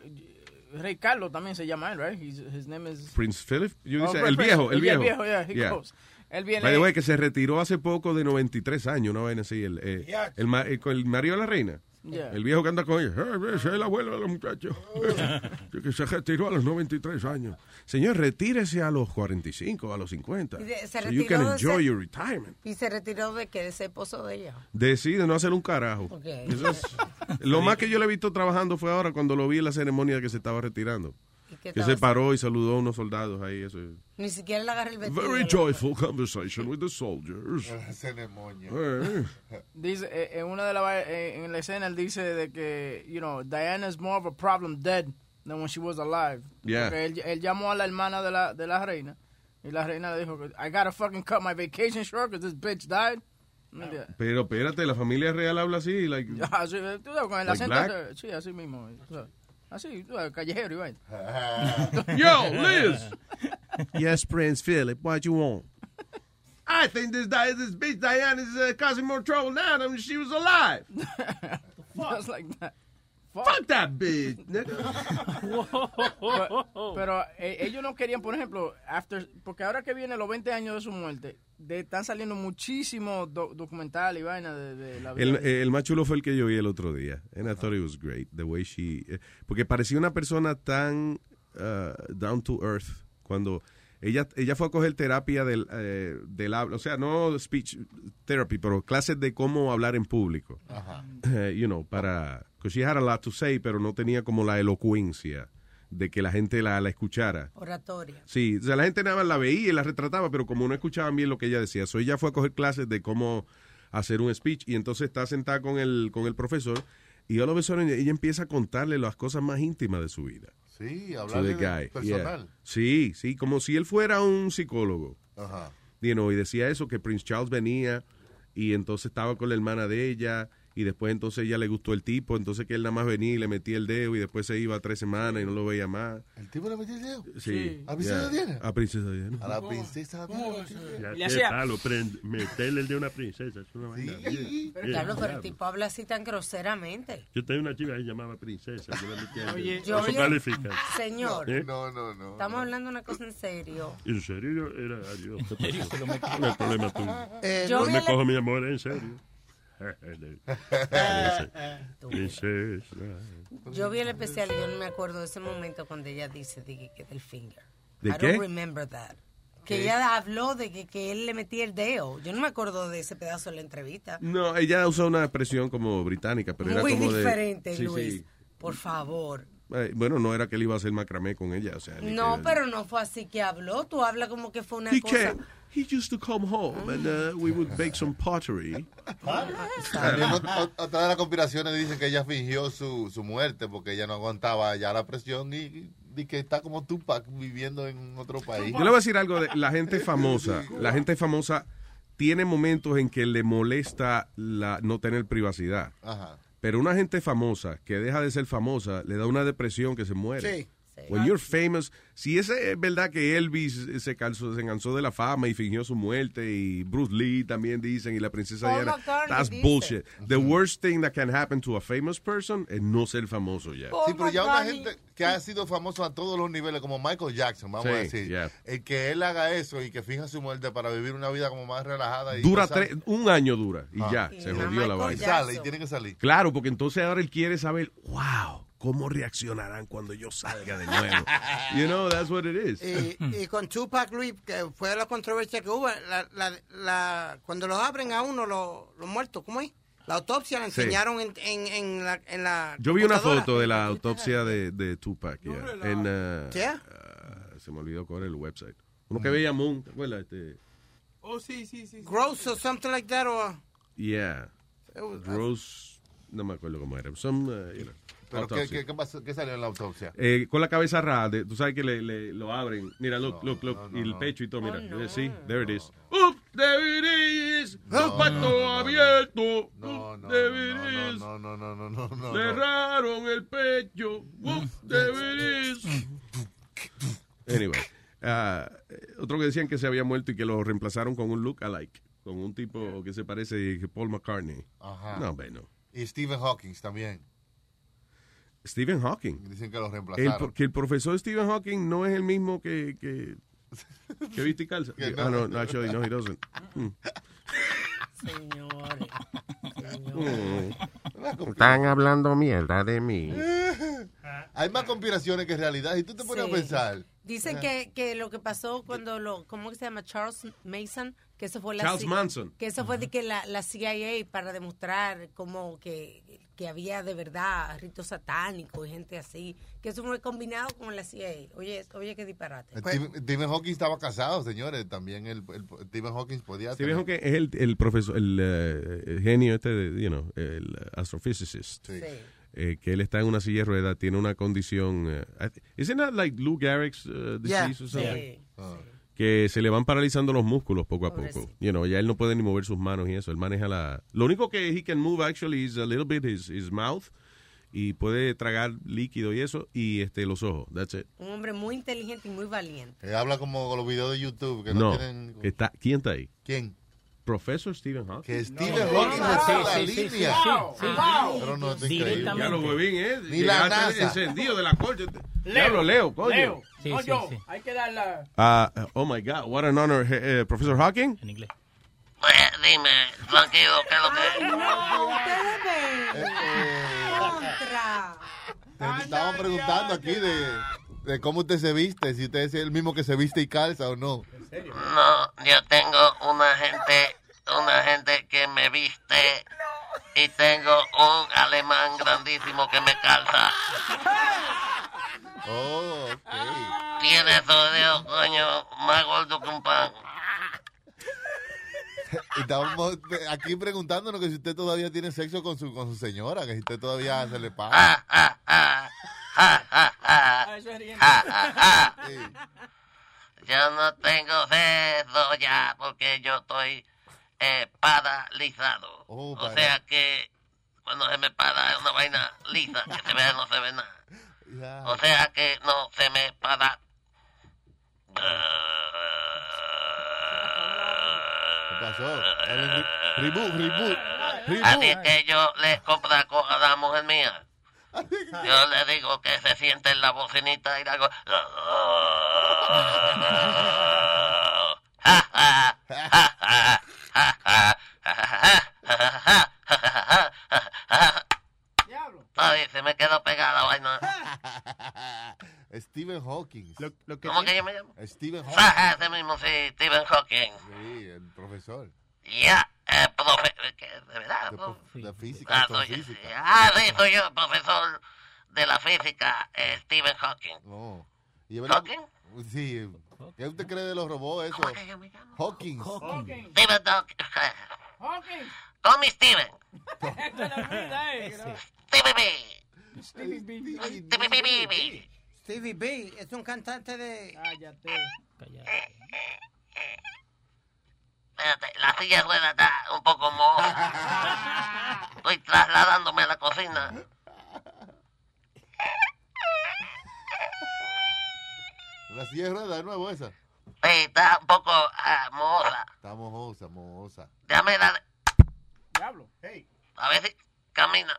[SPEAKER 1] el rey Carlos también se llama él, right? His, his name is...
[SPEAKER 4] Prince Philip, you
[SPEAKER 1] Oh,
[SPEAKER 4] dice,
[SPEAKER 1] Prince-
[SPEAKER 4] el viejo, el
[SPEAKER 1] yeah,
[SPEAKER 4] viejo.
[SPEAKER 1] yeah, he goes. Él viene...
[SPEAKER 4] By the way, que se retiró hace poco de 93 años, una vaina así, el, eh,
[SPEAKER 1] Yeah.
[SPEAKER 4] el, ma- eh, con el marido de la reina.
[SPEAKER 1] Yeah.
[SPEAKER 4] El viejo que anda con ella, "Eh, ese es el abuelo de los muchachos. que se retiró a los 93 años. Señor, retírese a los 45, a los 50.
[SPEAKER 6] Y de- se
[SPEAKER 4] so you
[SPEAKER 6] retiró
[SPEAKER 4] can
[SPEAKER 6] de
[SPEAKER 4] enjoy
[SPEAKER 6] ser-
[SPEAKER 4] your retirement.
[SPEAKER 6] Y se retiró de que de ser esposo de ella.
[SPEAKER 4] Decide no hacer un carajo.
[SPEAKER 6] Ok.
[SPEAKER 4] Eso es- lo más que yo le he visto trabajando fue ahora cuando lo vi en la ceremonia que se estaba retirando.
[SPEAKER 6] ¿Y qué
[SPEAKER 4] Que
[SPEAKER 6] estaba
[SPEAKER 4] se
[SPEAKER 6] haciendo?
[SPEAKER 4] paró y saludó a unos soldados ahí. Eso.
[SPEAKER 6] Ni siquiera le agarré el vestido.
[SPEAKER 4] Very joyful conversation with the soldiers.
[SPEAKER 5] Ceremonia.
[SPEAKER 4] Eh.
[SPEAKER 1] Dice, eh, en una de la, eh, en la escena él dice de que, you know, Diana is more of a problem dead than when she was alive.
[SPEAKER 4] Yeah.
[SPEAKER 1] Porque él, él llamó a la hermana de la, de la reina y la reina le dijo que I gotta fucking cut my vacation short because this bitch died.
[SPEAKER 4] Pero espérate, la familia real habla así. Like,
[SPEAKER 1] Así, eh, tú sabes, con el
[SPEAKER 4] Like
[SPEAKER 1] acento,
[SPEAKER 4] black?
[SPEAKER 1] ese- sí, así mismo. eh, tú sabes. Así, tú sabes, callejero y vaina.
[SPEAKER 4] Yo, Liz. yes, Prince Philip, what you want? I think this di- this bitch Diane is uh, causing more trouble now than when she was alive.
[SPEAKER 1] Just like that.
[SPEAKER 4] Fuck that bitch, nigga.
[SPEAKER 1] pero pero, eh, ellos no querían, por ejemplo, after, porque ahora que viene los 20 años de su muerte, de- están saliendo muchísimos do- documentales y vainas de, de la vida.
[SPEAKER 4] El, el más chulo fue el que yo vi el otro día. And I thought it was great. The way she. eh, Porque parecía una persona tan uh, down to earth. Cuando ella, ella fue a coger terapia del, eh, del habla. O sea, no speech therapy, pero clases de cómo hablar en público.
[SPEAKER 5] Ajá.
[SPEAKER 4] Eh, you know, para. Because she had a lot to say, pero no tenía como la elocuencia de que la gente la, la escuchara.
[SPEAKER 6] Oratoria.
[SPEAKER 4] Sí, o sea, la gente nada más la veía y la retrataba, pero como no escuchaban bien lo que ella decía, so ella fue a coger clases de cómo hacer un speech y entonces está sentada con el, con el profesor y all of a sudden ella empieza a contarle las cosas más íntimas de su vida.
[SPEAKER 5] Sí,
[SPEAKER 4] To
[SPEAKER 5] hablar
[SPEAKER 4] the
[SPEAKER 5] de
[SPEAKER 4] guy.
[SPEAKER 5] personal.
[SPEAKER 4] Yeah. Sí, sí, como si él fuera un psicólogo.
[SPEAKER 5] Ajá.
[SPEAKER 4] You know, y decía eso, que Prince Charles venía y entonces estaba con la hermana de ella y después entonces ella le gustó el tipo, entonces que él nada más venía y le metía el dedo y después se iba tres semanas y no lo veía más.
[SPEAKER 5] ¿El tipo le metió el dedo?
[SPEAKER 4] Sí.
[SPEAKER 5] ¿A princesa
[SPEAKER 4] yeah.
[SPEAKER 5] Diana?
[SPEAKER 4] A Princesa Diana.
[SPEAKER 5] A la princesa Diana.
[SPEAKER 7] Ya, qué palo, prend- meterle el de una princesa. Es una vaina.
[SPEAKER 6] Pero
[SPEAKER 7] Bien,
[SPEAKER 6] diablo, pero el
[SPEAKER 7] diablo.
[SPEAKER 6] tipo habla así tan groseramente.
[SPEAKER 7] Yo tenía una chica que llamaba princesa. Yo la
[SPEAKER 6] Oye.
[SPEAKER 7] metía Oye, eso
[SPEAKER 6] Oye.
[SPEAKER 7] califica.
[SPEAKER 6] Señor.
[SPEAKER 7] ¿Eh?
[SPEAKER 5] no, no.
[SPEAKER 6] Estamos hablando una cosa en serio.
[SPEAKER 7] En serio, era adiós. ¿qué
[SPEAKER 6] serio, se
[SPEAKER 7] pasó?
[SPEAKER 6] lo metí.
[SPEAKER 7] No es problema tuyo.
[SPEAKER 6] Eh, Yo
[SPEAKER 7] yo
[SPEAKER 6] vi
[SPEAKER 7] me
[SPEAKER 6] la-
[SPEAKER 7] cojo mi amor en serio. princesa. Pues
[SPEAKER 6] Yo vi el especial y yo no me acuerdo de ese momento cuando ella dice de que, que del finger.
[SPEAKER 4] ¿De
[SPEAKER 6] I
[SPEAKER 4] qué?
[SPEAKER 6] don't remember that.
[SPEAKER 4] ¿Qué?
[SPEAKER 6] Que ella habló de que, que él le metía el dedo. Yo no me acuerdo de ese pedazo de la entrevista.
[SPEAKER 4] No, ella usó una expresión como británica, pero
[SPEAKER 6] Muy
[SPEAKER 4] era como de-
[SPEAKER 6] diferente,
[SPEAKER 4] Sí,
[SPEAKER 6] Luis.
[SPEAKER 4] sí.
[SPEAKER 6] Por favor.
[SPEAKER 4] Eh, Bueno, no era que él iba a hacer macramé con ella, o sea. ni
[SPEAKER 6] No,
[SPEAKER 4] que-
[SPEAKER 6] pero no fue así que habló. Tú hablas como que fue una
[SPEAKER 4] He
[SPEAKER 6] cosa.
[SPEAKER 4] came- He used to come home and uh, we would bake some pottery. Ah.
[SPEAKER 5] También ot- ot- otra de las conspiraciones dicen que ella fingió su, su muerte porque ella no aguantaba ya la presión y, y que está como Tupac viviendo en otro país.
[SPEAKER 4] Yo le voy a decir algo de la gente famosa. La gente famosa tiene momentos en que le molesta la, no tener privacidad.
[SPEAKER 5] Ajá.
[SPEAKER 4] Pero una gente famosa que deja de ser famosa le da una depresión que se muere.
[SPEAKER 5] Sí.
[SPEAKER 4] When you're famous, si esa es verdad que Elvis se cansó, se cansó de la fama y fingió su muerte y Bruce Lee también dicen y la princesa
[SPEAKER 6] Paul
[SPEAKER 4] Diana,
[SPEAKER 6] McCartney
[SPEAKER 4] that's
[SPEAKER 6] dice.
[SPEAKER 4] bullshit. The worst thing that can happen to a famous person es no ser famoso ya.
[SPEAKER 5] Sí, pero ya una gente que ha sido famoso a todos los niveles, como Michael Jackson, vamos
[SPEAKER 4] Sí,
[SPEAKER 5] a decir.
[SPEAKER 4] yeah.
[SPEAKER 5] El que él haga eso y que finja su muerte para vivir una vida como más relajada. Y
[SPEAKER 4] Dura
[SPEAKER 5] pasar-
[SPEAKER 4] tres, un año dura y
[SPEAKER 5] Ah.
[SPEAKER 4] ya, se jodió la
[SPEAKER 5] Y
[SPEAKER 4] vaina.
[SPEAKER 5] sale, y tiene que salir.
[SPEAKER 4] Claro, porque entonces ahora él quiere saber, wow, ¿cómo reaccionarán cuando yo salga de nuevo? you know, that's what it is.
[SPEAKER 8] Y, y con Tupac Luis, que fue la controversia que hubo, la, la- la- cuando los abren a uno, lo- los muertos, ¿cómo es? La autopsia la
[SPEAKER 4] Sí.
[SPEAKER 8] enseñaron en, en, en la, en la
[SPEAKER 4] yo vi una
[SPEAKER 8] computadora.
[SPEAKER 4] foto de la autopsia de, de Tupac. yeah, en, uh,
[SPEAKER 8] Yeah.
[SPEAKER 4] uh, se me olvidó cuál era el website. Uno que veía Moon, ¿te acuerdas? Este,
[SPEAKER 8] Oh, sí, sí, sí. Gross or something like that, or...
[SPEAKER 4] yeah.
[SPEAKER 8] Oh,
[SPEAKER 4] Rose, no me acuerdo cómo era. Some, uh, you know,
[SPEAKER 5] Pero ¿qué,
[SPEAKER 4] autopsia.
[SPEAKER 5] qué, qué pasó? ¿Qué salió en la autopsia?
[SPEAKER 4] Eh, con la cabeza rara, de- tú sabes que le, le- lo abren. Mira, look, look, look. y el
[SPEAKER 5] no.
[SPEAKER 4] pecho y todo, mira.
[SPEAKER 5] Oh, no.
[SPEAKER 4] Sí, there it is.
[SPEAKER 11] Up, there it is.
[SPEAKER 4] No,
[SPEAKER 11] zapato
[SPEAKER 4] no, no,
[SPEAKER 11] abierto.
[SPEAKER 5] No, no,
[SPEAKER 11] there
[SPEAKER 5] no,
[SPEAKER 11] it is.
[SPEAKER 5] no, no, no, no, no, no, Mm.
[SPEAKER 11] Le
[SPEAKER 5] no.
[SPEAKER 11] erraron el pecho. Up, there it is.
[SPEAKER 5] Mm.
[SPEAKER 4] Anyway, ah, eh, otro que decían que se había muerto y que lo reemplazaron con un look alike, con un tipo que se parece a Paul McCartney.
[SPEAKER 5] Ajá.
[SPEAKER 4] No, bueno.
[SPEAKER 5] Y Stephen Hawking también.
[SPEAKER 4] Stephen Hawking.
[SPEAKER 5] Dicen que lo
[SPEAKER 4] El,
[SPEAKER 5] reemplazaron.
[SPEAKER 4] pro- que el profesor Stephen Hawking no es el mismo que que, que viste y calza.
[SPEAKER 5] Que no.
[SPEAKER 4] Ah, no, no, actually, no, he doesn't. Hmm.
[SPEAKER 5] Mm.
[SPEAKER 6] Señores.
[SPEAKER 20] Mm.
[SPEAKER 5] Señores.
[SPEAKER 16] Están hablando mierda de mí.
[SPEAKER 6] Ah.
[SPEAKER 11] Ah.
[SPEAKER 5] Hay más conspiraciones que realidad. Y tú te pones
[SPEAKER 6] Sí.
[SPEAKER 5] a pensar.
[SPEAKER 6] Dicen
[SPEAKER 5] Ah.
[SPEAKER 6] que, que lo que pasó cuando lo, ¿cómo que se llama? Charles Mason, que eso fue la
[SPEAKER 4] Charles
[SPEAKER 6] C-
[SPEAKER 4] Manson.
[SPEAKER 6] Que eso fue de que la, la CIA para demostrar como que, que había de verdad ritos satánicos y gente así, que eso fue combinado con la CIA. Oye, oye qué disparate.
[SPEAKER 5] Stephen, Stephen Hawking estaba casado, señores. También el, el- Stephen Hawking podía.
[SPEAKER 4] Stephen Hawking es el, el profesor, el, eh, el genio este, de, you know, el astrophysicist.
[SPEAKER 5] Sí. Sí.
[SPEAKER 4] Eh, que él está en una silla de ruedas, tiene una condición. eh, I thi- isn't that like Lou Gehrig's uh,
[SPEAKER 11] Yeah.
[SPEAKER 4] disease or something?
[SPEAKER 11] Sí,
[SPEAKER 5] Ah.
[SPEAKER 4] Que se le van paralizando los músculos poco a poco.
[SPEAKER 11] Pobrecito.
[SPEAKER 4] You know, ya él no puede ni mover sus manos y eso. Él maneja la. Lo único que he can move actually is a little bit his, his mouth y puede tragar líquido y eso y este los ojos. That's it.
[SPEAKER 6] Un hombre muy inteligente y muy valiente.
[SPEAKER 5] Eh, habla como con los videos de YouTube que no,
[SPEAKER 4] No.
[SPEAKER 5] tienen.
[SPEAKER 4] que está, ¿Quién está ahí?
[SPEAKER 5] ¿Quién?
[SPEAKER 4] Profesor Stephen Hawking.
[SPEAKER 5] Que Stephen Hawking
[SPEAKER 11] no,
[SPEAKER 5] está en
[SPEAKER 11] no,
[SPEAKER 5] la
[SPEAKER 11] sí, sí,
[SPEAKER 5] línea.
[SPEAKER 11] sí, sí, sí.
[SPEAKER 5] Pero no, esto es
[SPEAKER 11] Directamente.
[SPEAKER 5] increíble.
[SPEAKER 11] Ya lo
[SPEAKER 4] huevín, ¿eh?
[SPEAKER 5] Ni la
[SPEAKER 4] Llegaste
[SPEAKER 5] NASA.
[SPEAKER 4] encendido de la corte. Diablo, Leo, coño.
[SPEAKER 1] Leo.
[SPEAKER 4] Sí,
[SPEAKER 1] no,
[SPEAKER 4] sí,
[SPEAKER 1] yo,
[SPEAKER 4] sí.
[SPEAKER 1] hay que dar la...
[SPEAKER 4] Ah, oh my God, what an honor, eh, eh, Profesor Hawking. En inglés.
[SPEAKER 11] Pues, Dime, tranquilo, ¿qué es lo que
[SPEAKER 6] No, ustedes ven. Contra.
[SPEAKER 11] Ah,
[SPEAKER 5] Te estaban preguntando aquí de, de cómo usted se viste, si usted es el mismo que se viste y calza o no.
[SPEAKER 11] No, yo tengo una gente, una gente que me viste y tengo un alemán grandísimo que me calza.
[SPEAKER 5] Oh,
[SPEAKER 20] Tiene jodido, coño, más gordo que un pan.
[SPEAKER 5] Y estábamos eh, aquí preguntándonos que si usted todavía tiene sexo con su, con su señora, que si usted todavía se le
[SPEAKER 20] Ah,
[SPEAKER 5] paga.
[SPEAKER 20] Sí. Yo no tengo dedo ya porque yo estoy eh, paralizado. o
[SPEAKER 5] para-
[SPEAKER 20] sea que cuando se me para es una vaina lisa, que se vea no se ve nada. O sea que no se me para.
[SPEAKER 5] ¿Qué pasó? Dale un re- Reboot, reboot,
[SPEAKER 20] Así es
[SPEAKER 5] reboot.
[SPEAKER 20] que yo le contraco a la mujer mía. Yo le digo que se siente en la bocinita y la hago... Ay, se me quedó pegada la vaina.
[SPEAKER 5] Stephen Hawking.
[SPEAKER 20] ¿Cómo que yo me Ah, llamo?
[SPEAKER 5] Stephen
[SPEAKER 20] Ajá,
[SPEAKER 5] Hawking.
[SPEAKER 20] ese mismo, sí, Stephen Hawking.
[SPEAKER 5] Sí, el profesor.
[SPEAKER 20] Ya, eh, profe... ¿qué? ¿De verdad?
[SPEAKER 5] De,
[SPEAKER 20] profe?
[SPEAKER 5] prof- de física,
[SPEAKER 20] Ah, soy-
[SPEAKER 5] astrofísica.
[SPEAKER 20] ah, sí, soy yo, profesor de la física, eh, Stephen Hawking.
[SPEAKER 5] No. Y es verdad-
[SPEAKER 20] ¿Hawking?
[SPEAKER 5] Sí. ¿Qué usted cree de los robots eso?
[SPEAKER 20] que yo me llamo?
[SPEAKER 5] Hawking.
[SPEAKER 20] Stephen Hawking. Tommy Steven. Stevie B.
[SPEAKER 8] Stevie B.
[SPEAKER 20] Stevie B, B.
[SPEAKER 8] Stevie B es un cantante de. Cállate.
[SPEAKER 20] Espérate, la silla de ruedas está un poco moja. Estoy trasladándome a la cocina.
[SPEAKER 5] La silla de ruedas, de nuevo esa.
[SPEAKER 20] Sí, está un poco ah, moja.
[SPEAKER 5] Está mojosa, mojosa.
[SPEAKER 20] Déjame darle. Diablo. A ver si camina.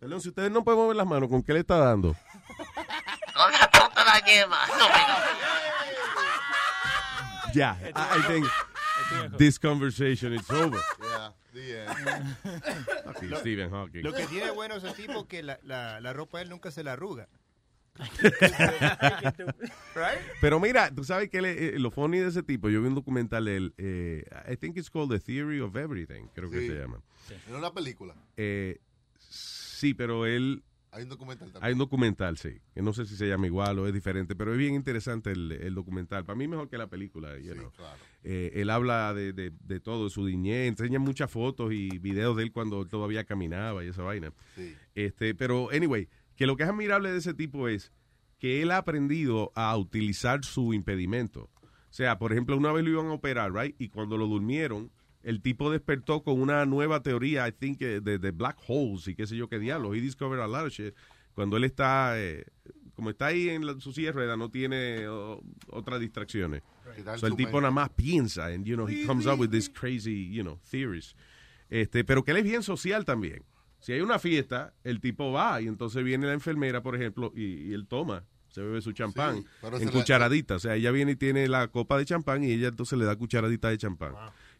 [SPEAKER 4] Perdón, si ustedes no pueden mover las manos, ¿con qué le está dando?
[SPEAKER 20] Con la punta de la yema.
[SPEAKER 4] Ya, I think this conversation is over. Fucking
[SPEAKER 9] Eh, Lo-
[SPEAKER 4] Stephen Hawking.
[SPEAKER 9] Lo que tiene bueno ese tipo que la, la, la ropa de él nunca se la arruga. right?
[SPEAKER 4] Pero mira, tú sabes que él es- eh, lo funny de ese tipo, yo vi un documental de él, eh, I think it's called The Theory of Everything, creo que
[SPEAKER 5] Sí.
[SPEAKER 4] se llama.
[SPEAKER 5] Era una película.
[SPEAKER 4] Eh, sí, pero él...
[SPEAKER 5] Hay un documental también.
[SPEAKER 4] Hay un documental, sí. Que no sé si se llama igual o es diferente, pero es bien interesante el, el documental. Para mí mejor que la película. you know. Eh, él habla de, de- de todo, de su niñez, enseña muchas fotos y videos de él cuando él todavía caminaba y esa vaina.
[SPEAKER 5] Sí.
[SPEAKER 4] Este, pero, anyway, que lo que es admirable de ese tipo es que él ha aprendido a utilizar su impedimento. O sea, por ejemplo, una vez lo iban a operar, right? Y cuando lo durmieron, el tipo despertó con una nueva teoría, I think, eh, de, de black holes y qué sé yo qué diablos. He discovered a lot of shit. Cuando él está, eh, como está ahí en la- su silla de ruedas, no tiene oh, otras distracciones.
[SPEAKER 5] Que tal
[SPEAKER 4] So, el
[SPEAKER 5] su
[SPEAKER 4] tipo
[SPEAKER 5] mente.
[SPEAKER 4] nada más piensa, and you know, he comes up with these crazy, you know, theories. Este, pero que él es bien social también. Si hay una fiesta, el tipo va y entonces viene la enfermera, por ejemplo, y, y él toma, se bebe su champán
[SPEAKER 5] pero se
[SPEAKER 4] en
[SPEAKER 5] la-
[SPEAKER 4] cucharadita. O sea, ella viene y tiene la copa de champán y ella entonces le da cucharadita de champán.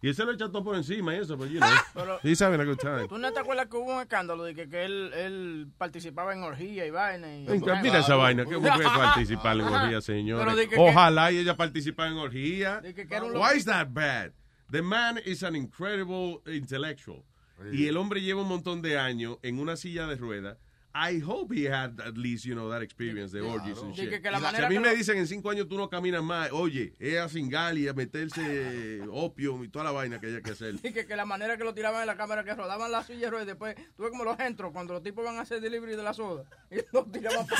[SPEAKER 4] Y él se lo echa todo por encima y eso, pues, you know.
[SPEAKER 1] Pero-
[SPEAKER 4] He's having a good time.
[SPEAKER 1] ¿Tú no te acuerdas que hubo un escándalo de que, que él, él participaba en orgía y vaina? Y,
[SPEAKER 4] Ven, Mira esa vaina, que mujer participar en orgía,
[SPEAKER 1] Pero
[SPEAKER 4] señores.
[SPEAKER 1] di que-
[SPEAKER 4] Ojalá y ella participara en orgía.
[SPEAKER 1] Di que- que era un
[SPEAKER 4] Why is that bad? The man is an incredible intellectual. Y el hombre lleva un montón de años en una silla de ruedas. I hope he had at least, you know, that experience, the orgies and
[SPEAKER 1] Di
[SPEAKER 4] shit.
[SPEAKER 1] que- que la
[SPEAKER 4] Y
[SPEAKER 1] manera
[SPEAKER 4] si a mí
[SPEAKER 1] que
[SPEAKER 4] me
[SPEAKER 1] lo-
[SPEAKER 4] dicen en cinco años tú no caminas más, oye, es a cingal y a meterse opio y toda la vaina que haya que hacer.
[SPEAKER 1] Y que, que la manera que lo tiraban en la cámara, que rodaban la silla de ruedas, y después tuve como los entros cuando los tipos van a hacer delivery de la soda. Y los tiraban por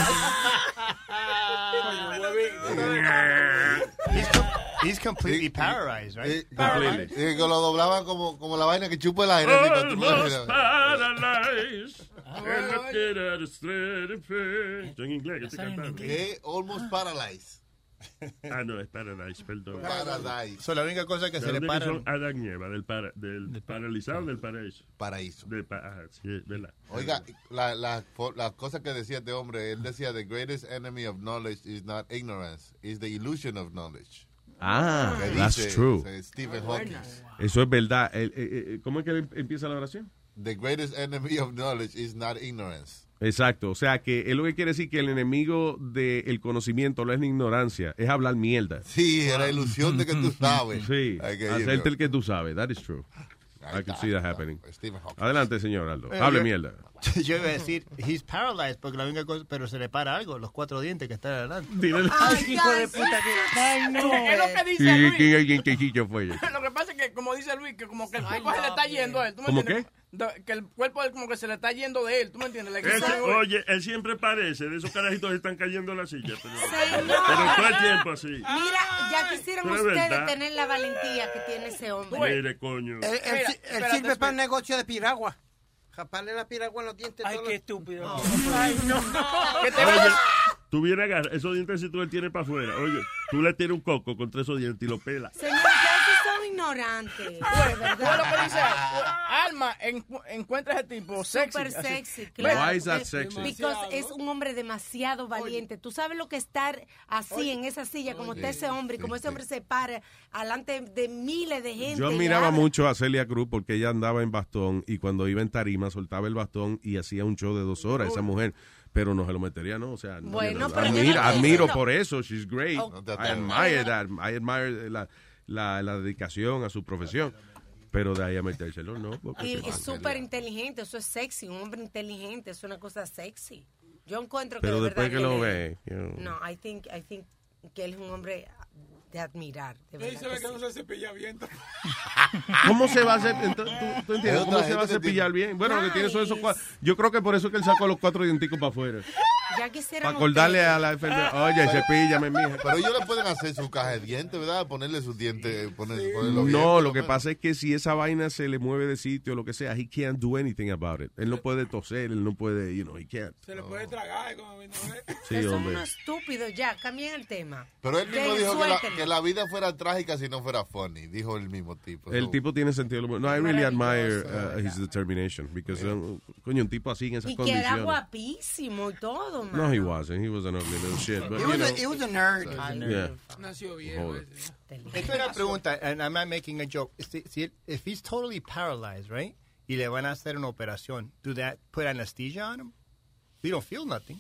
[SPEAKER 9] He's, com- he's completely paralyzed, right?
[SPEAKER 5] Eh, Completely. Eh, que lo doblaban como, como la vaina que chupa el aire. así, cuando tú lo
[SPEAKER 7] Almost
[SPEAKER 5] respiras.
[SPEAKER 7] paralyzed. And I get out of straight and fair. Esto en inglés que estoy cantando.
[SPEAKER 5] Eh, Almost paralyzed.
[SPEAKER 7] Ah, no, es Paradise, perdón.
[SPEAKER 5] Paradise.
[SPEAKER 9] So, la única cosa que
[SPEAKER 7] ¿De
[SPEAKER 9] se le
[SPEAKER 7] dónde
[SPEAKER 9] para-
[SPEAKER 7] son Adán y Eva, del, para- del paralizado del paraíso.
[SPEAKER 5] Paraíso.
[SPEAKER 7] De pa- ajá, sí, ¿verdad?
[SPEAKER 5] Oiga, la, la, fo- la cosa que decía este hombre, él decía, the greatest enemy of knowledge is not ignorance, is the illusion of knowledge.
[SPEAKER 4] Ah,
[SPEAKER 5] Que
[SPEAKER 4] that's
[SPEAKER 5] dice,
[SPEAKER 4] true.
[SPEAKER 5] eh, Stephen Hawking.
[SPEAKER 4] Eso es verdad. El- eh, eh, ¿Cómo es que empieza la oración?
[SPEAKER 5] The greatest enemy of knowledge is not ignorance.
[SPEAKER 4] Exacto, o sea que es lo que quiere decir que el enemigo del conocimiento no es la ignorancia, es hablar mierda.
[SPEAKER 5] Sí, es la ilusión de que tú sabes.
[SPEAKER 4] Sí,
[SPEAKER 5] Hay que ir,
[SPEAKER 4] hacerte
[SPEAKER 5] ¿no?
[SPEAKER 4] el que tú sabes, that is true. I could see that happening.
[SPEAKER 5] Stephen Hawking.
[SPEAKER 4] Adelante, señor Aldo.
[SPEAKER 9] Bueno,
[SPEAKER 4] Hable
[SPEAKER 9] Eh, yo-
[SPEAKER 4] mierda.
[SPEAKER 9] Yo iba a decir, he's paralyzed, porque la única cosa, pero se le para algo, los cuatro dientes que están adelante.
[SPEAKER 4] Dile-
[SPEAKER 1] Ay,
[SPEAKER 9] hijo de
[SPEAKER 1] ya, sí.
[SPEAKER 9] puta que-
[SPEAKER 1] Ay, no. Es lo que dice
[SPEAKER 4] ¿Y
[SPEAKER 1] Luis.
[SPEAKER 4] quién alguien que hizo fue?
[SPEAKER 1] Lo que pasa es que, como dice Luis, que como que el cuerpo se le está yendo a él. ¿Tú me
[SPEAKER 4] ¿Cómo
[SPEAKER 1] entiendes? Do- Que el cuerpo de él como que se le está yendo de él. ¿Tú me entiendes? Like,
[SPEAKER 7] Ese-
[SPEAKER 1] sí.
[SPEAKER 7] oye, él siempre parece de esos carajitos que están cayendo en la silla. Pero,
[SPEAKER 6] Señor. Ah.
[SPEAKER 7] pero todo el tiempo así.
[SPEAKER 6] Mira, ya quisieran
[SPEAKER 7] Pero es
[SPEAKER 6] ustedes
[SPEAKER 7] verdad.
[SPEAKER 6] tener la valentía que tiene ese hombre.
[SPEAKER 5] Eh,
[SPEAKER 7] Mire, coño.
[SPEAKER 8] Él, él
[SPEAKER 6] Mira,
[SPEAKER 8] si- él
[SPEAKER 6] espérate,
[SPEAKER 8] sirve para el negocio de piragua. Japarle la piragua en los dientes. Ay, qué estúpido.
[SPEAKER 11] Ay, no.
[SPEAKER 8] ¿Qué te
[SPEAKER 7] Oye, tú vienes a agarrar esos dientes si tú le tienes para afuera. Oye, tú le tienes un coco contra esos dientes y lo pelas.
[SPEAKER 6] Señor, ustedes son ignorantes. De
[SPEAKER 1] Fue lo que
[SPEAKER 6] verdad.
[SPEAKER 1] dice Alma en- encuentra ese tipo sexy.
[SPEAKER 6] Súper
[SPEAKER 1] así.
[SPEAKER 6] sexy,
[SPEAKER 4] Why
[SPEAKER 6] claro.
[SPEAKER 4] is that sexy?
[SPEAKER 6] Because es un hombre demasiado valiente. Tú sabes lo que estar así en esa silla, como está ese hombre, y como ese hombre se para alante de miles de gente.
[SPEAKER 4] Yo
[SPEAKER 6] y
[SPEAKER 4] miraba
[SPEAKER 6] habla.
[SPEAKER 4] mucho a Celia Cruz porque ella andaba en bastón y cuando iba en tarima soltaba el bastón y hacía un show de dos horas esa mujer. Pero no se lo metería, ¿no? O sea, no,
[SPEAKER 6] Bueno,
[SPEAKER 4] no, no.
[SPEAKER 6] pero yo
[SPEAKER 4] admiro,
[SPEAKER 6] no te-
[SPEAKER 4] admiro
[SPEAKER 6] no.
[SPEAKER 4] por eso. She's great.
[SPEAKER 6] Oh. No te
[SPEAKER 4] I
[SPEAKER 6] atreves.
[SPEAKER 4] admire that. I admire la, la, la dedicación a su profesión. Pero de ahí a metérselo, no. porque
[SPEAKER 6] Y
[SPEAKER 4] se
[SPEAKER 6] es
[SPEAKER 4] va a
[SPEAKER 6] súper inteligente, eso es sexy, un hombre inteligente, es una cosa sexy. Yo encuentro que
[SPEAKER 4] Pero
[SPEAKER 6] de
[SPEAKER 4] después
[SPEAKER 6] verdad
[SPEAKER 4] que lo
[SPEAKER 6] él-
[SPEAKER 4] ve, you know.
[SPEAKER 6] No, I think, I think que él es un hombre de admirar, de
[SPEAKER 10] Él
[SPEAKER 6] verdad.
[SPEAKER 10] se ve
[SPEAKER 6] que
[SPEAKER 10] que
[SPEAKER 6] sí.
[SPEAKER 10] no se cepilla bien.
[SPEAKER 4] ¿Cómo se va a hacer? Entonces, ¿tú, tú entiendes?
[SPEAKER 10] Otra
[SPEAKER 4] ¿Cómo se va a
[SPEAKER 10] gente que
[SPEAKER 4] cepillar
[SPEAKER 10] tiene-
[SPEAKER 4] bien? Bueno, lo que tiene son esos cuatro. Yo creo que por eso es que él sacó los cuatro dienticos para afuera.
[SPEAKER 6] Ya quisiera.
[SPEAKER 4] Para acordarle a la enfermera. Oye, cepíllame, mija.
[SPEAKER 5] Pero ellos le pueden hacer su caja de dientes, ¿verdad? Ponerle sus dientes, poner,
[SPEAKER 9] Pues
[SPEAKER 5] ponerlo bien.
[SPEAKER 4] No, lo que pasa es que si esa vaina se le mueve de sitio, lo que sea, he can't do anything about it. Él no puede toser, él no puede, you know, he can't.
[SPEAKER 10] Se le puede tragar. Como...
[SPEAKER 4] Sí, hombre.
[SPEAKER 6] Uno estúpido, ya, cambien el tema.
[SPEAKER 5] Pero él mismo
[SPEAKER 6] Jay,
[SPEAKER 5] dijo que la,
[SPEAKER 6] suéltelo.
[SPEAKER 5] que la vida fuera trágica si no fuera funny. Dijo el mismo tipo.
[SPEAKER 9] Pues
[SPEAKER 4] El
[SPEAKER 5] So,
[SPEAKER 4] tipo tiene sentido. del humor. No, I really admire uh, his determination because um, coño, un tipo así en esas
[SPEAKER 6] Y que era
[SPEAKER 4] condiciones.
[SPEAKER 6] guapísimo y todo, man.
[SPEAKER 4] No, he wasn't. He was an ugly little shit, but
[SPEAKER 9] He
[SPEAKER 4] you
[SPEAKER 9] was a-
[SPEAKER 4] know.
[SPEAKER 9] he was a nerd.
[SPEAKER 4] Yeah.
[SPEAKER 10] Nació bien.
[SPEAKER 4] Joder.
[SPEAKER 9] Esto es una pregunta, and I'm not making a joke. Si, si él- if he's totally paralyzed, right? Y le van a hacer una operación, do that put anesthesia on him? You don't feel nothing.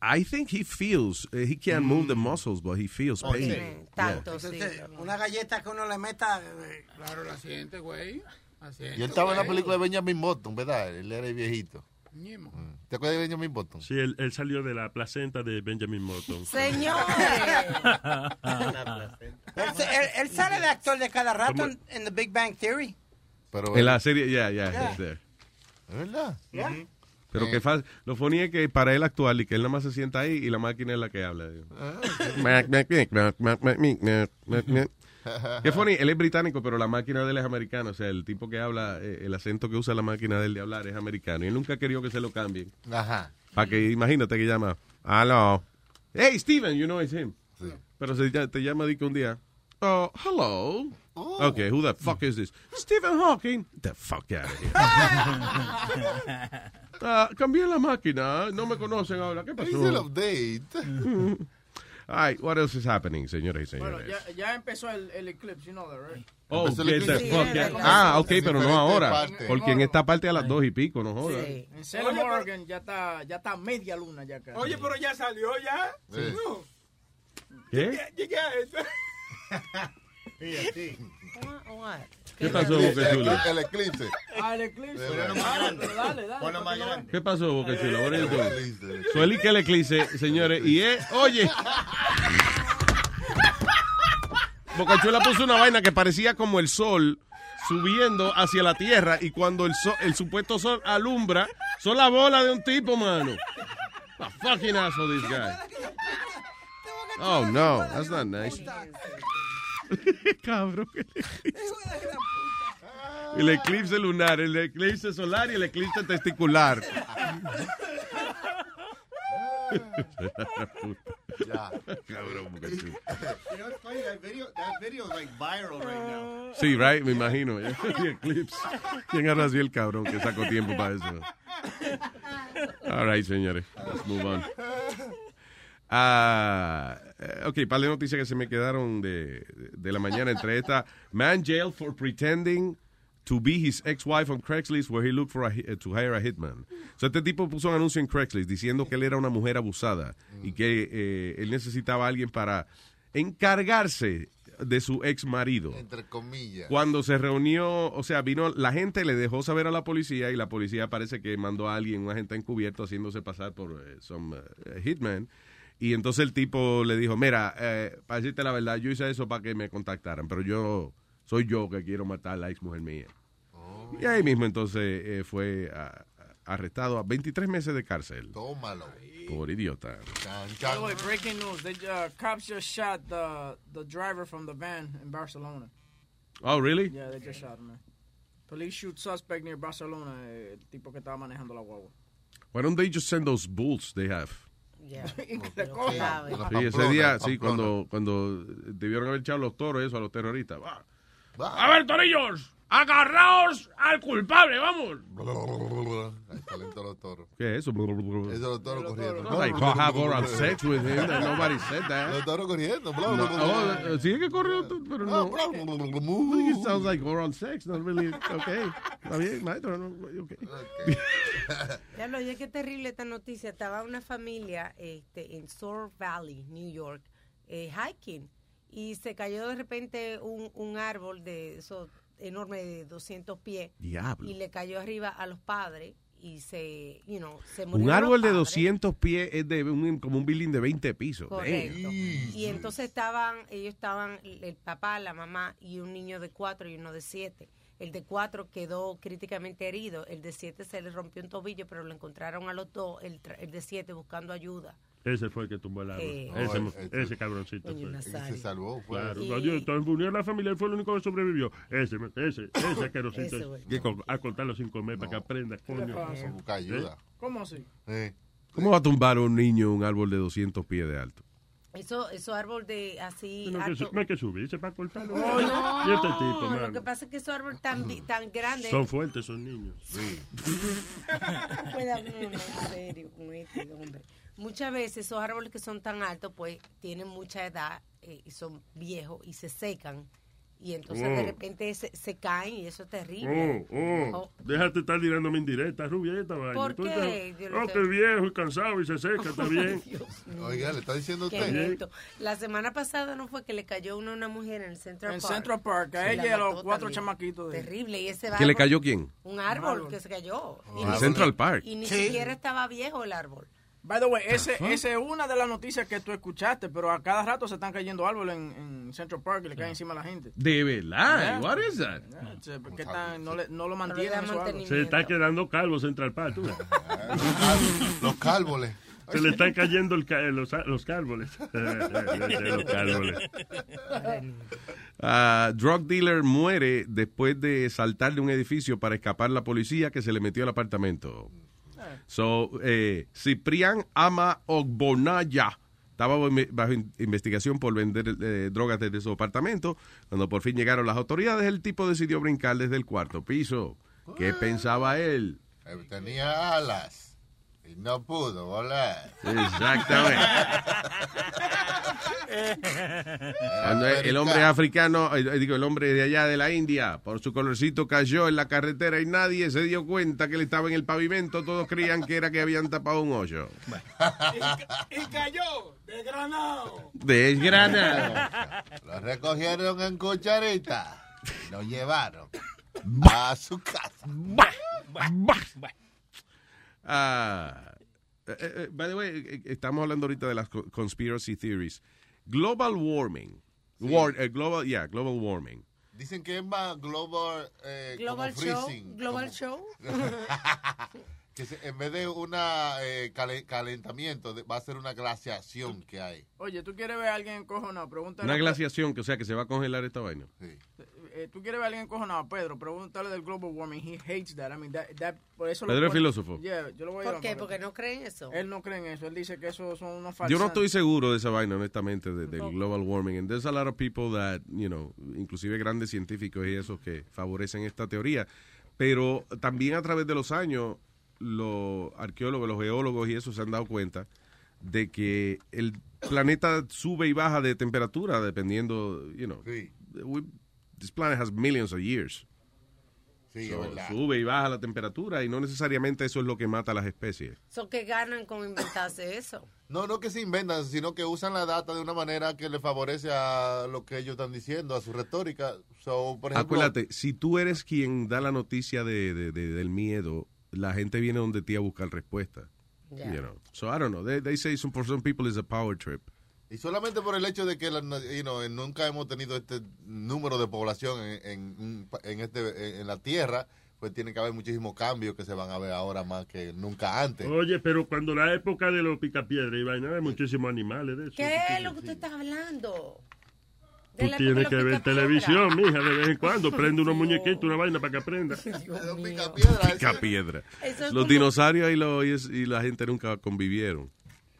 [SPEAKER 4] I think he feels. uh, he can't move the muscles, but he feels
[SPEAKER 9] Oh,
[SPEAKER 4] pain.
[SPEAKER 9] sí.
[SPEAKER 4] Yeah.
[SPEAKER 8] Entonces, eh, Una galleta que uno le meta. eh,
[SPEAKER 10] Claro, la siente, güey. La siente,
[SPEAKER 5] Y él estaba en la
[SPEAKER 10] güey.
[SPEAKER 5] película de Benjamin Button, ¿verdad? Él era el viejito.
[SPEAKER 10] Ñemo.
[SPEAKER 5] ¿Te acuerdas de Benjamin Button?
[SPEAKER 7] Sí, él, él salió de la placenta de Benjamin Morton.
[SPEAKER 8] Él, se- él- él sale de actor de cada rato en, en The Big Bang Theory.
[SPEAKER 5] Pero
[SPEAKER 4] En la serie, yeah, yeah,
[SPEAKER 8] Yeah.
[SPEAKER 4] he's there.
[SPEAKER 5] ¿Verdad?
[SPEAKER 4] Pero que fácil. Lo funny es que para él actual y que él nada más se sienta ahí y la máquina es la que habla. Mac, mac, mac, mac, mac, mac, mac, mac, mac, mac. Qué funny, él es británico, pero la máquina de él es americana. O sea, el tipo que habla, eh, el acento que usa la máquina de él de hablar es americano. Y él nunca querido que se lo cambien.
[SPEAKER 5] Ajá.
[SPEAKER 4] Para que, imagínate que llama, hello. Hey, Steven, you know it's him. Pero se, ya- te llama di que un día, oh, hello. Okay, who the fuck is this? Stephen Hawking. The fuck out of here. Ah, cambié la máquina, ¿eh? no me conocen ahora. ¿Qué pasó?
[SPEAKER 5] Hice el update.
[SPEAKER 4] All right, what else is happening, señores y señores?
[SPEAKER 1] Bueno, ya, ya empezó el, el eclipse, you know that, right?
[SPEAKER 4] Oh,
[SPEAKER 1] Empezó el
[SPEAKER 4] get the
[SPEAKER 1] eclipse.
[SPEAKER 4] fuck
[SPEAKER 1] Sí,
[SPEAKER 4] out.
[SPEAKER 1] en
[SPEAKER 4] Ah, ok,
[SPEAKER 1] diferentes
[SPEAKER 4] pero no ahora.
[SPEAKER 1] partes.
[SPEAKER 4] Porque en esta parte a las dos y pico, no jodas.
[SPEAKER 1] En Sailor Morgan ya está, ya está media luna ya casi.
[SPEAKER 10] Oye, pero ya salió ya.
[SPEAKER 4] Sí.
[SPEAKER 10] No.
[SPEAKER 4] ¿Qué?
[SPEAKER 10] Llegué a eso.
[SPEAKER 4] ¿Qué pasó, Boca Chula?
[SPEAKER 5] El eclipse.
[SPEAKER 1] Ah, el eclipse. Ah, pero dale, dale.
[SPEAKER 9] Ponlo más grande.
[SPEAKER 4] ¿Qué pasó, Boca Chula? What are you doing? Sueli que el eclipse, señores. Y es, oye. Boca Chula puso una vaina que parecía como el sol subiendo hacia la tierra. Y cuando el, sol- el supuesto sol alumbra, son la bola de un tipo, mano. A fucking asshole, this guy. Oh, no, that's not nice. Cabrón. El eclipse lunar, el eclipse solar y el eclipse testicular.
[SPEAKER 9] Ya.
[SPEAKER 4] Cabrón, Boca Chula.
[SPEAKER 9] You know, it's funny, that video, that video is like viral right now.
[SPEAKER 4] Sí, right, me imagino. El eclipse. ¿Quién ahora así el cabrón que sacó tiempo para eso? All right, señores. Let's move on. Ah, eh, ok, par de noticias que se me quedaron de, de la mañana. Entre esta, man jailed for pretending to be his ex-wife on Craigslist where he looked for a hi- eh, to hire a hitman. So, este tipo puso un anuncio en Craigslist diciendo que él era una mujer abusada y que eh, él necesitaba a alguien para encargarse de su ex marido.
[SPEAKER 5] Entre comillas.
[SPEAKER 4] Cuando se reunió, o sea, vino, la gente le dejó saber a la policía y la policía parece que mandó a alguien, un agente encubierto, haciéndose pasar por eh, some eh, hitman. Y entonces el tipo le dijo, mira, eh, para decirte la verdad, yo hice eso para que me contactaran, pero yo soy yo que quiero matar a la ex mujer mía.
[SPEAKER 5] Oh,
[SPEAKER 4] Y ahí mismo entonces eh, fue ah, arrestado a 23 meses de cárcel.
[SPEAKER 5] Tómalo.
[SPEAKER 4] Por idiota.
[SPEAKER 1] By the way, breaking news. The uh, cops just shot the the driver from the van in Barcelona.
[SPEAKER 4] Oh, really?
[SPEAKER 1] Yeah, they just shot him. Man. Police shoot suspect near Barcelona, eh, el tipo que estaba manejando la guagua.
[SPEAKER 4] Why don't they just send those bulls they have?
[SPEAKER 1] Le coja.
[SPEAKER 4] Sí, ese día, sí, cuando, cuando debieron haber echado los toros eso a los terroristas. Va. A ver, torillos, agarraos al culpable, vamos.
[SPEAKER 5] Ahí salen todos los toros.
[SPEAKER 4] ¿Qué es eso?
[SPEAKER 5] Esos son los toros corriendo.
[SPEAKER 4] No, like, I have oral sex with him, and nobody said that.
[SPEAKER 5] Los toros corriendo.
[SPEAKER 4] No, oh, sí que corrió, pero no. It sounds like oral sex, not really. Okay, está bien, maestro. no, okay.
[SPEAKER 6] Ya lo oye, qué terrible esta noticia. Estaba una familia este, en Sore Valley, New York, eh, hiking, y se cayó de repente un, un árbol de esos enorme de 200 pies.
[SPEAKER 4] Diablo.
[SPEAKER 6] Y le cayó arriba a los padres y se, you know, se murió.
[SPEAKER 4] Un árbol de 200 pies es de un- como un building de 20 pisos. Damn.
[SPEAKER 6] Correcto. Y entonces estaban, ellos estaban, el papá, la mamá y un niño de cuatro y uno de siete. El de cuatro quedó críticamente herido, el de siete se le rompió un tobillo, pero lo encontraron a los dos, el, tra- el de siete buscando ayuda.
[SPEAKER 7] Ese fue el que tumbó el árbol.
[SPEAKER 6] Sí.
[SPEAKER 7] Ese,
[SPEAKER 6] No,
[SPEAKER 7] ese, ese cabroncito.
[SPEAKER 6] Eh, Coño,
[SPEAKER 7] fue.
[SPEAKER 6] Nazario. Se
[SPEAKER 5] salvó,
[SPEAKER 6] fue.
[SPEAKER 7] Claro,
[SPEAKER 6] Y-
[SPEAKER 7] cuando estaba en reunión la familia, él fue el único que sobrevivió. Ese, ese, ese asquerosito.
[SPEAKER 1] Ese güey.
[SPEAKER 7] que con- a contar los cinco meses para que aprenda, coño. Eh,
[SPEAKER 1] pasa? Busca
[SPEAKER 5] ayuda.
[SPEAKER 1] ¿Cómo así?
[SPEAKER 4] ¿Cómo va a tumbar un niño un árbol de 200 pies de alto?
[SPEAKER 6] Eso, eso árbol de así...
[SPEAKER 7] No hay, que,
[SPEAKER 6] alto-
[SPEAKER 7] su- no hay que subirse para cortarlo.
[SPEAKER 6] Ah, No,
[SPEAKER 7] Y este
[SPEAKER 6] no,
[SPEAKER 7] tipo,
[SPEAKER 6] lo
[SPEAKER 7] mano.
[SPEAKER 6] que pasa es que esos árboles tan, vi- tan grandes...
[SPEAKER 7] Son fuertes esos niños.
[SPEAKER 6] Puede haber uno, en serio, con este hombre. Muchas veces esos árboles que son tan altos, pues tienen mucha edad eh, y son viejos y se secan. Y entonces de
[SPEAKER 7] Oh.
[SPEAKER 6] repente se, se caen y eso es terrible.
[SPEAKER 7] Oh, oh,
[SPEAKER 6] Oh,
[SPEAKER 7] Déjate estar tirándome indirectas, rubia, y esta vaina.
[SPEAKER 6] ¿Por
[SPEAKER 7] Tú
[SPEAKER 6] qué?
[SPEAKER 7] estás-
[SPEAKER 6] Yo no
[SPEAKER 7] Oh,
[SPEAKER 6] sé.
[SPEAKER 7] que viejo y cansado y se seca, está bien.
[SPEAKER 5] Oiga, le está diciendo
[SPEAKER 6] qué lento. La semana pasada no fue que le cayó uno a una mujer en el Central
[SPEAKER 1] En
[SPEAKER 6] Park.
[SPEAKER 1] Central Park, a
[SPEAKER 6] Se
[SPEAKER 1] ella
[SPEAKER 6] la
[SPEAKER 1] y a los
[SPEAKER 6] mató
[SPEAKER 1] cuatro
[SPEAKER 6] también.
[SPEAKER 1] chamaquitos de-
[SPEAKER 6] Terrible. ¿Y ese
[SPEAKER 4] ¿Que le
[SPEAKER 6] árbol?
[SPEAKER 4] cayó quién?
[SPEAKER 6] Un árbol que se cayó. Y
[SPEAKER 4] ¿En
[SPEAKER 6] ni-
[SPEAKER 4] Central Park?
[SPEAKER 6] Y ni
[SPEAKER 4] Sí.
[SPEAKER 6] siquiera estaba viejo el árbol.
[SPEAKER 1] By the way, ese,
[SPEAKER 4] fuck?
[SPEAKER 1] esa es una de las noticias que tú escuchaste, pero a cada rato se están cayendo árboles en, en Central Park y le caen encima a la gente.
[SPEAKER 4] De verdad.
[SPEAKER 1] Yeah.
[SPEAKER 4] What is that?
[SPEAKER 1] Yeah, it's, eh, que están- no, le- no lo mantienen. esos árboles.
[SPEAKER 7] Se está quedando calvo Central Park. tú.
[SPEAKER 5] Los cálvoles.
[SPEAKER 7] Se le están cayendo el ca- eh, los, ah, los cálvoles. Eh, los cálvoles.
[SPEAKER 4] Ah, drug dealer muere después de saltar de un edificio para escapar la policía que se le metió al apartamento. So, eh, Ciprián Ama Ogbonaya estaba bajo inve- bajo in- investigación por vender eh, drogas desde su apartamento. Cuando por fin llegaron las autoridades, el tipo decidió brincar desde el cuarto piso. ¿Qué pensaba él?
[SPEAKER 5] Eh, Tenía alas y no pudo volar.
[SPEAKER 4] Exactamente. Cuando el, el hombre africano, eh, eh, digo, el hombre de allá de la India, por su colorcito cayó en la carretera y nadie se dio cuenta que él estaba en el pavimento. Todos creían que era que habían tapado un hoyo.
[SPEAKER 10] Y cayó de granado.
[SPEAKER 4] Desgranado.
[SPEAKER 5] Lo recogieron en cucharita. y Lo llevaron a su casa.
[SPEAKER 4] Ah, eh, eh, by the way, eh, estamos hablando ahorita de las co- conspiracy theories. Global warming. War- eh, global, yeah, global warming.
[SPEAKER 5] Dicen que es más global, eh,
[SPEAKER 6] Global
[SPEAKER 5] como
[SPEAKER 6] Show.
[SPEAKER 5] freezing.
[SPEAKER 6] Global Show.
[SPEAKER 5] Que se- en vez de una eh, cale- calentamiento, de- va a ser una glaciación que hay.
[SPEAKER 1] Oye, ¿tú quieres ver a alguien encojonado? Pregúntale.
[SPEAKER 4] Una glaciación, que o sea que se va a congelar esta vaina.
[SPEAKER 1] Eh, ¿Tú quieres ver a alguien encojonado? Pedro, pregúntale del global warming. He hates that. I mean, that, that- por eso lo
[SPEAKER 4] Pedro es
[SPEAKER 1] pone-
[SPEAKER 4] filósofo.
[SPEAKER 1] Yeah, yo lo voy
[SPEAKER 6] ¿Por
[SPEAKER 1] a llevar
[SPEAKER 6] qué?
[SPEAKER 1] para
[SPEAKER 6] Porque
[SPEAKER 1] Pedro.
[SPEAKER 6] no creen eso.
[SPEAKER 1] Él no cree en eso. Él dice que eso son unos falsos.
[SPEAKER 4] Yo no estoy seguro de esa vaina, honestamente, de- del global warming. And there's a lot of people that, you know, inclusive grandes científicos y esos que favorecen esta teoría. Pero también a través de los años, los arqueólogos, los geólogos y eso se han dado cuenta de que el planeta sube y baja de temperatura dependiendo, you know. we- this planet has millions of years.
[SPEAKER 5] Sí,
[SPEAKER 4] So,
[SPEAKER 5] es verdad.
[SPEAKER 4] sube y baja la temperatura y no necesariamente eso es lo que mata a las especies.
[SPEAKER 6] Son que ganan con inventarse eso.
[SPEAKER 5] No, no que se inventan, sino que usan la data de una manera que le favorece a lo que ellos están diciendo, a su retórica. So, por ejemplo,
[SPEAKER 4] Acuérdate, si tú eres quien da la noticia de, de- de- del miedo, la gente viene donde ti a buscar respuesta.
[SPEAKER 5] Yeah.
[SPEAKER 4] You know. So I don't know. They, they say some, for some people it's a power trip.
[SPEAKER 5] Y solamente por el hecho de que la- you know, eh, nunca hemos tenido este número de población en, en- en este, en la Tierra, pues tiene que haber muchísimos cambios que se van a ver ahora más que nunca antes.
[SPEAKER 7] Oye, pero cuando la época de los picapiedras y vaina, hay muchísimos animales de eso.
[SPEAKER 6] ¿Qué es lo que tú estás hablando? De
[SPEAKER 7] Tú
[SPEAKER 6] la época de
[SPEAKER 7] tienes
[SPEAKER 6] los
[SPEAKER 7] que ver
[SPEAKER 6] picapiedra.
[SPEAKER 7] televisión, mija, de vez en cuando. Prende unos muñequitos, una vaina para que aprenda.
[SPEAKER 4] Pica piedra.
[SPEAKER 7] Eso es
[SPEAKER 4] Los
[SPEAKER 7] como-
[SPEAKER 4] dinosaurios y, los- y es- y la gente nunca convivieron.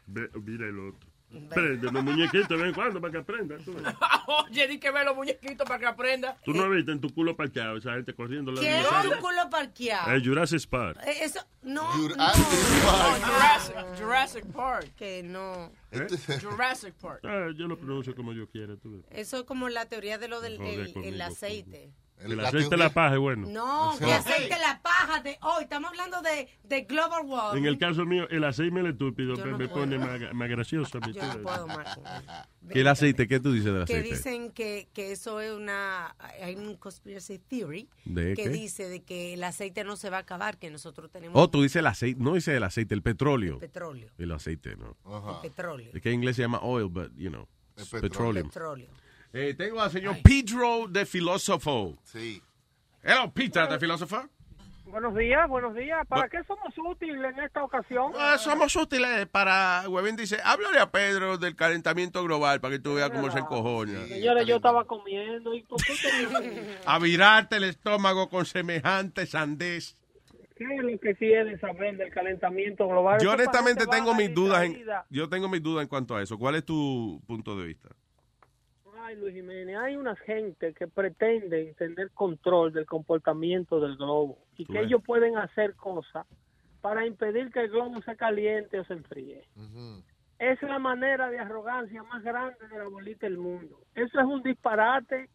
[SPEAKER 7] Ve- Mira el otro. Prende unos muñequitos de vez en cuando para que aprenda. Tú,
[SPEAKER 1] Oye, di que ve los muñequitos para que aprenda.
[SPEAKER 7] Tú no viste en tu culo parqueado esa gente corriendo. los
[SPEAKER 6] ¿Qué es
[SPEAKER 7] dinosaurios.
[SPEAKER 6] tu culo parqueado?
[SPEAKER 7] El Jurassic Park.
[SPEAKER 6] Eh, Eso, no.
[SPEAKER 1] Park.
[SPEAKER 6] no.
[SPEAKER 1] Jurassic- Jurassic Park.
[SPEAKER 6] Que no.
[SPEAKER 7] Este
[SPEAKER 6] ¿Eh?
[SPEAKER 1] Jurassic Park.
[SPEAKER 7] ¿Eh? Ah, yo lo pronuncio como yo quiera. Tú. ves.
[SPEAKER 6] Eso es como la teoría de lo del
[SPEAKER 7] Joder
[SPEAKER 6] el- el
[SPEAKER 7] conmigo,
[SPEAKER 6] aceite.
[SPEAKER 7] El, aceite de la paja es bueno.
[SPEAKER 6] No, que aceite la paja de hoy. Estamos hablando de, de global warming.
[SPEAKER 7] En el caso mío, el aceite el estúpido
[SPEAKER 6] Yo
[SPEAKER 7] me,
[SPEAKER 6] no
[SPEAKER 7] me
[SPEAKER 6] puedo.
[SPEAKER 7] pone más, ga- más gracioso. mi
[SPEAKER 6] Ah, Yo no
[SPEAKER 7] tío.
[SPEAKER 6] puedo más con él.
[SPEAKER 4] ¿Qué el aceite? ¿Qué tú dices del
[SPEAKER 6] Que
[SPEAKER 4] aceite?
[SPEAKER 6] dicen que, que eso es una... Hay un conspiracy theory
[SPEAKER 4] ¿De
[SPEAKER 6] que
[SPEAKER 4] qué?
[SPEAKER 6] dice de que el aceite no se va a acabar, que nosotros tenemos
[SPEAKER 4] Oh, tú dices el aceite. No dices el aceite, el petróleo.
[SPEAKER 6] El petróleo.
[SPEAKER 4] El aceite, no.
[SPEAKER 6] el petróleo.
[SPEAKER 4] Es que en inglés se llama oil, but, you know, it's petroleum.
[SPEAKER 6] Petróleo.
[SPEAKER 4] Eh, tengo al señor Pedro Oh, de Filósofo.
[SPEAKER 5] Sí.
[SPEAKER 4] Hello, Peter de Filósofo.
[SPEAKER 21] Buenos días, buenos días. ¿Para qué somos útiles en esta ocasión?
[SPEAKER 4] Ah, somos útiles para... Huevín dice, háblale a Pedro del calentamiento global para que tú veas cómo se encojona.
[SPEAKER 21] Señores, yo estaba comiendo y ¿por qué te-
[SPEAKER 4] A virarte el estómago con semejante sandez.
[SPEAKER 21] ¿Qué es lo que sí es de saber del calentamiento global?
[SPEAKER 4] Yo
[SPEAKER 21] Esta
[SPEAKER 4] honestamente
[SPEAKER 21] gente va
[SPEAKER 4] tengo
[SPEAKER 21] a
[SPEAKER 4] mis
[SPEAKER 21] la
[SPEAKER 4] dudas. en-
[SPEAKER 21] distraída.
[SPEAKER 4] yo tengo mis dudas en cuanto a eso. ¿Cuál es tu punto de vista?
[SPEAKER 21] Ay, Luis Jiménez, hay una gente que pretende tener control del comportamiento del globo y
[SPEAKER 4] Tú
[SPEAKER 21] que
[SPEAKER 4] ves.
[SPEAKER 21] ellos pueden hacer cosas para impedir que el globo se caliente o se enfríe. Es la manera de arrogancia más grande de la bolita del mundo. Eso es un disparate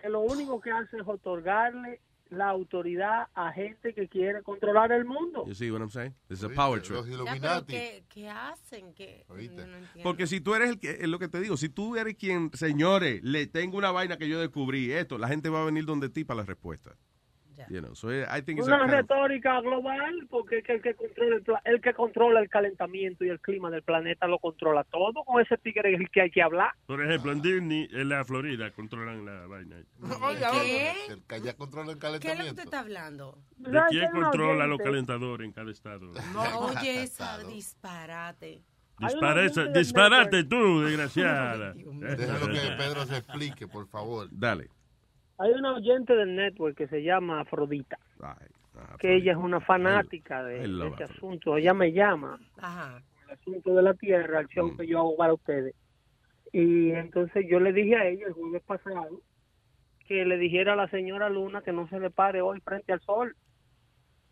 [SPEAKER 21] que lo único que hace es otorgarle la autoridad a gente que quiere controlar el mundo.
[SPEAKER 4] You see what I'm saying? It's a power trip.
[SPEAKER 6] Ya, pero ¿qué, qué hacen? ¿Qué?
[SPEAKER 4] Porque si tú eres el que, es lo que te digo, si tú eres quien, señores, le tengo una vaina que yo descubrí, esto, la gente va a venir donde ti para la respuesta. You know, so eh, I think it's a
[SPEAKER 21] Una
[SPEAKER 4] kind of-
[SPEAKER 21] retórica global, porque es que el que, controla el, pla- el que controla el calentamiento y el clima del planeta lo controla todo. Con ese tigre es el que hay que hablar.
[SPEAKER 7] Por ejemplo, en Disney, en la Florida, controlan la vaina.
[SPEAKER 6] ¿Qué?
[SPEAKER 5] Que ya controlan el
[SPEAKER 6] ¿Qué es lo que
[SPEAKER 5] calentamiento.
[SPEAKER 6] tú estás hablando?
[SPEAKER 7] ¿De quién controla los calentadores en cada estado?
[SPEAKER 6] Oye, esa disparate.
[SPEAKER 7] Disparate, disparate tú, desgraciada.
[SPEAKER 5] Déjalo que Pedro se explique, por favor.
[SPEAKER 4] Dale.
[SPEAKER 21] Hay una oyente del network que se llama Afrodita, que ella es una fanática de,
[SPEAKER 4] I love
[SPEAKER 21] de este asunto. Ella me llama,
[SPEAKER 6] Ajá.
[SPEAKER 21] el asunto de la Tierra, el show que yo hago para ustedes. Y entonces yo le dije a ella el jueves pasado que le dijera a la señora Luna que no se le pare hoy frente al sol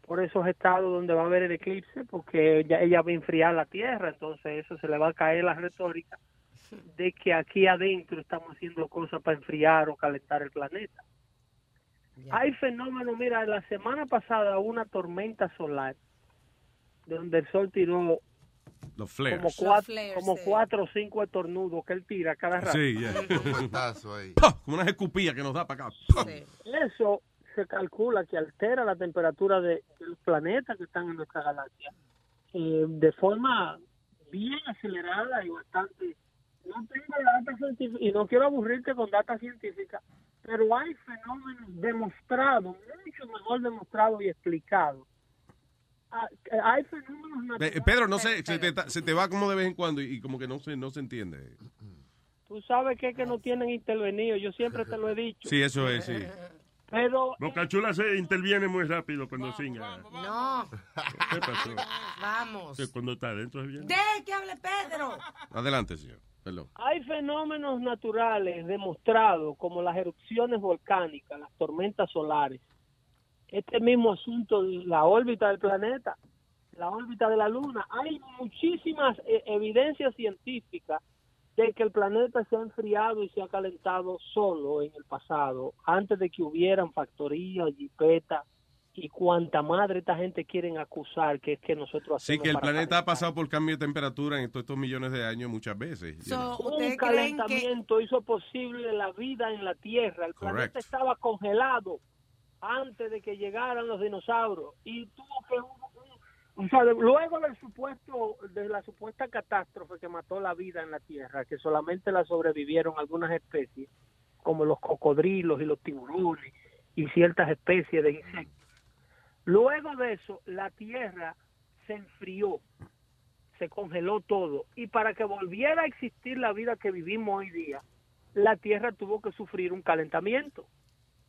[SPEAKER 21] por esos estados donde va a haber el eclipse, porque ella, ella va a enfriar la Tierra, entonces eso se le va a caer la retórica de que aquí adentro estamos haciendo cosas para enfriar o calentar el planeta. Hay fenómenos, mira, la semana pasada hubo una tormenta solar donde el sol tiró
[SPEAKER 4] Los
[SPEAKER 21] como
[SPEAKER 4] flares.
[SPEAKER 21] cuatro, como cuatro o cinco estornudos que él tira cada rato.
[SPEAKER 4] Sí, ya. Puff, Como unas escupillas que nos da para acá. Puff.
[SPEAKER 21] Eso se calcula que altera la temperatura de, de los planetas que están en nuestra galaxia eh, de forma bien acelerada y bastante. No tengo data científica y no quiero aburrirte con data científica, pero hay fenómenos demostrados, mucho mejor demostrados y explicados. Ah, eh, Hay fenómenos
[SPEAKER 4] Pe-
[SPEAKER 21] naturales.
[SPEAKER 4] eh, Pedro, no sé, se te, ta- se te va como de vez en cuando y, y como que no se, no se entiende.
[SPEAKER 21] Tú sabes que es que no tienen intervenido, yo siempre te lo he dicho.
[SPEAKER 4] Sí, eso es, sí.
[SPEAKER 21] Pero
[SPEAKER 7] Bocachula se interviene muy rápido cuando singa.
[SPEAKER 6] No,
[SPEAKER 7] ¿Qué pasó?
[SPEAKER 6] vamos.
[SPEAKER 7] Que cuando está adentro es bien.
[SPEAKER 6] De que hable Pedro.
[SPEAKER 4] Adelante, señor. Perdón.
[SPEAKER 21] Hay fenómenos naturales demostrados como las erupciones volcánicas, las tormentas solares. Este mismo asunto de la órbita del planeta, la órbita de la luna. Hay muchísimas eh, evidencias científicas de que el planeta se ha enfriado y se ha calentado solo en el pasado, antes de que hubieran factorías, jipetas y cuanta madre esta gente quieren acusar que es que nosotros
[SPEAKER 4] Sí,
[SPEAKER 21] hacemos
[SPEAKER 4] que el
[SPEAKER 21] para-
[SPEAKER 4] planeta ha pasado por cambio de temperatura en todos estos millones de años muchas veces.
[SPEAKER 21] un calentamiento hizo posible la vida en la Tierra. El
[SPEAKER 4] Correcto.
[SPEAKER 21] planeta estaba congelado antes de que llegaran los dinosaurios y tuvo que un- un- o sea, de- luego del supuesto de la supuesta catástrofe que mató la vida en la Tierra, que solamente la sobrevivieron algunas especies como los cocodrilos y los tiburones y ciertas especies de insectos. Luego de eso, la Tierra se enfrió, se congeló todo. Y para que volviera a existir la vida que vivimos hoy día, la Tierra tuvo que sufrir un calentamiento.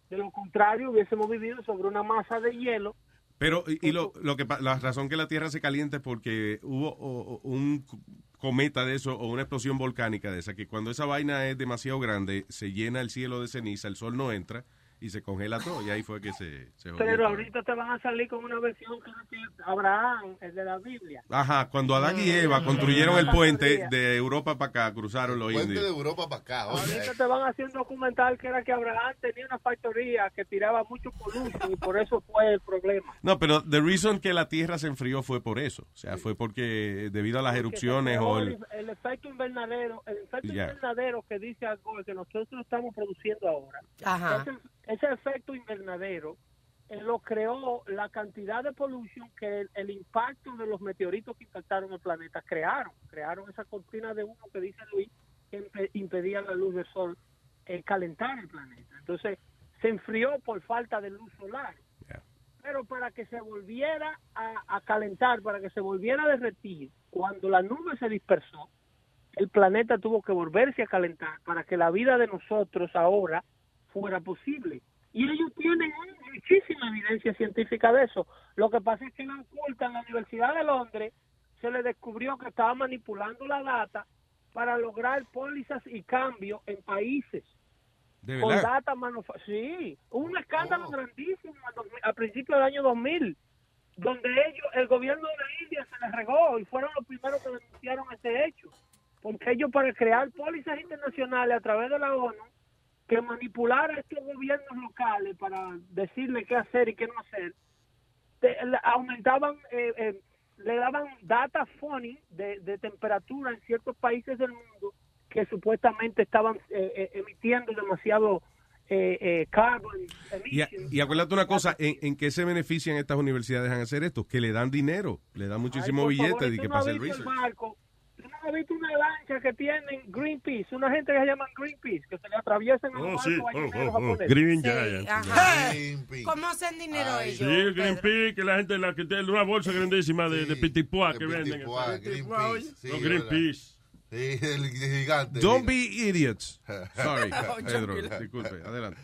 [SPEAKER 21] De lo contrario, hubiésemos vivido sobre una masa de hielo.
[SPEAKER 4] Pero y, y lo, lo que pa- la razón que la Tierra se calienta es porque hubo o- o- un c- cometa de eso o una explosión volcánica de esa que cuando esa vaina es demasiado grande se llena el cielo de ceniza, el sol no entra y se congela todo y ahí fue que se, se jodió
[SPEAKER 21] Pero
[SPEAKER 4] todo.
[SPEAKER 21] ahorita te van a salir con una versión que no tiene Abraham, el de la Biblia.
[SPEAKER 4] Ajá, cuando Adán y Eva construyeron el puente de Europa para acá, cruzaron los
[SPEAKER 5] Puente de
[SPEAKER 4] indios.
[SPEAKER 5] Europa para acá. oye.
[SPEAKER 21] Ahorita te van a hacer un documental que era que Abraham tenía una factoría que tiraba mucho pollution y por eso fue el problema.
[SPEAKER 4] No, pero the reason que la Tierra se enfrió fue por eso, o sea, fue porque debido a las erupciones o el,
[SPEAKER 21] el efecto invernadero, el efecto
[SPEAKER 4] Ya.
[SPEAKER 21] invernadero que dice algo que nosotros estamos produciendo ahora.
[SPEAKER 11] Ajá.
[SPEAKER 21] Ese, ese efecto invernadero eh, lo creó la cantidad de pollution que el, el impacto de los meteoritos que impactaron el planeta crearon, crearon esa cortina de humo que dice Luis que impe- impedía la luz del sol eh, calentar el planeta. Entonces se enfrió por falta de luz solar pero para que se volviera a, a calentar, para que se volviera a derretir, cuando la nube se dispersó, el planeta tuvo que volverse a calentar para que la vida de nosotros ahora fuera posible. Y ellos tienen muchísima evidencia científica de eso. Lo que pasa es que la oculta en la Universidad de Londres se le descubrió que estaba manipulando la data para lograr pólizas y cambios en países
[SPEAKER 4] de
[SPEAKER 21] con
[SPEAKER 4] verdad. Oh.
[SPEAKER 21] data manufa- Sí, hubo un escándalo grandísimo en dos mil- a principios del año 2000, donde ellos, el gobierno de la India se les regó y fueron los primeros que denunciaron este hecho. Porque ellos para crear pólizas internacionales a través de la ONU, que manipular a estos gobiernos locales para decirle qué hacer y qué no hacer, te- le- aumentaban, eh, eh, le daban data phony de, de temperatura en ciertos países del mundo que supuestamente estaban eh, eh, emitiendo demasiado eh, eh, carbon
[SPEAKER 4] Y, a- y acuérdate una cosa, ¿en, en qué se benefician estas universidades en hacer esto? Que le dan dinero, le dan muchísimo
[SPEAKER 21] Ay, por
[SPEAKER 4] billete
[SPEAKER 21] favor,
[SPEAKER 4] de
[SPEAKER 21] ¿tú
[SPEAKER 4] que
[SPEAKER 21] no has
[SPEAKER 4] pase el
[SPEAKER 21] visto el
[SPEAKER 4] research.
[SPEAKER 21] barco? ¿Tú no has visto una lancha que tienen Greenpeace? Una gente que se llaman Greenpeace, que se le atraviesan a los
[SPEAKER 7] Oh,
[SPEAKER 21] barcos
[SPEAKER 7] sí. Oh,
[SPEAKER 21] balleneros
[SPEAKER 7] oh, oh.
[SPEAKER 21] japoneses.
[SPEAKER 7] Green Giant.
[SPEAKER 6] Ajá. ¿Cómo hacen dinero
[SPEAKER 7] Sí,
[SPEAKER 6] ellos?
[SPEAKER 7] Greenpeace, que la gente la que tiene una bolsa grandísima de, de pitipuá que venden.
[SPEAKER 5] Pitipuá, Greenpeace, sí,
[SPEAKER 7] Los Greenpeace.
[SPEAKER 5] Sí, el gigante.
[SPEAKER 4] Don't be idiots. Sorry,
[SPEAKER 5] Ocho
[SPEAKER 4] Pedro,
[SPEAKER 5] kilos.
[SPEAKER 4] disculpe, adelante.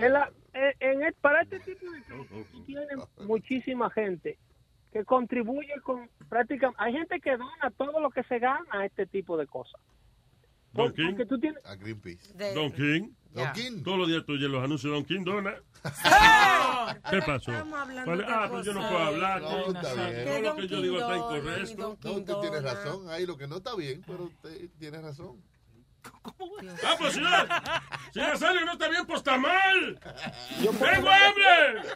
[SPEAKER 21] En la- en- en el- para este tipo de
[SPEAKER 7] Oh,
[SPEAKER 21] cosas tienen muchísima gente que contribuye con prácticamente... Hay gente que dona todo lo que se gana a este tipo de cosas.
[SPEAKER 7] Don King.
[SPEAKER 21] Porque tú tienes...
[SPEAKER 5] A Greenpeace.
[SPEAKER 7] Don King.
[SPEAKER 5] Don King.
[SPEAKER 7] Todos los días tú oyes los anuncios de Don King Dona. ¿Qué pasó? ¿Cuál- Ah, pues yo no puedo hablar.
[SPEAKER 5] No,
[SPEAKER 7] Todo
[SPEAKER 5] está bien.
[SPEAKER 7] lo que yo digo está incorrecto.
[SPEAKER 5] No, usted tiene razón. Ahí lo que no está bien, pero usted tiene razón.
[SPEAKER 7] Ah, pues sí. Si Nazario no está bien, pues está mal. ¡Tengo hambre!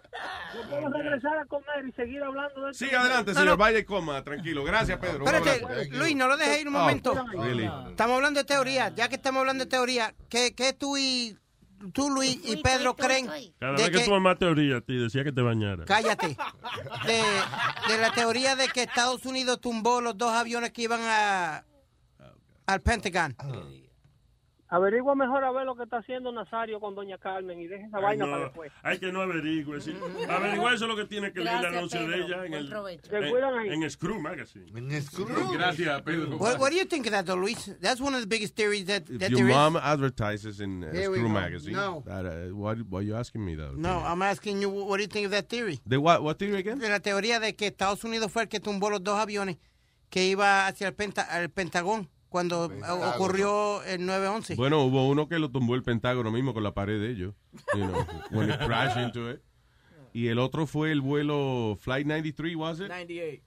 [SPEAKER 21] Yo puedo regresar a comer y seguir hablando de este esto.
[SPEAKER 4] Siga adelante,
[SPEAKER 21] No,
[SPEAKER 4] señor,
[SPEAKER 21] no.
[SPEAKER 4] vaya y coma, tranquilo. Gracias, Pedro.
[SPEAKER 8] Espérate, Luis, no lo dejes ir un
[SPEAKER 4] Oh,
[SPEAKER 8] momento.
[SPEAKER 4] really?
[SPEAKER 8] Estamos hablando de teoría. Ya que estamos hablando de teoría, ¿qué, qué tú y tú, Luis y Pedro creen?
[SPEAKER 7] Cada
[SPEAKER 8] de
[SPEAKER 7] vez que tu mamá te oría, te decía que te bañara.
[SPEAKER 8] Cállate. De, de la teoría de que Estados Unidos tumbó los dos aviones que iban a, al Pentagon.
[SPEAKER 21] Averigua mejor a ver lo que está haciendo Nazario con Doña Carmen y deje esa
[SPEAKER 7] Ay,
[SPEAKER 21] vaina
[SPEAKER 7] no,
[SPEAKER 21] para después.
[SPEAKER 7] Hay que no averigüe. ¿sí? Averigüe eso es lo que tiene que leer el
[SPEAKER 21] Gracias,
[SPEAKER 7] anuncio de
[SPEAKER 21] Pedro.
[SPEAKER 7] ella en
[SPEAKER 21] Buen
[SPEAKER 7] el
[SPEAKER 21] provecho.
[SPEAKER 7] en-
[SPEAKER 21] Te cuidan ahí.
[SPEAKER 7] en Screw Magazine.
[SPEAKER 5] En
[SPEAKER 7] Screw. Gracias, Pedro.
[SPEAKER 8] What, what do you think of that, though, Luis? That's one of the biggest theories that,
[SPEAKER 4] If
[SPEAKER 8] that
[SPEAKER 4] your
[SPEAKER 8] there is.
[SPEAKER 4] mom advertises in uh,
[SPEAKER 8] Here we
[SPEAKER 4] Screw
[SPEAKER 8] go.
[SPEAKER 4] Magazine,
[SPEAKER 8] No.
[SPEAKER 4] that, uh, why, why you asking me that?
[SPEAKER 8] No, I'm asking you, what do you think of that theory?
[SPEAKER 4] The what, what theory again?
[SPEAKER 8] De la teoría de que Estados Unidos fue el que tumbó los dos aviones que iba hacia el, Penta- el Pentagón cuando
[SPEAKER 5] Pentágono.
[SPEAKER 8] ocurrió el 9-11.
[SPEAKER 4] Bueno, hubo uno que lo tumbó el Pentágono mismo con la pared de ellos. You know, when it crashed into it. Y el otro fue el vuelo Flight 93, was it?
[SPEAKER 1] 98.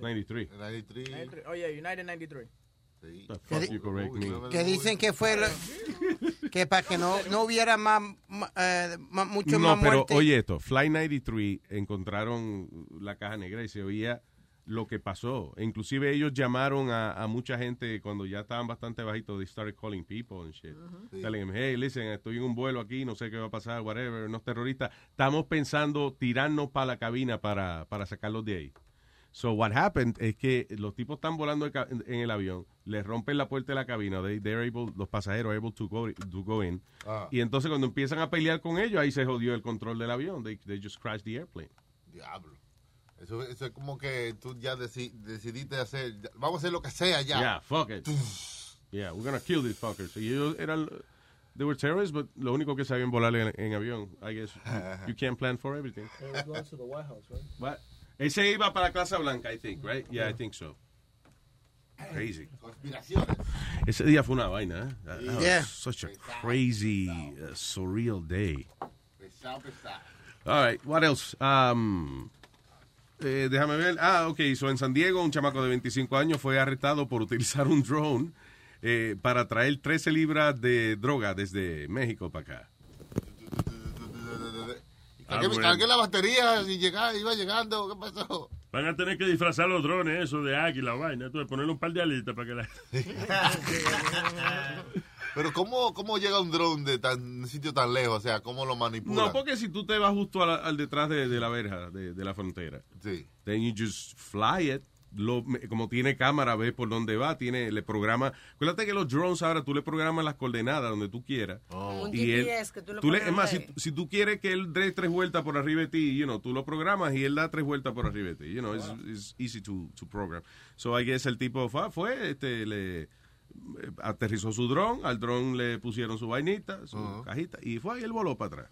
[SPEAKER 4] 93.
[SPEAKER 5] 93.
[SPEAKER 1] Oye, United 93.
[SPEAKER 4] The fuck you correct me.
[SPEAKER 8] que dicen que fue lo- que para que no, no hubiera más, ma- eh, ma- mucho
[SPEAKER 4] No,
[SPEAKER 8] más
[SPEAKER 4] pero
[SPEAKER 8] muerte.
[SPEAKER 4] oye esto, Fly 93 encontraron la caja negra y se oía lo que pasó. Inclusive ellos llamaron a, a mucha gente cuando ya estaban bastante bajitos, they started calling people and shit.
[SPEAKER 5] Sí.
[SPEAKER 4] Telling them, hey, listen, estoy en un vuelo aquí, no sé qué va a pasar, whatever, unos terroristas. Estamos pensando tirarnos para la cabina para, para sacarlos de ahí. So what happened es que los tipos están volando de ca- en el avión, les rompen la puerta de la cabina, they- they're able- los pasajeros are able to go, to go in.
[SPEAKER 5] Ah.
[SPEAKER 4] Y entonces cuando empiezan a pelear con ellos, ahí se jodió el control del avión. They, they just crashed the airplane.
[SPEAKER 5] Diablo. Eso, eso es como que tú ya deci- decidiste hacer, ya- vamos a hacer lo que sea ya.
[SPEAKER 4] Yeah, fuck it. Yeah, we're gonna kill these fuckers. Y ellos eran, they were terrorists, but lo único que sabían volar en, en avión, I guess. You, you can't plan for everything. But- Ese iba para Casa Blanca, I think, right? Yeah, I think so. Crazy. Ese día fue una vaina, ¿eh? That- that was
[SPEAKER 5] Yeah.
[SPEAKER 4] Such a crazy, uh, surreal day.
[SPEAKER 5] Pesado, pesado.
[SPEAKER 4] All right, what else? Um, eh, déjame ver. Ah, ok, so en San Diego un chamaco de 25 años fue arrestado por utilizar un drone eh, para traer 13 libras de droga desde México para acá. Ah,
[SPEAKER 5] Cargué, mi- cargué la batería y llegaba, iba llegando. ¿Qué pasó?
[SPEAKER 7] Van a tener que disfrazar los drones, eso de águila, vaina. Tú, de ponerle un par de alitas para que la.
[SPEAKER 5] Pero ¿cómo, cómo llega un dron de tan, un sitio tan lejos? O sea, ¿cómo lo manipulan?
[SPEAKER 4] No, porque si tú te vas justo a la- al detrás de, de la verja, de, de la frontera, then you just fly it. Lo- me- como tiene cámara, ves por dónde va, tiene, le programa. Acuérdate que los drones ahora tú le programas las coordenadas donde tú quieras.
[SPEAKER 6] Un
[SPEAKER 4] Y él-
[SPEAKER 6] GPS que tú lo
[SPEAKER 4] tú le-
[SPEAKER 6] pones
[SPEAKER 4] es más,
[SPEAKER 6] ahí.
[SPEAKER 4] si, si tú quieres que él dé tres vueltas por arriba de ti, you know, tú lo programas y él da tres vueltas por arriba de ti. You know, it's- it's, easy to, to program. So I guess el tipo fue, fue este, le eh, aterrizó su dron, al dron le pusieron su vainita, su cajita, y fue y él voló para atrás.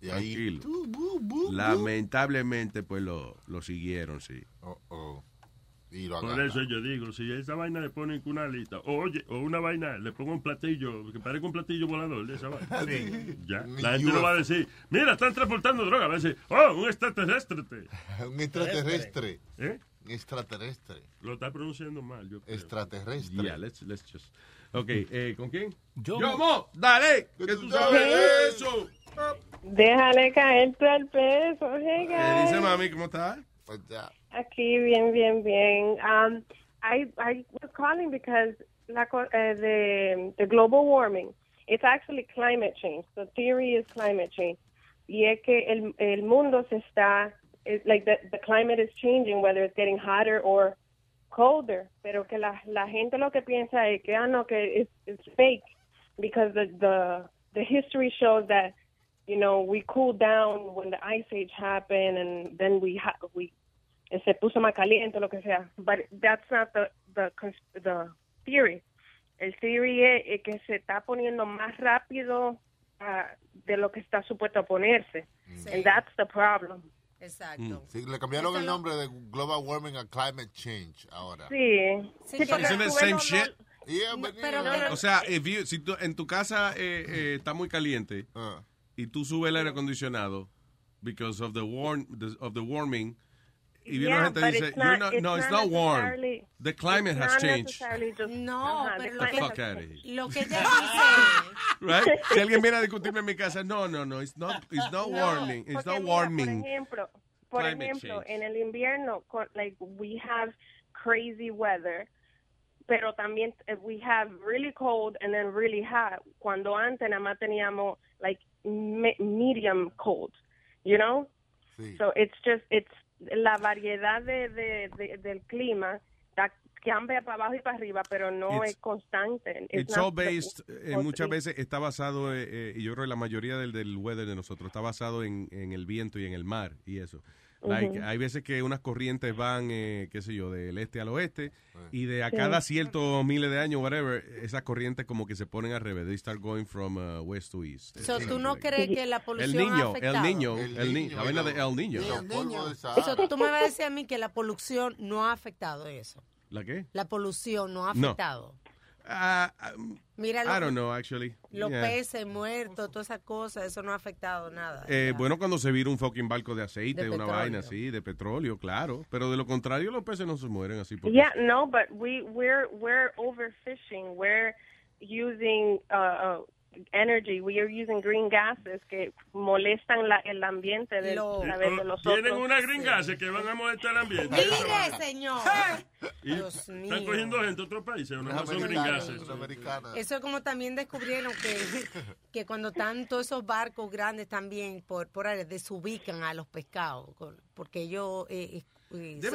[SPEAKER 5] Y ahí-
[SPEAKER 4] Tranquilo.
[SPEAKER 5] Bu, bu, bu. Oh,
[SPEAKER 4] Lamentablemente, pues lo, lo siguieron, sí.
[SPEAKER 5] Y lo
[SPEAKER 7] Por eso yo digo, si a esa vaina le ponen una alita, o oye, o una vaina, le pongo un platillo, que parezca un platillo volador de esa vaina. Ya. La gente no va a decir, mira, están transportando droga. Va a decir, oh, un extraterrestre.
[SPEAKER 5] un extraterrestre.
[SPEAKER 7] ¿Eh?
[SPEAKER 5] Un extraterrestre.
[SPEAKER 7] Lo está pronunciando mal, yo creo.
[SPEAKER 5] Extraterrestre.
[SPEAKER 4] Yeah, let's, let's just. Ok, eh, ¿con quién?
[SPEAKER 12] Yo.
[SPEAKER 4] Yomo, dale, que tú sabes eso.
[SPEAKER 22] Déjale caer tú el peso, hey,
[SPEAKER 4] ¿Qué Eh, dice
[SPEAKER 22] guys.
[SPEAKER 4] mami? ¿Cómo estás?
[SPEAKER 22] Aquí, bien, bien, bien. Um, I, I was calling because la, co- uh, the, the global warming, it's actually climate change. The theory is climate change. Y es que el, el mundo se está, it, like the, the climate is changing, whether it's getting hotter or colder. Pero que la, la gente lo que piensa es que, ah, no, que it's, it's fake because the, the, the history shows that you know, we cooled down when the ice age happened, and then we ha- we se puso más caliente, lo que sea. But that's not the the cons- the theory. El theory es, es que se está poniendo más rápido ah, de lo que está supuesto a ponerse, and that's the problem.
[SPEAKER 4] Mm.
[SPEAKER 6] Exacto.
[SPEAKER 5] Sí, le cambiaron
[SPEAKER 22] Eso
[SPEAKER 5] el
[SPEAKER 22] lo-
[SPEAKER 5] nombre de Global Warming a Climate Change ahora.
[SPEAKER 22] Sí.
[SPEAKER 6] Sí, porque
[SPEAKER 4] Isn't it
[SPEAKER 6] tú ves
[SPEAKER 4] same
[SPEAKER 6] los-
[SPEAKER 4] shit?
[SPEAKER 5] Yeah, but-
[SPEAKER 6] pero-
[SPEAKER 4] O sea, if you- si tú- en tu casa eh, eh, está muy caliente y tú subes el aire acondicionado because of the, warm, the- of the warming y viene la
[SPEAKER 22] Yeah,
[SPEAKER 4] gente y
[SPEAKER 22] but
[SPEAKER 4] dice,
[SPEAKER 22] it's
[SPEAKER 4] "You're
[SPEAKER 22] not-
[SPEAKER 4] not-
[SPEAKER 22] it's
[SPEAKER 4] no, Ah, it's
[SPEAKER 22] not
[SPEAKER 4] not warm.
[SPEAKER 22] necessarily-
[SPEAKER 4] The climate has changed.
[SPEAKER 6] No,
[SPEAKER 22] Ajá,
[SPEAKER 6] pero
[SPEAKER 22] the
[SPEAKER 6] lo
[SPEAKER 4] The
[SPEAKER 6] que,
[SPEAKER 4] fuck out of here.
[SPEAKER 6] lo que ella dice.
[SPEAKER 4] Right? Si alguien viene a discutirme en mi casa, no, no, no, it's not, it's not
[SPEAKER 22] No,
[SPEAKER 4] warming, it's
[SPEAKER 22] porque
[SPEAKER 4] not
[SPEAKER 22] mira,
[SPEAKER 4] warming.
[SPEAKER 22] Por ejemplo, por
[SPEAKER 4] Climate
[SPEAKER 22] ejemplo
[SPEAKER 4] change.
[SPEAKER 22] en el invierno, co- like we have crazy weather, pero también eh, we have really cold and then really hot. Cuando antes nada más teníamos like me- medium cold, you know? So it's just it's la variedad de, de, de- del clima da- cambia para abajo y para arriba, pero no
[SPEAKER 4] It's-
[SPEAKER 22] es constante. It's
[SPEAKER 4] It's
[SPEAKER 22] not-
[SPEAKER 4] all based, eh,
[SPEAKER 22] Oh,
[SPEAKER 4] muchas
[SPEAKER 22] sí.
[SPEAKER 4] veces está basado, eh, eh, y yo creo que la mayoría del, del weather de nosotros está basado en, en el viento y en el mar y eso. Like,
[SPEAKER 16] Ujú.
[SPEAKER 4] Hay veces que unas corrientes van, eh, qué sé yo, del este al oeste y de a
[SPEAKER 16] Sí.
[SPEAKER 4] cada ciertos miles de años, whatever, esas corrientes como que se ponen al revés. They start going from uh, west to east.
[SPEAKER 6] So,
[SPEAKER 4] Eh,
[SPEAKER 6] ¿tú no crees que la
[SPEAKER 4] el
[SPEAKER 6] polución ha
[SPEAKER 4] niño,
[SPEAKER 6] afectado?
[SPEAKER 4] el niño, el,
[SPEAKER 5] El
[SPEAKER 4] niño, la vaina de El Niño.
[SPEAKER 6] So, tú me vas a decir a mí que la polución no ha afectado eso.
[SPEAKER 4] ¿La qué?
[SPEAKER 6] La polución no ha
[SPEAKER 4] No.
[SPEAKER 6] afectado.
[SPEAKER 4] Ah, ah, mm,
[SPEAKER 6] Mira
[SPEAKER 4] I don't
[SPEAKER 6] los,
[SPEAKER 4] know, actually.
[SPEAKER 6] los
[SPEAKER 4] Yeah.
[SPEAKER 6] peces muertos, todas esas cosas, eso no ha afectado nada.
[SPEAKER 4] Eh, bueno, cuando se vira un fucking barco de aceite,
[SPEAKER 6] De
[SPEAKER 4] una
[SPEAKER 6] petróleo.
[SPEAKER 4] vaina así, de petróleo, claro. Pero de lo contrario, los peces no se mueren así. Porque
[SPEAKER 22] Yeah, no, but we we're we're overfishing. We're using uh, uh, energy. We are using green gases que molestan la, el ambiente de,
[SPEAKER 7] Sí,
[SPEAKER 22] a ver, de
[SPEAKER 7] o-
[SPEAKER 22] los
[SPEAKER 7] Tienen
[SPEAKER 22] otros.
[SPEAKER 7] una gringase que van a molestar el ambiente.
[SPEAKER 6] Mire, señor.
[SPEAKER 7] Y
[SPEAKER 6] Dios
[SPEAKER 7] Están
[SPEAKER 6] mío.
[SPEAKER 7] cogiendo gente de otros países, no, no son
[SPEAKER 5] Americanas,
[SPEAKER 7] gringases.
[SPEAKER 5] son americanas.
[SPEAKER 6] Eso es como también descubrieron que, que cuando tanto esos barcos grandes también por, por áreas desubican a los pescados, con- porque ellos... eh, eh,
[SPEAKER 4] Debe-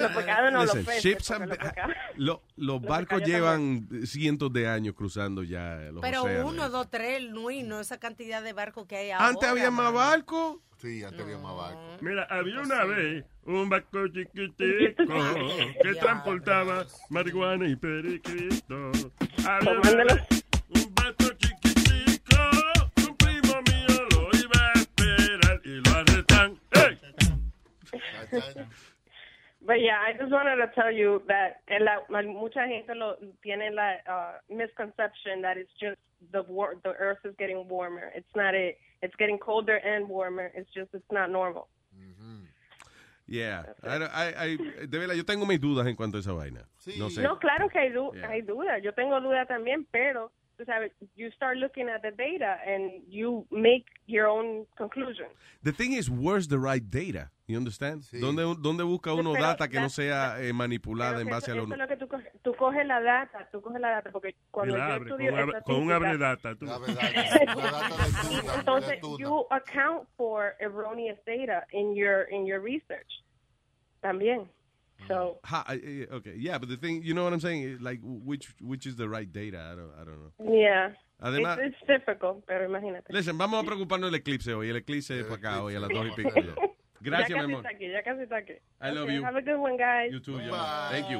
[SPEAKER 6] se-
[SPEAKER 4] Listen, ships and- lo- los barcos
[SPEAKER 6] pescados
[SPEAKER 4] llevan cientos de años cruzando ya los
[SPEAKER 6] Pero
[SPEAKER 4] océanos.
[SPEAKER 6] uno, dos, tres, Luis, no esa cantidad de barcos que hay ahora.
[SPEAKER 4] Antes había más barcos.
[SPEAKER 5] Sí, antes había más barcos.
[SPEAKER 7] Mira, había una vez un barco chiquitico que transportaba marihuana y periquito. Había una vez un barco chiquitico, un primo mío lo iba a esperar y lo arrestan. eh, ¡Ey!
[SPEAKER 22] But yeah, I just wanted to tell you that and la, la- mucha gente lo tiene la uh, misconception that it's just the war, the Earth is getting warmer. It's not it. It's getting colder and warmer. It's just it's not normal.
[SPEAKER 4] Yeah. I don't- I- I- de verdad, yo tengo mis dudas en cuanto a esa vaina. No sé.
[SPEAKER 22] No, claro que hay, du
[SPEAKER 4] Yeah.
[SPEAKER 22] hay duda. Yo tengo duda también, pero tú sabes, you start looking at the data and you make your own conclusion.
[SPEAKER 4] The thing is, where's the right data? You understand? ¿Dónde, dónde busca uno
[SPEAKER 22] Pero
[SPEAKER 4] data que no
[SPEAKER 22] that's-
[SPEAKER 4] sea eh, manipulada en
[SPEAKER 22] Eso-
[SPEAKER 4] base a
[SPEAKER 22] eso,
[SPEAKER 4] lo...
[SPEAKER 22] es lo que tú coges, tú coges la data, tú coges la data, porque cuando
[SPEAKER 7] Y
[SPEAKER 22] yo
[SPEAKER 7] la abre con,
[SPEAKER 22] estudio
[SPEAKER 7] un abre- con un abre
[SPEAKER 22] estadística-
[SPEAKER 7] data. tú.
[SPEAKER 22] Entonces, you account for erroneous data in your in your research también. So,
[SPEAKER 4] Ha, eh, eh, okay, yeah, but the thing, you know what I'm saying? Eh, Like, which which is the right data? I don't, I don't know.
[SPEAKER 22] yeah.
[SPEAKER 4] Además-
[SPEAKER 22] it's, it's difficult, pero imagínate.
[SPEAKER 4] Listen, vamos a preocuparnos del eclipse hoy. El eclipse es para acá hoy a las dos y pico. ya.
[SPEAKER 22] ya
[SPEAKER 4] Gracias, mi
[SPEAKER 22] casi
[SPEAKER 4] amor.
[SPEAKER 22] Está aquí, ya casi está aquí.
[SPEAKER 4] I love
[SPEAKER 22] Okay,
[SPEAKER 4] you.
[SPEAKER 22] Have a good one, guys.
[SPEAKER 4] You too, yo. Thank you.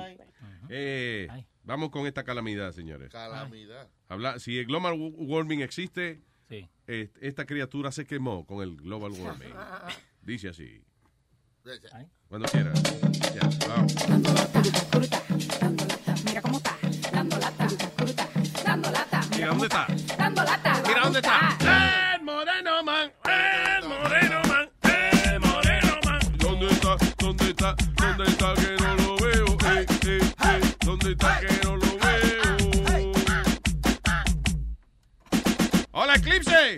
[SPEAKER 4] Eh, vamos con esta calamidad, señores.
[SPEAKER 5] Calamidad.
[SPEAKER 4] Habla, si el global warming existe,
[SPEAKER 23] Sí.
[SPEAKER 4] eh, esta criatura se quemó con el global warming. Dice así. Cuando quiera. Ya, vamos. Mira dónde está.
[SPEAKER 11] Dando lata.
[SPEAKER 4] Mira dónde está.
[SPEAKER 11] El moreno man. El
[SPEAKER 7] moreno man. eh,
[SPEAKER 11] El moreno man.
[SPEAKER 4] ¿Dónde está? ¿Dónde está? ¿Dónde está que no lo veo? Eh, eh, eh. ¿Dónde está que no lo veo? ¡Hola, Eclipse!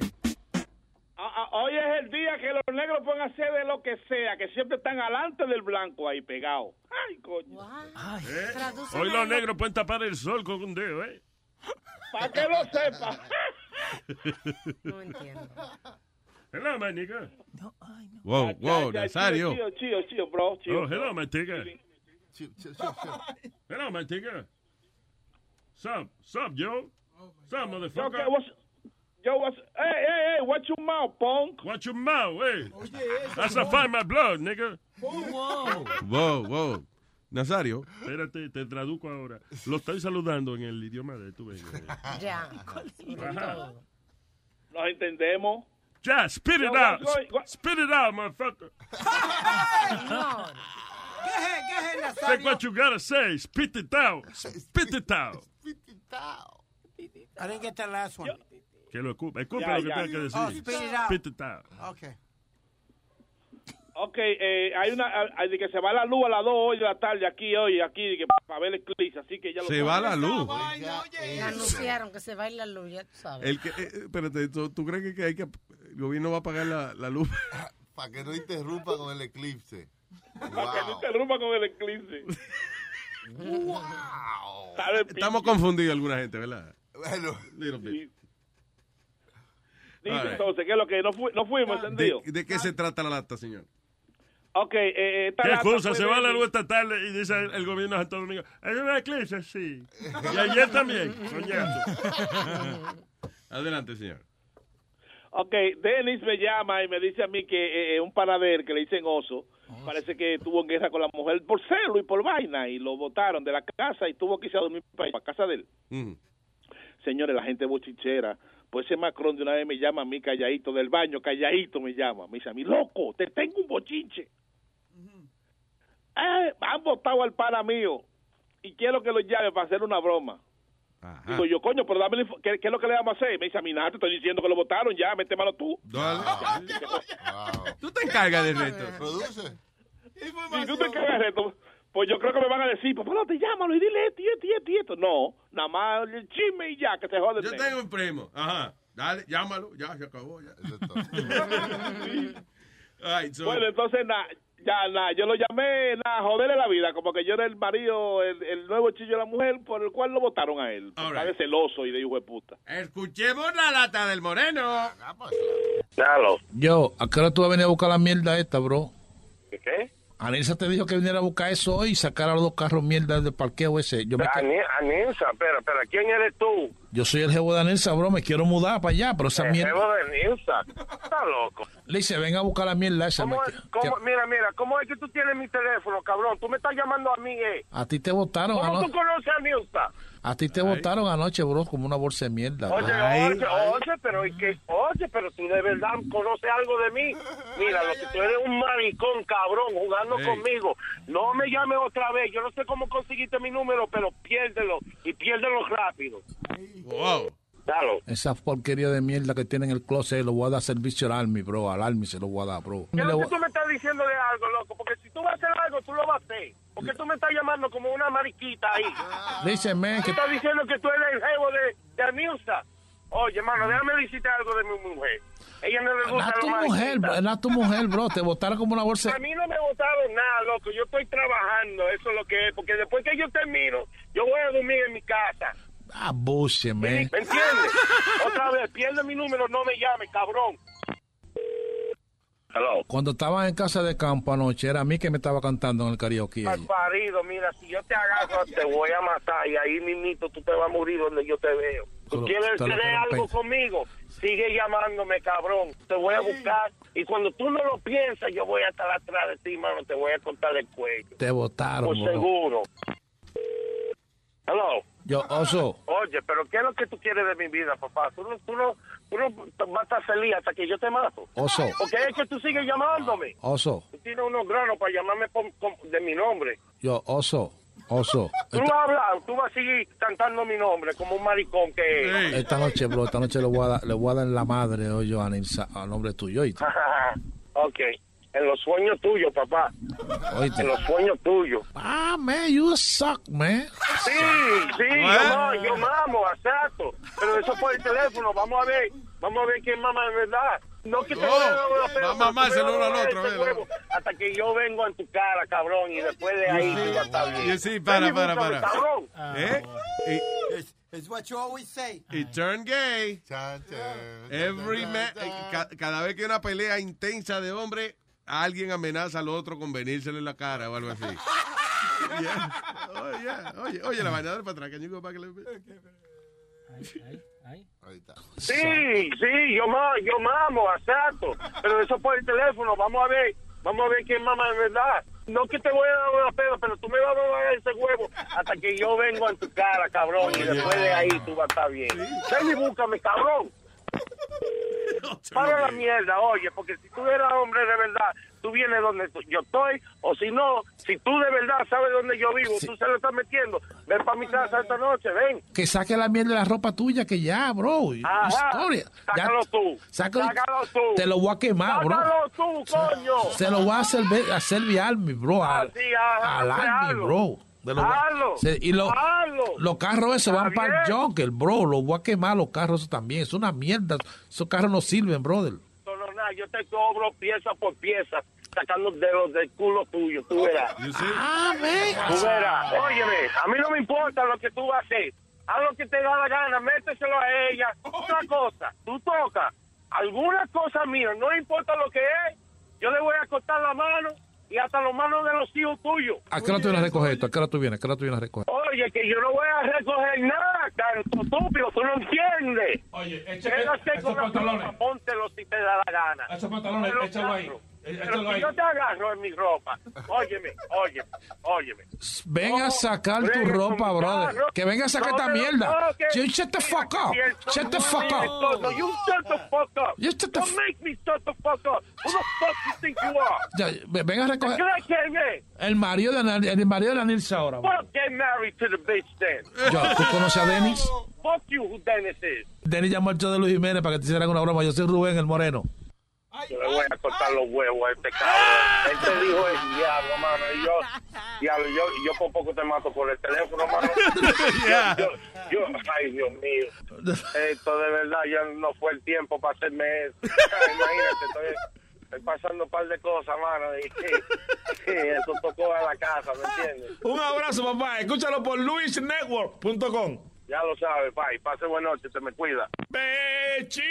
[SPEAKER 24] Ah, ah, Hoy es el día que los negros pueden hacer de lo que sea, que siempre están alante del blanco ahí pegado. Ay, coño.
[SPEAKER 7] ¿Eh? Hoy los negros pueden tapar el sol con un dedo, ¿eh?
[SPEAKER 24] Para que lo sepa.
[SPEAKER 6] No entiendo.
[SPEAKER 7] Hello, my nigga.
[SPEAKER 4] Wow, wow,
[SPEAKER 7] ya,
[SPEAKER 4] Nazario.
[SPEAKER 7] chido,
[SPEAKER 24] Chill, chill, bro. Chill,
[SPEAKER 7] Oh, hello,
[SPEAKER 24] bro.
[SPEAKER 7] my nigga. Hello, my nigga. Sup, sup, yo. Sup, motherfucker.
[SPEAKER 24] Yo, ¿qué? What's- Yo, what's... Hey, hey, hey, watch your mouth, punk.
[SPEAKER 7] Watch your mouth, hey. That's a fire in my blood, nigga.
[SPEAKER 24] Wow.
[SPEAKER 4] Wow, wow. Nazario.
[SPEAKER 7] Espérate, te traduzco ahora. Lo estoy saludando en el idioma de tu vecino.
[SPEAKER 6] Ya.
[SPEAKER 7] Ajá.
[SPEAKER 24] Nos entendemos.
[SPEAKER 7] Ya, spit it
[SPEAKER 24] Yo,
[SPEAKER 7] out.
[SPEAKER 24] what's going-
[SPEAKER 7] Spit it out, motherfucker.
[SPEAKER 8] ¿Qué es, qué es el
[SPEAKER 7] Say
[SPEAKER 8] Nazario?
[SPEAKER 7] what you gotta say. Spit it out. Spit it out.
[SPEAKER 8] I didn't get that last one.
[SPEAKER 7] Que lo escupa.
[SPEAKER 24] Ya,
[SPEAKER 7] Escupa lo que
[SPEAKER 24] ya.
[SPEAKER 7] tenga que decir.
[SPEAKER 8] Oh, spit it out.
[SPEAKER 7] Spit it out.
[SPEAKER 8] Okay.
[SPEAKER 24] Ok, eh, hay una... ah, ah, de que se va la luz a las 2 hoy de la tarde aquí hoy, aquí, de que para ver el eclipse, así que ya lo
[SPEAKER 4] Se va la luz.
[SPEAKER 6] Ya anunciaron que se va a ir la luz, ya tú sabes.
[SPEAKER 4] eh, El que, eh, espérate, ¿tú, tú crees que, hay que el gobierno va a pagar la, la luz?
[SPEAKER 5] Para que no interrumpa con el eclipse.
[SPEAKER 24] Para que no interrumpa con el eclipse.
[SPEAKER 5] wow.
[SPEAKER 4] Estamos confundidos alguna gente, ¿verdad?
[SPEAKER 5] Bueno.
[SPEAKER 4] Little bit.
[SPEAKER 24] Dice
[SPEAKER 4] All right. Ah,
[SPEAKER 24] entonces, ¿qué es lo que? No, fu- no fuimos,
[SPEAKER 4] ¿De,
[SPEAKER 24] ¿entendido?
[SPEAKER 4] de qué se trata la lata, señor?
[SPEAKER 24] Ok, eh, esta
[SPEAKER 7] ¿Qué
[SPEAKER 24] lata
[SPEAKER 7] excusa?
[SPEAKER 24] fue
[SPEAKER 7] Se va
[SPEAKER 24] de-
[SPEAKER 7] la luz esta tarde y dice el, el gobierno de Santo Domingo. Hay una eclipse, sí. Y ayer también, soñando.
[SPEAKER 4] Adelante, señor.
[SPEAKER 24] Ok, Dennis me llama y me dice a mí que eh, un panader que le dicen oso, parece que tuvo guerra con la mujer por celo y por vaina y lo botaron de la casa y tuvo que irse a dormir para casa de él.
[SPEAKER 4] Mm.
[SPEAKER 24] Señores, la gente bochichera. Pues ese Macron de una vez me llama a mí calladito del baño, calladito me llama. Me dice a mí, loco, te tengo un bochinche. Eh, han votado al pana mío y quiero que lo llame para hacer una broma.
[SPEAKER 11] Ah.
[SPEAKER 24] Digo yo, coño, pero dame la info- ¿qué, qué es lo que le vamos a hacer? Me dice, a mí nada, te estoy diciendo que lo votaron, ya, mete mano tú. Ya, dije,
[SPEAKER 4] Tú te encargas del resto.
[SPEAKER 5] Produce.
[SPEAKER 24] Si tú te cagas de esto, pues yo creo que me van a decir, papá, no te llámalo y dile esto y esto y esto y esto. No, nada más el chisme y ya, que se jode.
[SPEAKER 4] Yo tengo un primo, ajá. Dale, llámalo, ya se acabó. Ya.
[SPEAKER 24] Bueno, entonces, nada, ya, nada, yo lo llamé, nada, joderle la vida, como que yo era el marido, el, el nuevo chillo de la mujer, por el cual lo votaron a él. Está de celoso y de hijo de puta.
[SPEAKER 4] Escuchemos la lata del moreno.
[SPEAKER 25] Yo, ¿a qué hora tú vas a venir a buscar la mierda esta, bro?
[SPEAKER 26] ¿Qué?
[SPEAKER 25] Anilsa te dijo que viniera a buscar eso hoy y sacar a los dos carros mierda del parqueo ese. Yo, me
[SPEAKER 26] Ani-
[SPEAKER 25] que-
[SPEAKER 26] Anilsa, espera, espera, ¿quién eres tú?
[SPEAKER 25] yo soy el jevo de Anilsa, bro, me quiero mudar para allá, pero esa
[SPEAKER 26] El
[SPEAKER 25] mierda...
[SPEAKER 26] jevo de Anilsa. Está loco.
[SPEAKER 25] Le dice, ven a buscar la mierda esa. me
[SPEAKER 26] ¿Cómo es-
[SPEAKER 25] que-
[SPEAKER 26] cómo-
[SPEAKER 25] que-
[SPEAKER 26] mira, mira, ¿cómo es que tú tienes mi teléfono, cabrón? Tú me estás llamando a mí, eh.
[SPEAKER 25] Ah, a ti te votaron,
[SPEAKER 26] ¿Cómo
[SPEAKER 25] ano-
[SPEAKER 26] tú conoces a Anilsa?
[SPEAKER 25] a ti te votaron anoche, bro, como una bolsa de mierda.
[SPEAKER 26] Oye, oye, oye, pero ¿y qué? Oye, pero tú de verdad conoces algo de mí. Mira, lo que tú eres un maricón, cabrón, jugando
[SPEAKER 25] Ey.
[SPEAKER 26] conmigo. No me llames otra vez. Yo no sé cómo conseguiste mi número, pero piérdelo y piérdelo rápido.
[SPEAKER 4] Wow.
[SPEAKER 26] Dalo.
[SPEAKER 25] Esa porquería de mierda que tiene en el closet, lo voy a dar servicio al Army, bro. Al Army se lo voy a dar, bro.
[SPEAKER 26] Yo
[SPEAKER 25] Le
[SPEAKER 26] no
[SPEAKER 25] voy-
[SPEAKER 26] sé tú me estás diciendo de algo, loco, porque si tú vas a hacer algo, tú lo vas a hacer. Porque tú me estás llamando como una mariquita ahí.
[SPEAKER 25] Ah. Dice, men,
[SPEAKER 26] Tú
[SPEAKER 25] que...
[SPEAKER 26] estás diciendo que tú eres el jevo de, de Anilsa. Oye, hermano, déjame decirte algo de mi mujer. Ella no le gusta
[SPEAKER 25] Era
[SPEAKER 26] lo
[SPEAKER 25] tu mujer, bro. Era tu mujer, bro. Te votaron como una bolsa...
[SPEAKER 26] A mí no me votaron nada, loco. Yo estoy trabajando, eso es lo que es. Porque después que yo termino, yo voy a dormir en mi casa.
[SPEAKER 25] Ah, bullshit,
[SPEAKER 26] ¿Me
[SPEAKER 25] man.
[SPEAKER 26] entiendes? Otra vez, pierde mi número, no me llame, cabrón.
[SPEAKER 25] Cuando estaba en casa de campo anoche, era a mí que me estaba cantando en el karaoke.
[SPEAKER 26] Mal parido, mira, si yo te agarro, te voy a matar. Y ahí mismito tú te vas a morir donde yo te veo.
[SPEAKER 25] Solo-
[SPEAKER 26] ¿Tú quieres
[SPEAKER 25] solo
[SPEAKER 26] tener
[SPEAKER 25] que
[SPEAKER 26] algo
[SPEAKER 25] piensa.
[SPEAKER 26] conmigo? Sigue llamándome, cabrón. Te voy a buscar. Y cuando tú no lo piensas, yo voy a estar atrás de ti, mano. Te voy a cortar el cuello.
[SPEAKER 25] Te votaron,
[SPEAKER 26] Por
[SPEAKER 25] bro.
[SPEAKER 26] Pues seguro. Hello.
[SPEAKER 25] Yo, Oso,
[SPEAKER 26] Oye, pero ¿qué es lo que tú quieres de mi vida, papá? Tú no, tú no, tú no vas a estar feliz hasta que yo te mato.
[SPEAKER 25] Oso.
[SPEAKER 26] Porque es que tú sigues llamándome.
[SPEAKER 25] Oso,
[SPEAKER 26] Tú tienes unos granos para llamarme con- con- de mi nombre.
[SPEAKER 25] yo, Oso, Oso.
[SPEAKER 26] Tú vas a hablar, tú vas a seguir cantando mi nombre como un maricón que es.
[SPEAKER 25] Esta noche, bro, esta noche le voy a dar, le voy a dar la madre, oye, a Nilsa, a nombre tuyo, oíste.
[SPEAKER 26] ok, en los sueños tuyos, papá.
[SPEAKER 25] Oíste.
[SPEAKER 26] En los sueños tuyos.
[SPEAKER 25] Ah, man, you suck, man.
[SPEAKER 26] Sí, sí, yo, ma- yo mamo, exacto. Pero eso fue el teléfono, vamos a ver, vamos a ver quién mama de verdad. No que te
[SPEAKER 4] Oh,
[SPEAKER 26] voy a dar una pena,
[SPEAKER 4] va a mamárselo
[SPEAKER 26] pero tú me
[SPEAKER 4] uno
[SPEAKER 26] vas
[SPEAKER 4] al
[SPEAKER 26] a dar
[SPEAKER 4] otro,
[SPEAKER 26] ese
[SPEAKER 4] ¿verdad?
[SPEAKER 26] huevo Hasta que yo vengo en tu cara, cabrón, y después de ahí tú vas a estar bien.
[SPEAKER 4] Y sí, para,
[SPEAKER 26] Ven y
[SPEAKER 4] para,
[SPEAKER 26] búscame,
[SPEAKER 4] para.
[SPEAKER 26] cabrón.
[SPEAKER 4] ¿Eh? Y-
[SPEAKER 8] It's, it's what you always say.
[SPEAKER 4] Y turn gay. Every man- eh, ca- cada vez que hay una pelea intensa de hombre, alguien amenaza al otro con venírsele en la cara o algo así. Yeah. Oh, yeah. Oye, oye, la vaina dale para atrás, can you go back a little bit?
[SPEAKER 5] Ahí está.
[SPEAKER 26] Sí, sí, yo, ma- yo mamo, exacto. Pero eso por el teléfono, vamos a ver, vamos a ver quién mama de verdad. No que te voy a dar una pena, pero tú me vas a dar ese huevo hasta que yo vengo en tu cara, cabrón. Y después de ahí tú vas a estar bien. Ven y búscame, cabrón. Para la mierda, oye, porque si tú eras hombre de verdad, tú vienes donde tú- yo estoy, o si no, si tú de verdad sabes dónde yo vivo, tú se lo estás metiendo, ven para mi casa esta noche, ven.
[SPEAKER 25] Que saque la mierda de la ropa tuya, que ya, bro.
[SPEAKER 26] Ajá,
[SPEAKER 25] Historia. Ya-
[SPEAKER 26] sácalo tú,
[SPEAKER 25] sácalo-
[SPEAKER 26] sácalo tú.
[SPEAKER 25] Te lo voy a quemar, bro.
[SPEAKER 26] Sácalo tú, coño.
[SPEAKER 25] Se lo voy a hacer ver, hacer ver al mi bro. Al,
[SPEAKER 26] Así, ajá,
[SPEAKER 25] al Army,
[SPEAKER 26] hazlo.
[SPEAKER 25] bro. Te lo voy a-
[SPEAKER 26] Hazlo,
[SPEAKER 25] se- y lo-
[SPEAKER 26] hazlo.
[SPEAKER 25] los carros esos van
[SPEAKER 26] Está
[SPEAKER 25] para el
[SPEAKER 26] bien.
[SPEAKER 25] Joker, bro. Los voy a quemar los carros esos también. Es una mierda. Esos carros no sirven, brother.
[SPEAKER 26] No, no, nada, yo te cobro pieza por pieza, sacando dedos del culo tuyo, tú verás.
[SPEAKER 25] Ah,
[SPEAKER 26] Tú verás, óyeme, a mí no me importa lo que tú vas a hacer, haz lo que te da la gana, méteselo a ella. Una cosa, tú tocas alguna cosa mía, no importa lo que es, yo le voy a cortar la mano y hasta los manos de los hijos tuyos.
[SPEAKER 25] ¿A qué hora tú vienes a recoger esto? ¿A qué hora tú vienes? ¿A qué hora tú vienes a recoger?
[SPEAKER 26] Oye, que yo no voy a recoger nada, tanto estúpido, tú no entiendes. Oye,
[SPEAKER 11] échale esos pantalones.
[SPEAKER 26] Póntelo si te da la gana.
[SPEAKER 11] Esos pantalones,
[SPEAKER 26] Pero
[SPEAKER 11] échalo ahí,
[SPEAKER 26] claro,
[SPEAKER 11] eh,
[SPEAKER 26] Pero
[SPEAKER 11] échalo
[SPEAKER 26] si
[SPEAKER 11] ahí.
[SPEAKER 26] yo te agarro en mi ropa, óyeme, óyeme, óyeme.
[SPEAKER 25] Ven a sacar tu
[SPEAKER 26] bregues
[SPEAKER 25] ropa,
[SPEAKER 26] con mi
[SPEAKER 25] Ah, brother.
[SPEAKER 26] carro.
[SPEAKER 25] Que venga a sacar
[SPEAKER 26] No
[SPEAKER 25] esta
[SPEAKER 26] me lo
[SPEAKER 25] mierda.
[SPEAKER 26] toques.
[SPEAKER 25] You shut the fuck up.
[SPEAKER 26] Si el
[SPEAKER 25] Shut
[SPEAKER 26] sol
[SPEAKER 25] the fuck
[SPEAKER 26] no me
[SPEAKER 25] up.
[SPEAKER 26] toca, You shut the fuck up.
[SPEAKER 25] You shut the
[SPEAKER 26] Don't
[SPEAKER 25] f-
[SPEAKER 26] make me shut the fuck up. Who the fuck you think you are?
[SPEAKER 25] Ya, ve- Ven a
[SPEAKER 26] ¿Te
[SPEAKER 25] recoger
[SPEAKER 26] crees que eres?
[SPEAKER 25] el marido de, Ana- el marido de la Nilsa ahora. bro.
[SPEAKER 26] Fuck, get married to the bitch then.
[SPEAKER 25] Yo, ¿Tú conoces a Denis?
[SPEAKER 26] Fuck you, who Dennis is.
[SPEAKER 25] Denis llamó al show de Luis Jiménez para que te hicieran una broma. Yo soy Rubén el Moreno.
[SPEAKER 26] yo le voy a cortar los huevos a este
[SPEAKER 15] Ah.
[SPEAKER 26] cabrón. Él te dijo el diablo, mano. Y yo, diablo, yo, yo por poco te mato por el teléfono, mano.
[SPEAKER 11] Ya.
[SPEAKER 26] Yo, yo, ay, Dios mío. Esto de verdad ya no fue el tiempo para hacerme eso. Imagínate, estoy, estoy pasando un par de cosas, mano. Y, y eso tocó a la casa, ¿me entiendes?
[SPEAKER 15] Un abrazo, papá. Escúchalo por luisnetwork.com.
[SPEAKER 26] Ya lo sabes, pai. Pase buena noche, te me cuida.
[SPEAKER 15] ¡Pechito!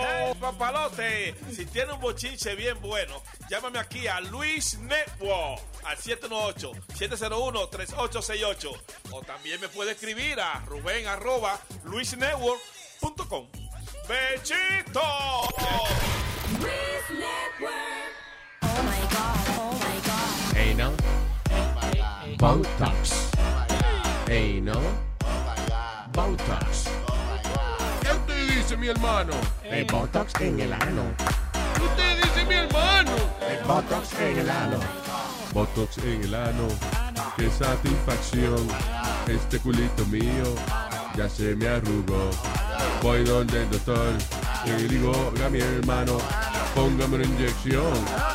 [SPEAKER 24] Hey, papalote, si tiene un bochinche bien bueno, llámame aquí a Luis Network al 718-701-3868. O también me puede escribir a Rubén arroba luisnetwork.com. ¡Bechito!
[SPEAKER 16] Hey, no. Botox. Hey, no. Botox. ¿Qué usted dice, mi hermano?
[SPEAKER 11] El Botox en el ano.
[SPEAKER 16] ¿Qué usted dice, mi hermano?
[SPEAKER 11] El Botox en el ano.
[SPEAKER 17] Botox en el ano, qué satisfacción. Este culito mío ya se me arrugó. Voy donde el doctor y le digo, oiga mi hermano, póngame una inyección.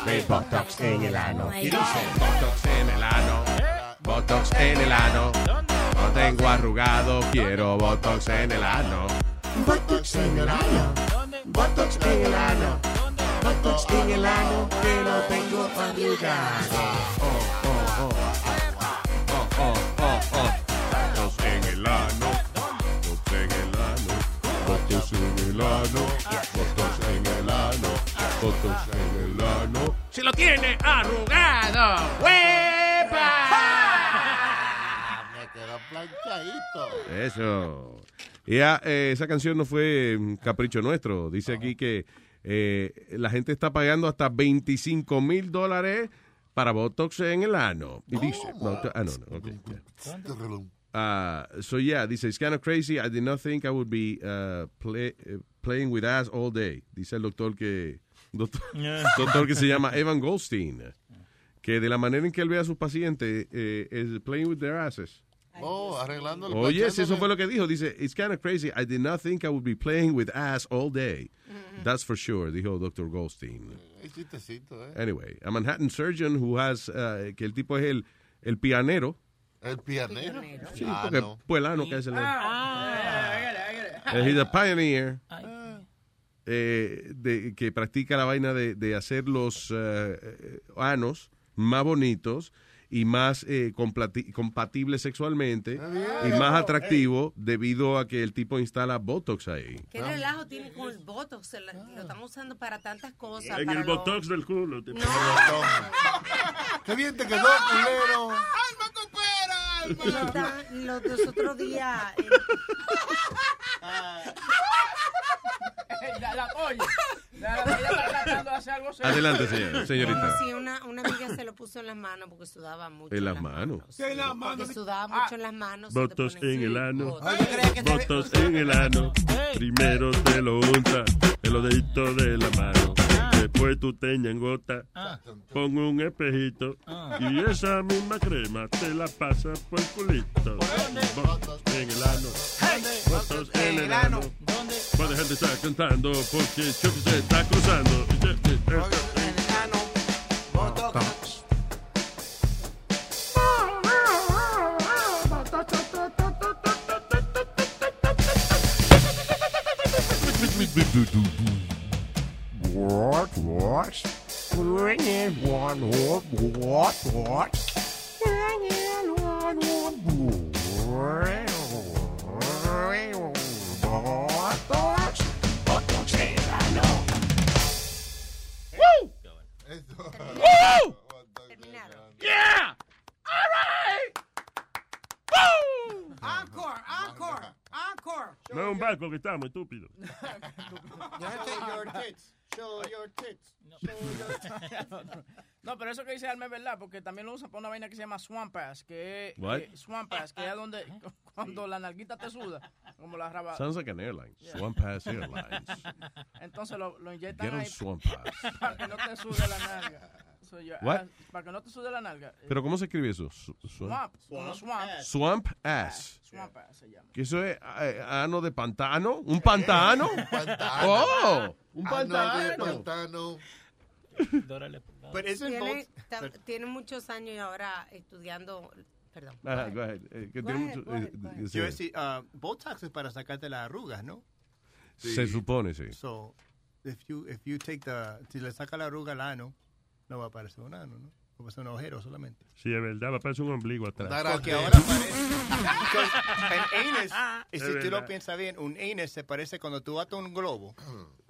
[SPEAKER 17] El Botox en el ano.
[SPEAKER 16] Y dice, Botox en el ano. Botox en el ano. No tengo arrugado, quiero Botox en el ano.
[SPEAKER 11] Botox en el ano. Botox en el ano. Botox en el ano, que no tengo arrugas.
[SPEAKER 17] Oh, oh, oh, oh. Botox en el ano. Botox en el ano. Botox en el ano. Botox en el ano. Botox en el ano.
[SPEAKER 16] Si lo tiene arrugado, ¡huepa!
[SPEAKER 5] Me quedó planchadito.
[SPEAKER 4] Eso. Y ah, eh, esa canción no fue un capricho nuestro. Dice aquí que eh, la gente está pagando hasta 25 mil dólares para Botox en el ano. Y dice, no, ah, no, no, ok, ya. Ah, so yeah, dice, it's kind of crazy. I did not think I would be uh, play- eh, playing with ass all day. Dice el doctor que, doctor,
[SPEAKER 16] Yeah.
[SPEAKER 4] doctor que se llama Evan Goldstein. Que de la manera en que él ve a sus pacientes eh, es playing with their asses.
[SPEAKER 5] Oh, arreglando el
[SPEAKER 4] Oye, si
[SPEAKER 5] planchando
[SPEAKER 4] eso fue lo que dijo. Dice, it's kind of crazy. I did not think I would be playing with ass all day. That's for sure, dijo Dr. Goldstein.
[SPEAKER 5] el- el chistecito, eh.
[SPEAKER 4] Anyway, a Manhattan surgeon who has, uh, que el tipo es el, el pianero.
[SPEAKER 5] El pianero.
[SPEAKER 4] Sí,
[SPEAKER 5] Ah,
[SPEAKER 4] porque
[SPEAKER 5] no.
[SPEAKER 4] fue el ano que se le...
[SPEAKER 1] Ah,
[SPEAKER 4] Eh,
[SPEAKER 11] Ah,
[SPEAKER 4] He's a pioneer. eh, de, que practica la vaina de, de hacer los eh, eh, anos más bonitos y más eh, complati- compatibles sexualmente y más atractivo debido a que el tipo instala Botox ahí.
[SPEAKER 6] ¿Qué relajo tiene con el Botox? Se la-
[SPEAKER 4] Ah.
[SPEAKER 6] Lo están usando para tantas cosas.
[SPEAKER 7] En
[SPEAKER 6] para
[SPEAKER 7] el
[SPEAKER 6] lo-
[SPEAKER 7] botox del culo. tipo.
[SPEAKER 5] Qué bien te
[SPEAKER 6] quedó, culero. Los, da- los dos otros días. eh,
[SPEAKER 1] La, la oye, la- la- ella está tratando de hacer algo serio.
[SPEAKER 4] Adelante, señor- señorita.
[SPEAKER 6] Sí, una, una amiga se lo puso en las manos porque sudaba mucho.
[SPEAKER 4] En las manos.
[SPEAKER 6] en las manos? Porque sudaba
[SPEAKER 10] Ah.
[SPEAKER 6] mucho en las manos.
[SPEAKER 7] Botox en el ano. Botox en el ano. Primero te lo unta en los deditos de la mano. Después tú te ñangota. Pon un espejito. Y esa misma crema te la pasas por el culito. Botox en el ano. Botox en el ano. Cuánta gente está cantando porque Chucky se está cruzando.
[SPEAKER 11] What, what? Bring in one, what, what, what? Bring in one, what, what? Botox, botox en el ano. ¡Woo! ¡Woo! Yeah! All right! Woo!
[SPEAKER 7] Ah.
[SPEAKER 8] Encore, encore, encore.
[SPEAKER 7] No es un barco que estamos, estúpido.
[SPEAKER 8] Show your tits. Show your tits.
[SPEAKER 1] No, pero eso que dice Alma es verdad, porque también lo usan para una vaina que se llama swamp ass, que es
[SPEAKER 4] What?
[SPEAKER 1] eh, swamp ass, que es donde cuando la nalguita te suda, como la raba.
[SPEAKER 4] Sounds like an airline.
[SPEAKER 1] Yeah.
[SPEAKER 4] Swamp Ass Airlines.
[SPEAKER 1] Entonces lo, lo inyectan
[SPEAKER 4] Get on
[SPEAKER 1] ahí
[SPEAKER 4] Swamp Ass.
[SPEAKER 1] para que no te sude la nalga. eso. Yo,
[SPEAKER 4] What?
[SPEAKER 1] ah, para que no te sude la nalga. eh,
[SPEAKER 4] ¿Pero cómo se escribe eso? Su-
[SPEAKER 1] Swamp. como Swamp.
[SPEAKER 4] Swamp ass.
[SPEAKER 1] Swamp ass se llama.
[SPEAKER 4] ¿Que eso es eh, ano de pantano? ¿Un pantano? ¡Oh!
[SPEAKER 5] Ah,
[SPEAKER 4] ¡Un
[SPEAKER 5] de
[SPEAKER 4] pantano!
[SPEAKER 5] pantano.
[SPEAKER 9] But isn't
[SPEAKER 6] tiene,
[SPEAKER 9] both-
[SPEAKER 6] ta-
[SPEAKER 9] but-
[SPEAKER 6] tiene muchos años ahora estudiando, perdón.
[SPEAKER 4] Ajá, go ahead. Eh, que
[SPEAKER 6] Go
[SPEAKER 4] tiene
[SPEAKER 6] ahead,
[SPEAKER 4] mucho-
[SPEAKER 6] go ahead,
[SPEAKER 4] eh,
[SPEAKER 6] go
[SPEAKER 4] eh,
[SPEAKER 9] Yo
[SPEAKER 4] sí.
[SPEAKER 9] decía, ah, Botox es para sacarte las arrugas, ¿no?
[SPEAKER 4] Se supone, sí.
[SPEAKER 9] So, if you, if you take the, si le saca la arruga al ano, no va a parecer un ano, ¿no? Va a ser un agujero solamente.
[SPEAKER 7] Sí, es verdad, va a parecer un ombligo atrás.
[SPEAKER 9] Porque ahora parece. Because an anus, y
[SPEAKER 7] Es
[SPEAKER 9] si tú lo
[SPEAKER 7] verdad.
[SPEAKER 9] piensas bien, un anus se parece cuando tú atas un globo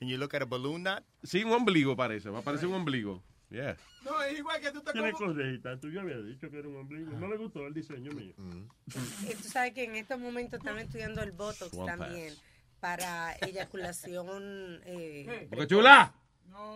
[SPEAKER 9] and you look at a balloon knot.
[SPEAKER 4] Sí, un ombligo parece. Va a parecer un ombligo. Yeah.
[SPEAKER 10] No, es igual que tú te
[SPEAKER 7] Tiene
[SPEAKER 10] como-
[SPEAKER 7] correita, tú yo había dicho que era un ombligo. No le gustó el diseño mío.
[SPEAKER 6] Eh, Tú sabes que en estos momentos están estudiando el Botox
[SPEAKER 7] Swamp
[SPEAKER 6] también para eyaculación. Eh,
[SPEAKER 4] Porque chula.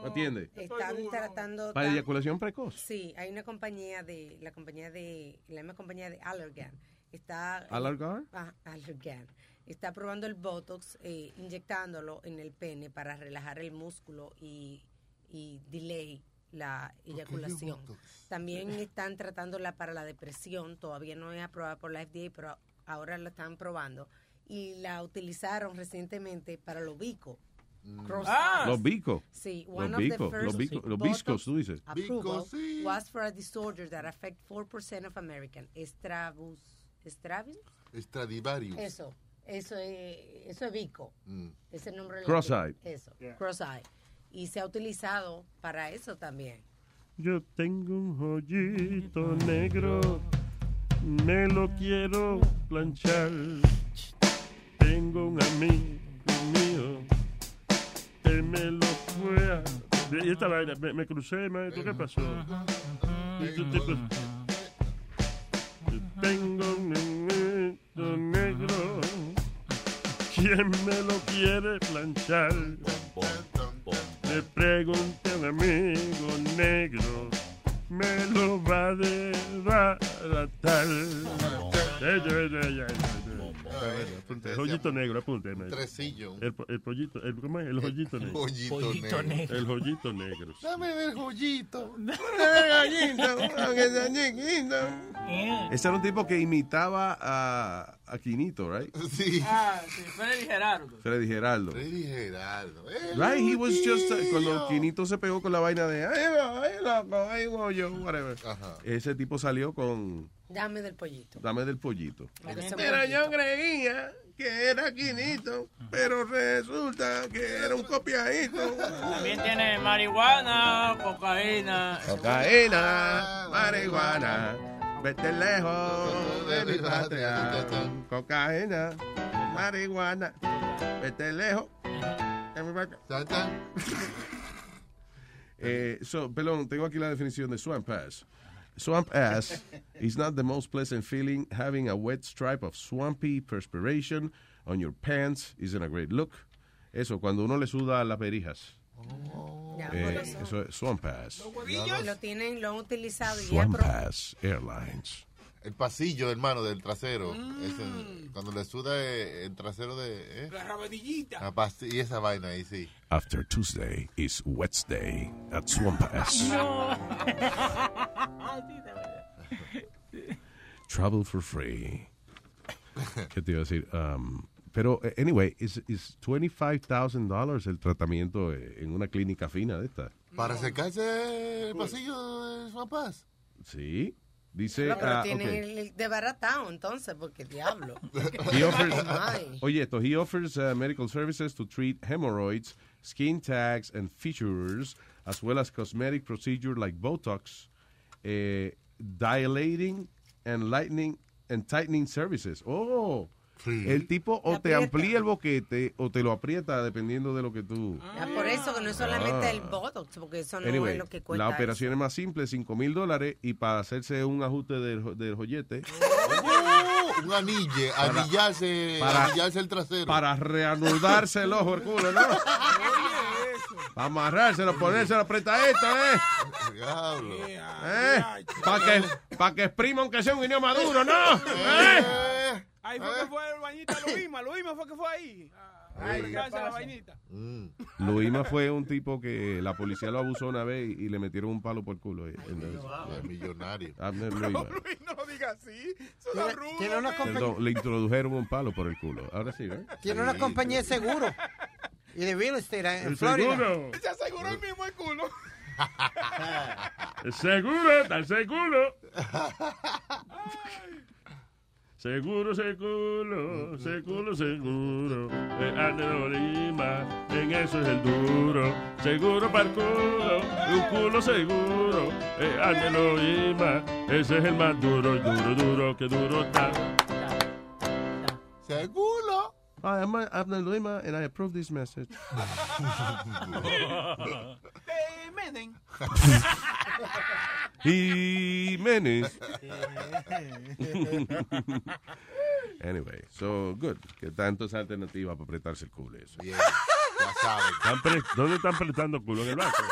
[SPEAKER 4] ¿Me entiendes?
[SPEAKER 6] Están tratando.
[SPEAKER 4] ¿Para
[SPEAKER 6] tam-
[SPEAKER 4] eyaculación precoz?
[SPEAKER 6] Sí, hay una compañía de. La compañía de. La misma compañía de Allergan. Está.
[SPEAKER 4] ¿Allergan?
[SPEAKER 6] Ah, Allergan. Está probando el Botox, eh, inyectándolo en el pene para relajar el músculo y, y delay la
[SPEAKER 22] yo
[SPEAKER 6] eyaculación. También están tratándola para la depresión, todavía no es aprobada por la FDA, pero ahora la están probando. Y la utilizaron recientemente para los bicos. Cross-
[SPEAKER 4] Ah. Los bicos.
[SPEAKER 6] Sí,
[SPEAKER 4] Los
[SPEAKER 6] one of
[SPEAKER 4] bicos,
[SPEAKER 6] the
[SPEAKER 4] los
[SPEAKER 6] first
[SPEAKER 4] bicos, los
[SPEAKER 6] botox
[SPEAKER 4] viscos, tú dices.
[SPEAKER 6] approval
[SPEAKER 4] Bicos, sí.
[SPEAKER 6] was for a disorder that affect 4% of Americans. Estrabus, Estravius?
[SPEAKER 5] Stradivarius.
[SPEAKER 6] Eso, eso es, eso es bico.
[SPEAKER 5] Mm.
[SPEAKER 6] Es el nombre.
[SPEAKER 4] Cross-eyed.
[SPEAKER 6] eye Eso, cross-eyed. Y se ha utilizado para eso también.
[SPEAKER 7] Yo tengo un joyito negro, me lo quiero planchar. Tengo un amigo mío que me lo fue a... Y esta vaina, me, me crucé, maestro, ¿qué pasó? Este Y tú te cruz- Yo Tengo un joyito negro, ¿quién me lo quiere planchar? Le pregunté a un amigo negro, me lo va a desbaratar. Eh, eh, eh, eh, eh.
[SPEAKER 5] Apunte,
[SPEAKER 7] El joyito negro, apunte.
[SPEAKER 5] Un
[SPEAKER 7] maestro.
[SPEAKER 5] tresillo.
[SPEAKER 7] El, po- el pollito, el, ¿cómo es? El joyito negro.
[SPEAKER 5] joyito Pollito negro. negro.
[SPEAKER 7] El joyito negro.
[SPEAKER 5] Dame el joyito.
[SPEAKER 4] Ese Este era un tipo que imitaba a, a Quinito, right?
[SPEAKER 5] Sí.
[SPEAKER 1] Ah, sí, Freddy Gerardo.
[SPEAKER 4] Freddy Geraldo.
[SPEAKER 5] Freddy Geraldo. El
[SPEAKER 4] Right, he was just uh,
[SPEAKER 5] tío.
[SPEAKER 4] cuando Quinito se pegó con la vaina de "Ay, va, ay, loco, ay, voy yo, whatever. Ese tipo salió con
[SPEAKER 6] Dame del pollito.
[SPEAKER 4] Dame del pollito.
[SPEAKER 6] Dame ese
[SPEAKER 11] Pero
[SPEAKER 6] pollito.
[SPEAKER 11] yo creía que era Quinito, pero resulta que era un copiadito.
[SPEAKER 1] También tiene marihuana, cocaína.
[SPEAKER 4] Cocaína, marihuana, vete lejos de mi patria. Cocaína, marihuana, vete lejos de mi patria. Eh, so, perdón, tengo aquí la definición de swamp ass. Swamp ass is not the most pleasant feeling. Having a wet stripe of swampy perspiration on your pants isn't a great look. Eso, cuando uno le suda las perijas.
[SPEAKER 6] Oh. Ya, por
[SPEAKER 4] Eh,
[SPEAKER 6] eso.
[SPEAKER 4] eso es swamp ass.
[SPEAKER 6] Lo tienen, lo han utilizado y ya
[SPEAKER 4] Swamp
[SPEAKER 6] pro-
[SPEAKER 4] Ass Airlines.
[SPEAKER 5] El pasillo, hermano, del trasero. Ese- cuando le suda eh, el trasero de... eh,
[SPEAKER 10] Mm. La rabadillita.
[SPEAKER 5] la pasti- y esa vaina ahí, sí.
[SPEAKER 4] After Tuesday is Wednesday at Swamp Ass. Travel for free. ¿Qué te iba a decir? Um, pero, eh, anyway, es is $25,000 el tratamiento eh, en una clínica fina de esta.
[SPEAKER 5] Para secarse el pasillo de su paz.
[SPEAKER 4] Sí. Dice.
[SPEAKER 6] No, pero
[SPEAKER 4] ah,
[SPEAKER 6] tienen
[SPEAKER 4] ok.
[SPEAKER 6] el, el desbaratado entonces, porque diablo.
[SPEAKER 4] He offers,
[SPEAKER 6] Oh, Ay.
[SPEAKER 4] oye, esto, he offers uh, medical services to treat hemorrhoids, skin tags, and fissures, as well as cosmetic procedure like Botox, eh, dilating and lightening and tightening services. Oh, el tipo o te amplía el boquete o te lo aprieta dependiendo de lo que tú.
[SPEAKER 6] Ya por eso que no es solamente
[SPEAKER 4] Ah.
[SPEAKER 6] el botox, porque eso Ah, no
[SPEAKER 4] Anyway,
[SPEAKER 6] es lo que cuesta.
[SPEAKER 4] la operación es más simple, 5 mil dólares, y para hacerse un ajuste del, jo- del joyete.
[SPEAKER 6] Ah.
[SPEAKER 5] eh, un anille,
[SPEAKER 4] Para-
[SPEAKER 5] anillarse,
[SPEAKER 4] para-
[SPEAKER 5] anillarse el trasero.
[SPEAKER 4] Para reanudarse el ojo, el culo, ¿no? Para amarrárselo, ponérselo apretadito, ¿eh? ¿Eh? Para que, pa que exprima aunque sea un guineo maduro, ¿no? ¿Eh?
[SPEAKER 7] ¿Eh?
[SPEAKER 10] Ahí fue que fue el bañito a Luima, Luima fue que fue ahí.
[SPEAKER 5] Ay, ¿qué
[SPEAKER 10] Pasa la
[SPEAKER 5] pasa? Mm.
[SPEAKER 10] vainita.
[SPEAKER 4] Luisma fue un tipo que la policía lo abusó una vez y, y le metieron un palo por el culo. ¿eh? Entonces,
[SPEAKER 5] Dios. Millonario.
[SPEAKER 4] Ah, no, Luisma.
[SPEAKER 10] No lo digas así. Eso da rudo.
[SPEAKER 8] Tiene una, compa-
[SPEAKER 4] Perdón, le introdujeron un palo por el culo. Ahora sí, ¿eh? ¿verdad?
[SPEAKER 8] tiene una compañía de seguro y de real estate ¿eh? en
[SPEAKER 4] El
[SPEAKER 8] Florida.
[SPEAKER 4] seguro.
[SPEAKER 10] Se aseguró el mismo el culo.
[SPEAKER 7] Seguro, está seguro. Seguro,
[SPEAKER 5] Mm,
[SPEAKER 7] seguro, seguro, seguro. El Andrés Lima, en eso es el duro. Seguro para el culo, un culo seguro. El Andrés Lima, ese es el más duro, duro, duro, que duro está.
[SPEAKER 5] Seguro.
[SPEAKER 4] Hi, Ah, I'm Abner Luima and I approve this message.
[SPEAKER 10] Te menen.
[SPEAKER 4] Jiménez. anyway, so good. Que tanto esa alternativa para apretarse el culo. y Eso.
[SPEAKER 5] Ya saben.
[SPEAKER 7] Están pre- ¿Dónde están prestando culo? ¿En el banco?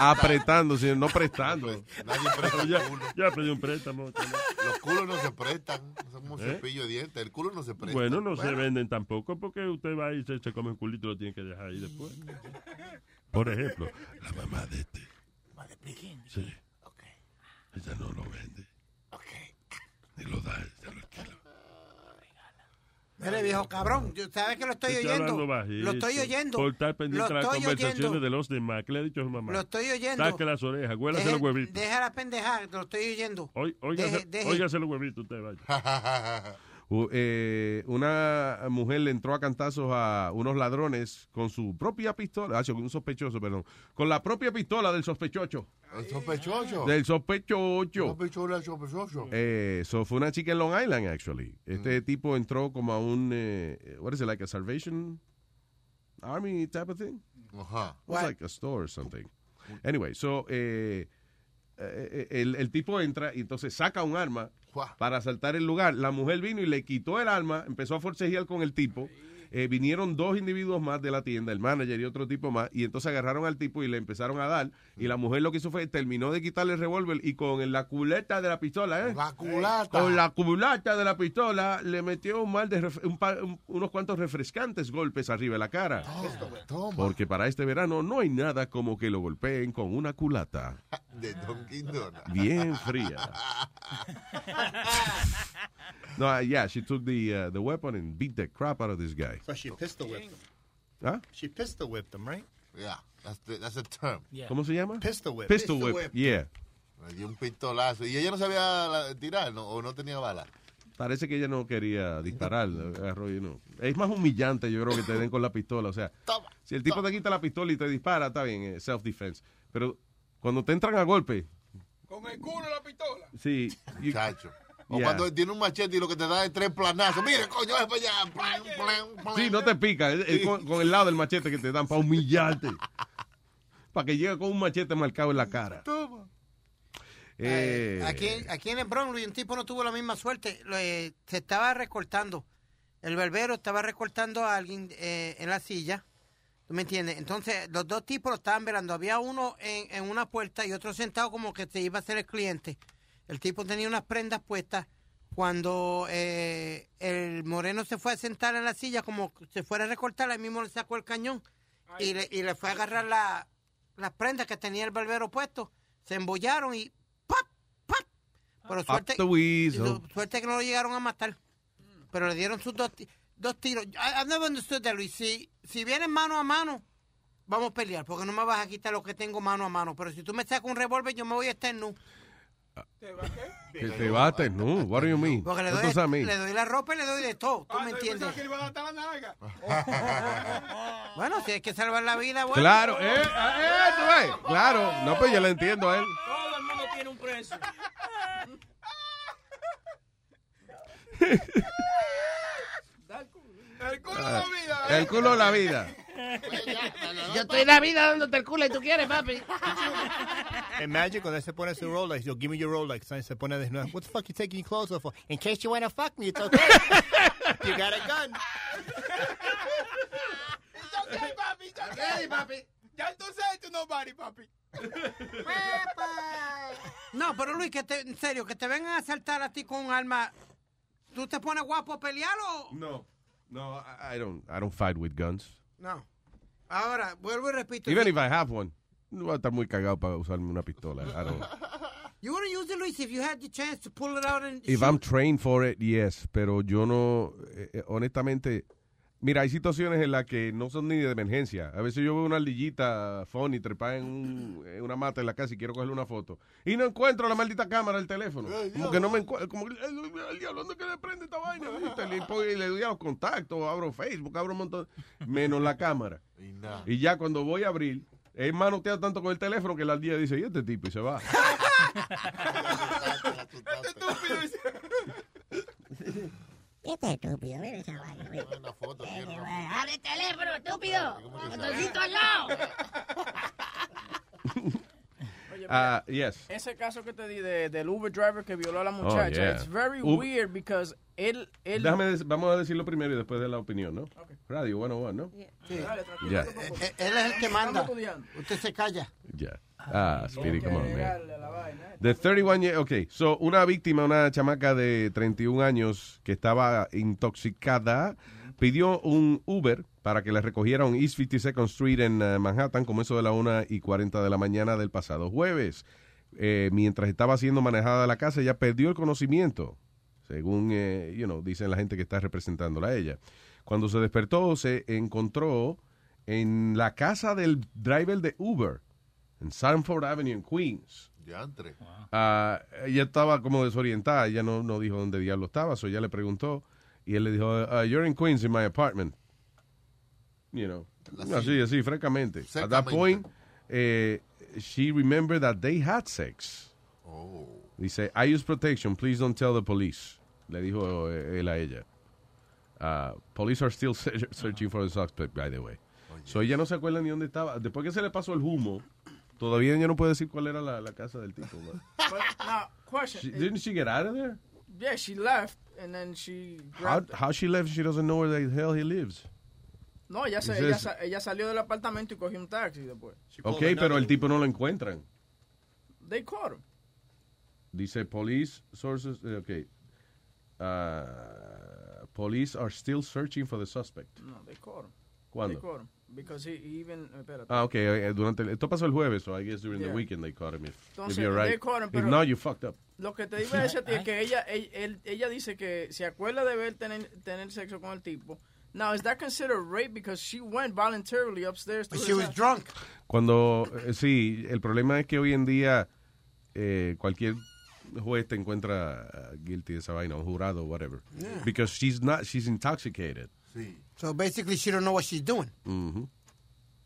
[SPEAKER 4] Apretando, señor, no prestando.
[SPEAKER 5] Nadie presta
[SPEAKER 7] ya,
[SPEAKER 5] el culo.
[SPEAKER 7] ya pedí un préstamo. chamo.
[SPEAKER 5] Los culos no se prestan. Es como un
[SPEAKER 7] ¿Eh?
[SPEAKER 5] cepillo de dientes. El culo no se presta.
[SPEAKER 7] Bueno, no se venden tampoco porque usted va y se, se come un culito y lo tiene que dejar ahí después.
[SPEAKER 5] Mm.
[SPEAKER 7] Por ejemplo, la mamá de este. Sí. Ella no lo vende. Ni lo da, ella lo alquila.
[SPEAKER 8] Mire, viejo cabrón, yo- ¿sabes que lo estoy
[SPEAKER 7] Está
[SPEAKER 8] oyendo?
[SPEAKER 7] hablando bajito.
[SPEAKER 8] Lo estoy oyendo.
[SPEAKER 7] Por estar pendiente de
[SPEAKER 8] Lo
[SPEAKER 7] las
[SPEAKER 8] estoy
[SPEAKER 7] conversaciones
[SPEAKER 8] oyendo.
[SPEAKER 7] de los demás. ¿Qué le ha dicho su mamá?
[SPEAKER 8] Lo estoy oyendo.
[SPEAKER 7] Saque las orejas, huélase los
[SPEAKER 8] Deje,
[SPEAKER 7] huevitos.
[SPEAKER 8] deja la pendejar, lo estoy oyendo.
[SPEAKER 7] Oí- Óigase
[SPEAKER 8] Deje- deje.
[SPEAKER 7] óigase los huevitos usted, vaya.
[SPEAKER 4] U- eh, una mujer le entró a cantazos a unos ladrones con su propia pistola, ah, con un sospechoso, perdón, con la propia pistola del sospechoso.
[SPEAKER 5] El Eh, sospechoso.
[SPEAKER 4] Del sospechoso.
[SPEAKER 5] Sospechoso, el sospechoso.
[SPEAKER 4] Eh, so fue una chica en Long Island, actually. Este tipo entró como a un, eh, what is it, like a Salvation Army type of thing?
[SPEAKER 5] Ajá.
[SPEAKER 4] It was like a store or something. Anyway, so eh, eh, el, el tipo entra y entonces saca un arma para asaltar el lugar. La mujer vino y le quitó el arma, empezó a forcejear con el tipo. Eh, vinieron dos individuos más de la tienda, el manager y otro tipo más, y entonces agarraron al tipo y le empezaron a dar. Y la mujer lo que hizo fue terminó de quitarle el revólver y con la culeta de la pistola, ¿eh?
[SPEAKER 5] La culata.
[SPEAKER 4] Con la culata de la pistola le metió un mal de ref- un par- un- unos cuantos refrescantes golpes arriba de la cara.
[SPEAKER 5] Ah.
[SPEAKER 4] Porque para este verano no hay nada como que lo golpeen con una culata
[SPEAKER 5] De Don Quindona.
[SPEAKER 4] bien fría. No, uh, yeah, she took the uh, the weapon and beat the crap out of this guy.
[SPEAKER 9] So she pistol whipped him.
[SPEAKER 4] Huh?
[SPEAKER 9] She pistol whipped him, right?
[SPEAKER 5] Yeah, that's the, that's the term.
[SPEAKER 4] ¿Cómo se llama?
[SPEAKER 9] Pistol whip.
[SPEAKER 4] Pistol whip. Yeah.
[SPEAKER 5] Le dio un pistolazo. Y ella no sabía la- tirar, ¿no? O no tenía bala.
[SPEAKER 4] Parece que ella no quería disparar. eh, agarró y no. Es más humillante, yo creo, que te den con la pistola. O sea, si el tipo te quita la pistola y te dispara, está bien, eh, self-defense. Pero cuando te entran a golpe,
[SPEAKER 10] Con el culo la pistola.
[SPEAKER 4] sí. you-
[SPEAKER 5] O
[SPEAKER 4] Yeah.
[SPEAKER 5] cuando tiene un machete y lo que te da es tres planazos. Mire, coño, es para allá. Plan,
[SPEAKER 10] eh.
[SPEAKER 5] plan, plan.
[SPEAKER 4] Sí, no te pica. es- es con, con el lado del machete que te dan para humillarte. para que llegue con un machete marcado en la cara.
[SPEAKER 8] Toma.
[SPEAKER 4] Eh,
[SPEAKER 8] Aquí, aquí en el Bronx, Luis, un tipo no tuvo la misma suerte. Lo, eh, se estaba recortando. El barbero estaba recortando a alguien eh, en la silla. ¿Tú me entiendes? Entonces, los dos tipos lo estaban velando. Había uno en, en una puerta y otro sentado como que se iba a ser el cliente. El tipo tenía unas prendas puestas. Cuando eh, el moreno se fue a sentar en la silla, como se fuera a recortar, ahí mismo le sacó el cañón y le, y le fue a agarrar la, las prendas que tenía el barbero puesto. Se embollaron y pero
[SPEAKER 4] Up
[SPEAKER 8] suerte,
[SPEAKER 4] the weasel.
[SPEAKER 8] su- suerte que no lo llegaron a matar. Pero le dieron sus dos, ti- dos tiros. I, I've never understood that, Luis. Si, si vienes mano a mano, vamos a pelear, porque no me vas a quitar lo que tengo mano a mano. Pero si tú me sacas un revólver, yo me voy a estar nu.
[SPEAKER 4] que te bates, no. What do you mean?
[SPEAKER 8] Porque le
[SPEAKER 4] What
[SPEAKER 8] doy,
[SPEAKER 4] does that mean?
[SPEAKER 8] le doy la ropa y le doy de todo. ¿Tú me entiendes? bueno, si hay que salvar la vida, bueno.
[SPEAKER 4] Claro, eh, ah, eh, tú ves. Claro, no, pues yo le entiendo a él.
[SPEAKER 10] Todo el mundo tiene un preso. El culo
[SPEAKER 4] Ah, El culo de la vida.
[SPEAKER 20] Yo estoy la vida dándote el culo y tú quieres, papi.
[SPEAKER 9] Imagine cuando se pone su Rolex, yo, give me your Rolex, and se pone desnuda. What the fuck you taking your clothes off for? In case you wanna fuck me, it's okay. you got a gun.
[SPEAKER 10] papi, ya
[SPEAKER 20] ready, papi.
[SPEAKER 10] Ya tú sabes tu nobody, papi.
[SPEAKER 8] No, pero Luis, que te- en serio, que te vengan a asaltar a ti con un arma. ¿Tú te pones guapo a pelear o.?
[SPEAKER 4] No. No,
[SPEAKER 10] ah,
[SPEAKER 4] I, I don't. I don't fight with guns.
[SPEAKER 8] No. Ahora, vuelvo y repito.
[SPEAKER 4] Even if I have one, no voy a estar muy cagado para usarme una pistola. I don't.
[SPEAKER 8] You wouldn't use it, Luis, if you had the chance to pull it out and.
[SPEAKER 4] If I'm trained for it, yes. Pero yo no, eh, eh, honestamente, mira, hay situaciones en las que no son ni de emergencia. A veces yo veo una ardillita funny trepada en, un- en una mata en la casa y quiero cogerle una foto. Y no encuentro la maldita cámara del teléfono. Como que no me encuentro, como que, "Eh, el diablo, ¿dónde que le prende esta vaina? ¿Viste? Le, pongo- le doy a los contactos, abro Facebook, abro un montón, menos la cámara. Y ya cuando voy a abrir, he manoteado tanto con el teléfono que la ardilla dice, ¿y este tipo? Y se va.
[SPEAKER 11] Este estúpido, mira esa vaina.
[SPEAKER 27] ¡Abre el teléfono, estúpido! ¡Botoncito al lado!
[SPEAKER 1] Oye,
[SPEAKER 4] Ah,
[SPEAKER 1] mira,
[SPEAKER 4] yes. Oh,
[SPEAKER 1] Ese caso que te di de- del Uber driver que violó a la muchacha,
[SPEAKER 4] yeah.
[SPEAKER 1] it's very
[SPEAKER 4] Uber-
[SPEAKER 1] weird because él, él
[SPEAKER 4] Déjame des- vamos a decirlo primero y después de la opinión, ¿no? Radio 101, ¿no?
[SPEAKER 8] Sí.
[SPEAKER 4] Ya.
[SPEAKER 8] Eh, eh, Él es el que manda. Usted se calla.
[SPEAKER 4] Ya. Ah, Speedy, come on, man. The 31 year, okay. So, una víctima, una chamaca de 31 años que estaba intoxicada, pidió un Uber para que la recogiera en East 52nd Street en eh, Manhattan, como eso de la 1 y 40 de la mañana del pasado jueves. Eh, mientras estaba siendo manejada de la casa, ella perdió el conocimiento, según, eh, you know, dicen la gente que está representándola a ella. Cuando se despertó, se encontró en la casa del driver de Uber, en Sanford Avenue, en Queens.
[SPEAKER 5] Diantre.
[SPEAKER 4] Ah, ella estaba como desorientada, ella no, no dijo dónde diablo estaba, so ella le preguntó y él le dijo, "Ah, you're in Queens in my apartment. You know, así, así, francamente. At that point, eh, she remembered that they had sex. Dice, I use protection, please don't tell the police. Le dijo eh, él a ella. Ah, police are still se- searching for the suspect, by the way. So ella no se acuerda ni dónde estaba. Después que se le pasó el humo, todavía ella no puede decir cuál era la, la casa del tipo. man.
[SPEAKER 1] But now, question. eh,
[SPEAKER 4] She- didn't she get out of there?
[SPEAKER 1] Yeah, she left and then she
[SPEAKER 4] How,
[SPEAKER 1] grabbed.
[SPEAKER 4] how she left, she doesn't know where the hell he lives.
[SPEAKER 1] no, ella, se,
[SPEAKER 4] is
[SPEAKER 1] ella,
[SPEAKER 4] this-
[SPEAKER 1] sa- ella salió del apartamento y cogió un taxi después.
[SPEAKER 4] Ok, pero el tipo no lo encuentran.
[SPEAKER 1] They caught him.
[SPEAKER 4] Dice police sources. eh, Ok. Ah, police are still searching for the suspect.
[SPEAKER 1] No, they caught him.
[SPEAKER 4] ¿Cuándo?
[SPEAKER 1] They caught him. Because he he even. Espérate.
[SPEAKER 4] Ah, ok. eh, durante el- esto pasó el jueves, so I guess during
[SPEAKER 1] Yeah.
[SPEAKER 4] the weekend they caught him. If, if
[SPEAKER 1] Entonces,
[SPEAKER 4] you're right.
[SPEAKER 1] they caught him,
[SPEAKER 4] if
[SPEAKER 1] pero-
[SPEAKER 4] not, you fucked up.
[SPEAKER 1] Lo que te iba a decir a ti es que ella, él- él- ella, dice que se acuerda de ver tener, tener sexo con el tipo. Now, is that considered rape because she went voluntarily upstairs to She was
[SPEAKER 8] drunk.
[SPEAKER 4] Cuando, eh, sí, el problema es que hoy en día eh, cualquier juez te encuentra eh, guilty de esa vaina, un jurado, whatever.
[SPEAKER 8] Yeah.
[SPEAKER 4] Because she's not, she's intoxicated.
[SPEAKER 8] So basically, she don't know what she's doing.
[SPEAKER 4] Mhm.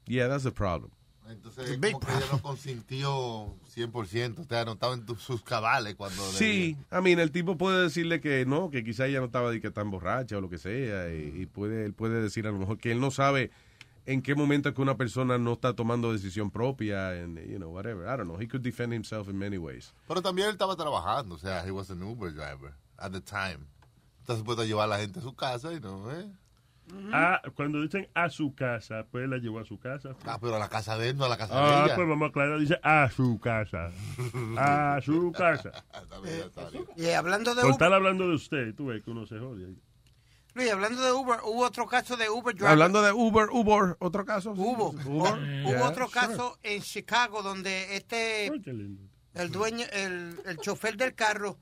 [SPEAKER 4] Yeah, that's the problem.
[SPEAKER 5] Entonces, como que ella no consintió 100%. O sea, no estaba en tu- sus cabales cuando... le-
[SPEAKER 4] Sí, a mí el tipo puede decirle que no, que quizá ella no estaba de que tan borracha o lo que sea, y, y puede él puede decir a lo mejor que él no sabe en qué momento es que una persona no está tomando decisión propia, and, you know, whatever. I don't know. He could defend himself in many ways.
[SPEAKER 5] Pero también él estaba trabajando. O sea, he was an Uber driver at the time. Está supuesto a llevar a la gente a su casa y no, ¿eh?
[SPEAKER 7] Ah, cuando dicen a su casa, pues la llevó a su casa.
[SPEAKER 5] Ah, pero a la casa de él, no a la casa de
[SPEAKER 7] Ah,
[SPEAKER 5] ella.
[SPEAKER 7] pues vamos a aclarar, dice a su casa. A su casa.
[SPEAKER 8] Eh, Y hablando de
[SPEAKER 4] Pues
[SPEAKER 7] Por
[SPEAKER 8] Uber,
[SPEAKER 7] estar hablando de usted, tú ves que uno se jode.
[SPEAKER 8] Luis, hablando de Uber, hubo otro caso de Uber driver.
[SPEAKER 4] Hablando de Uber, Uber, otro caso.
[SPEAKER 8] Hubo. eh, Hubo
[SPEAKER 4] Yeah,
[SPEAKER 8] otro
[SPEAKER 4] sure.
[SPEAKER 8] caso en Chicago donde este el dueño, el, el chofer del carro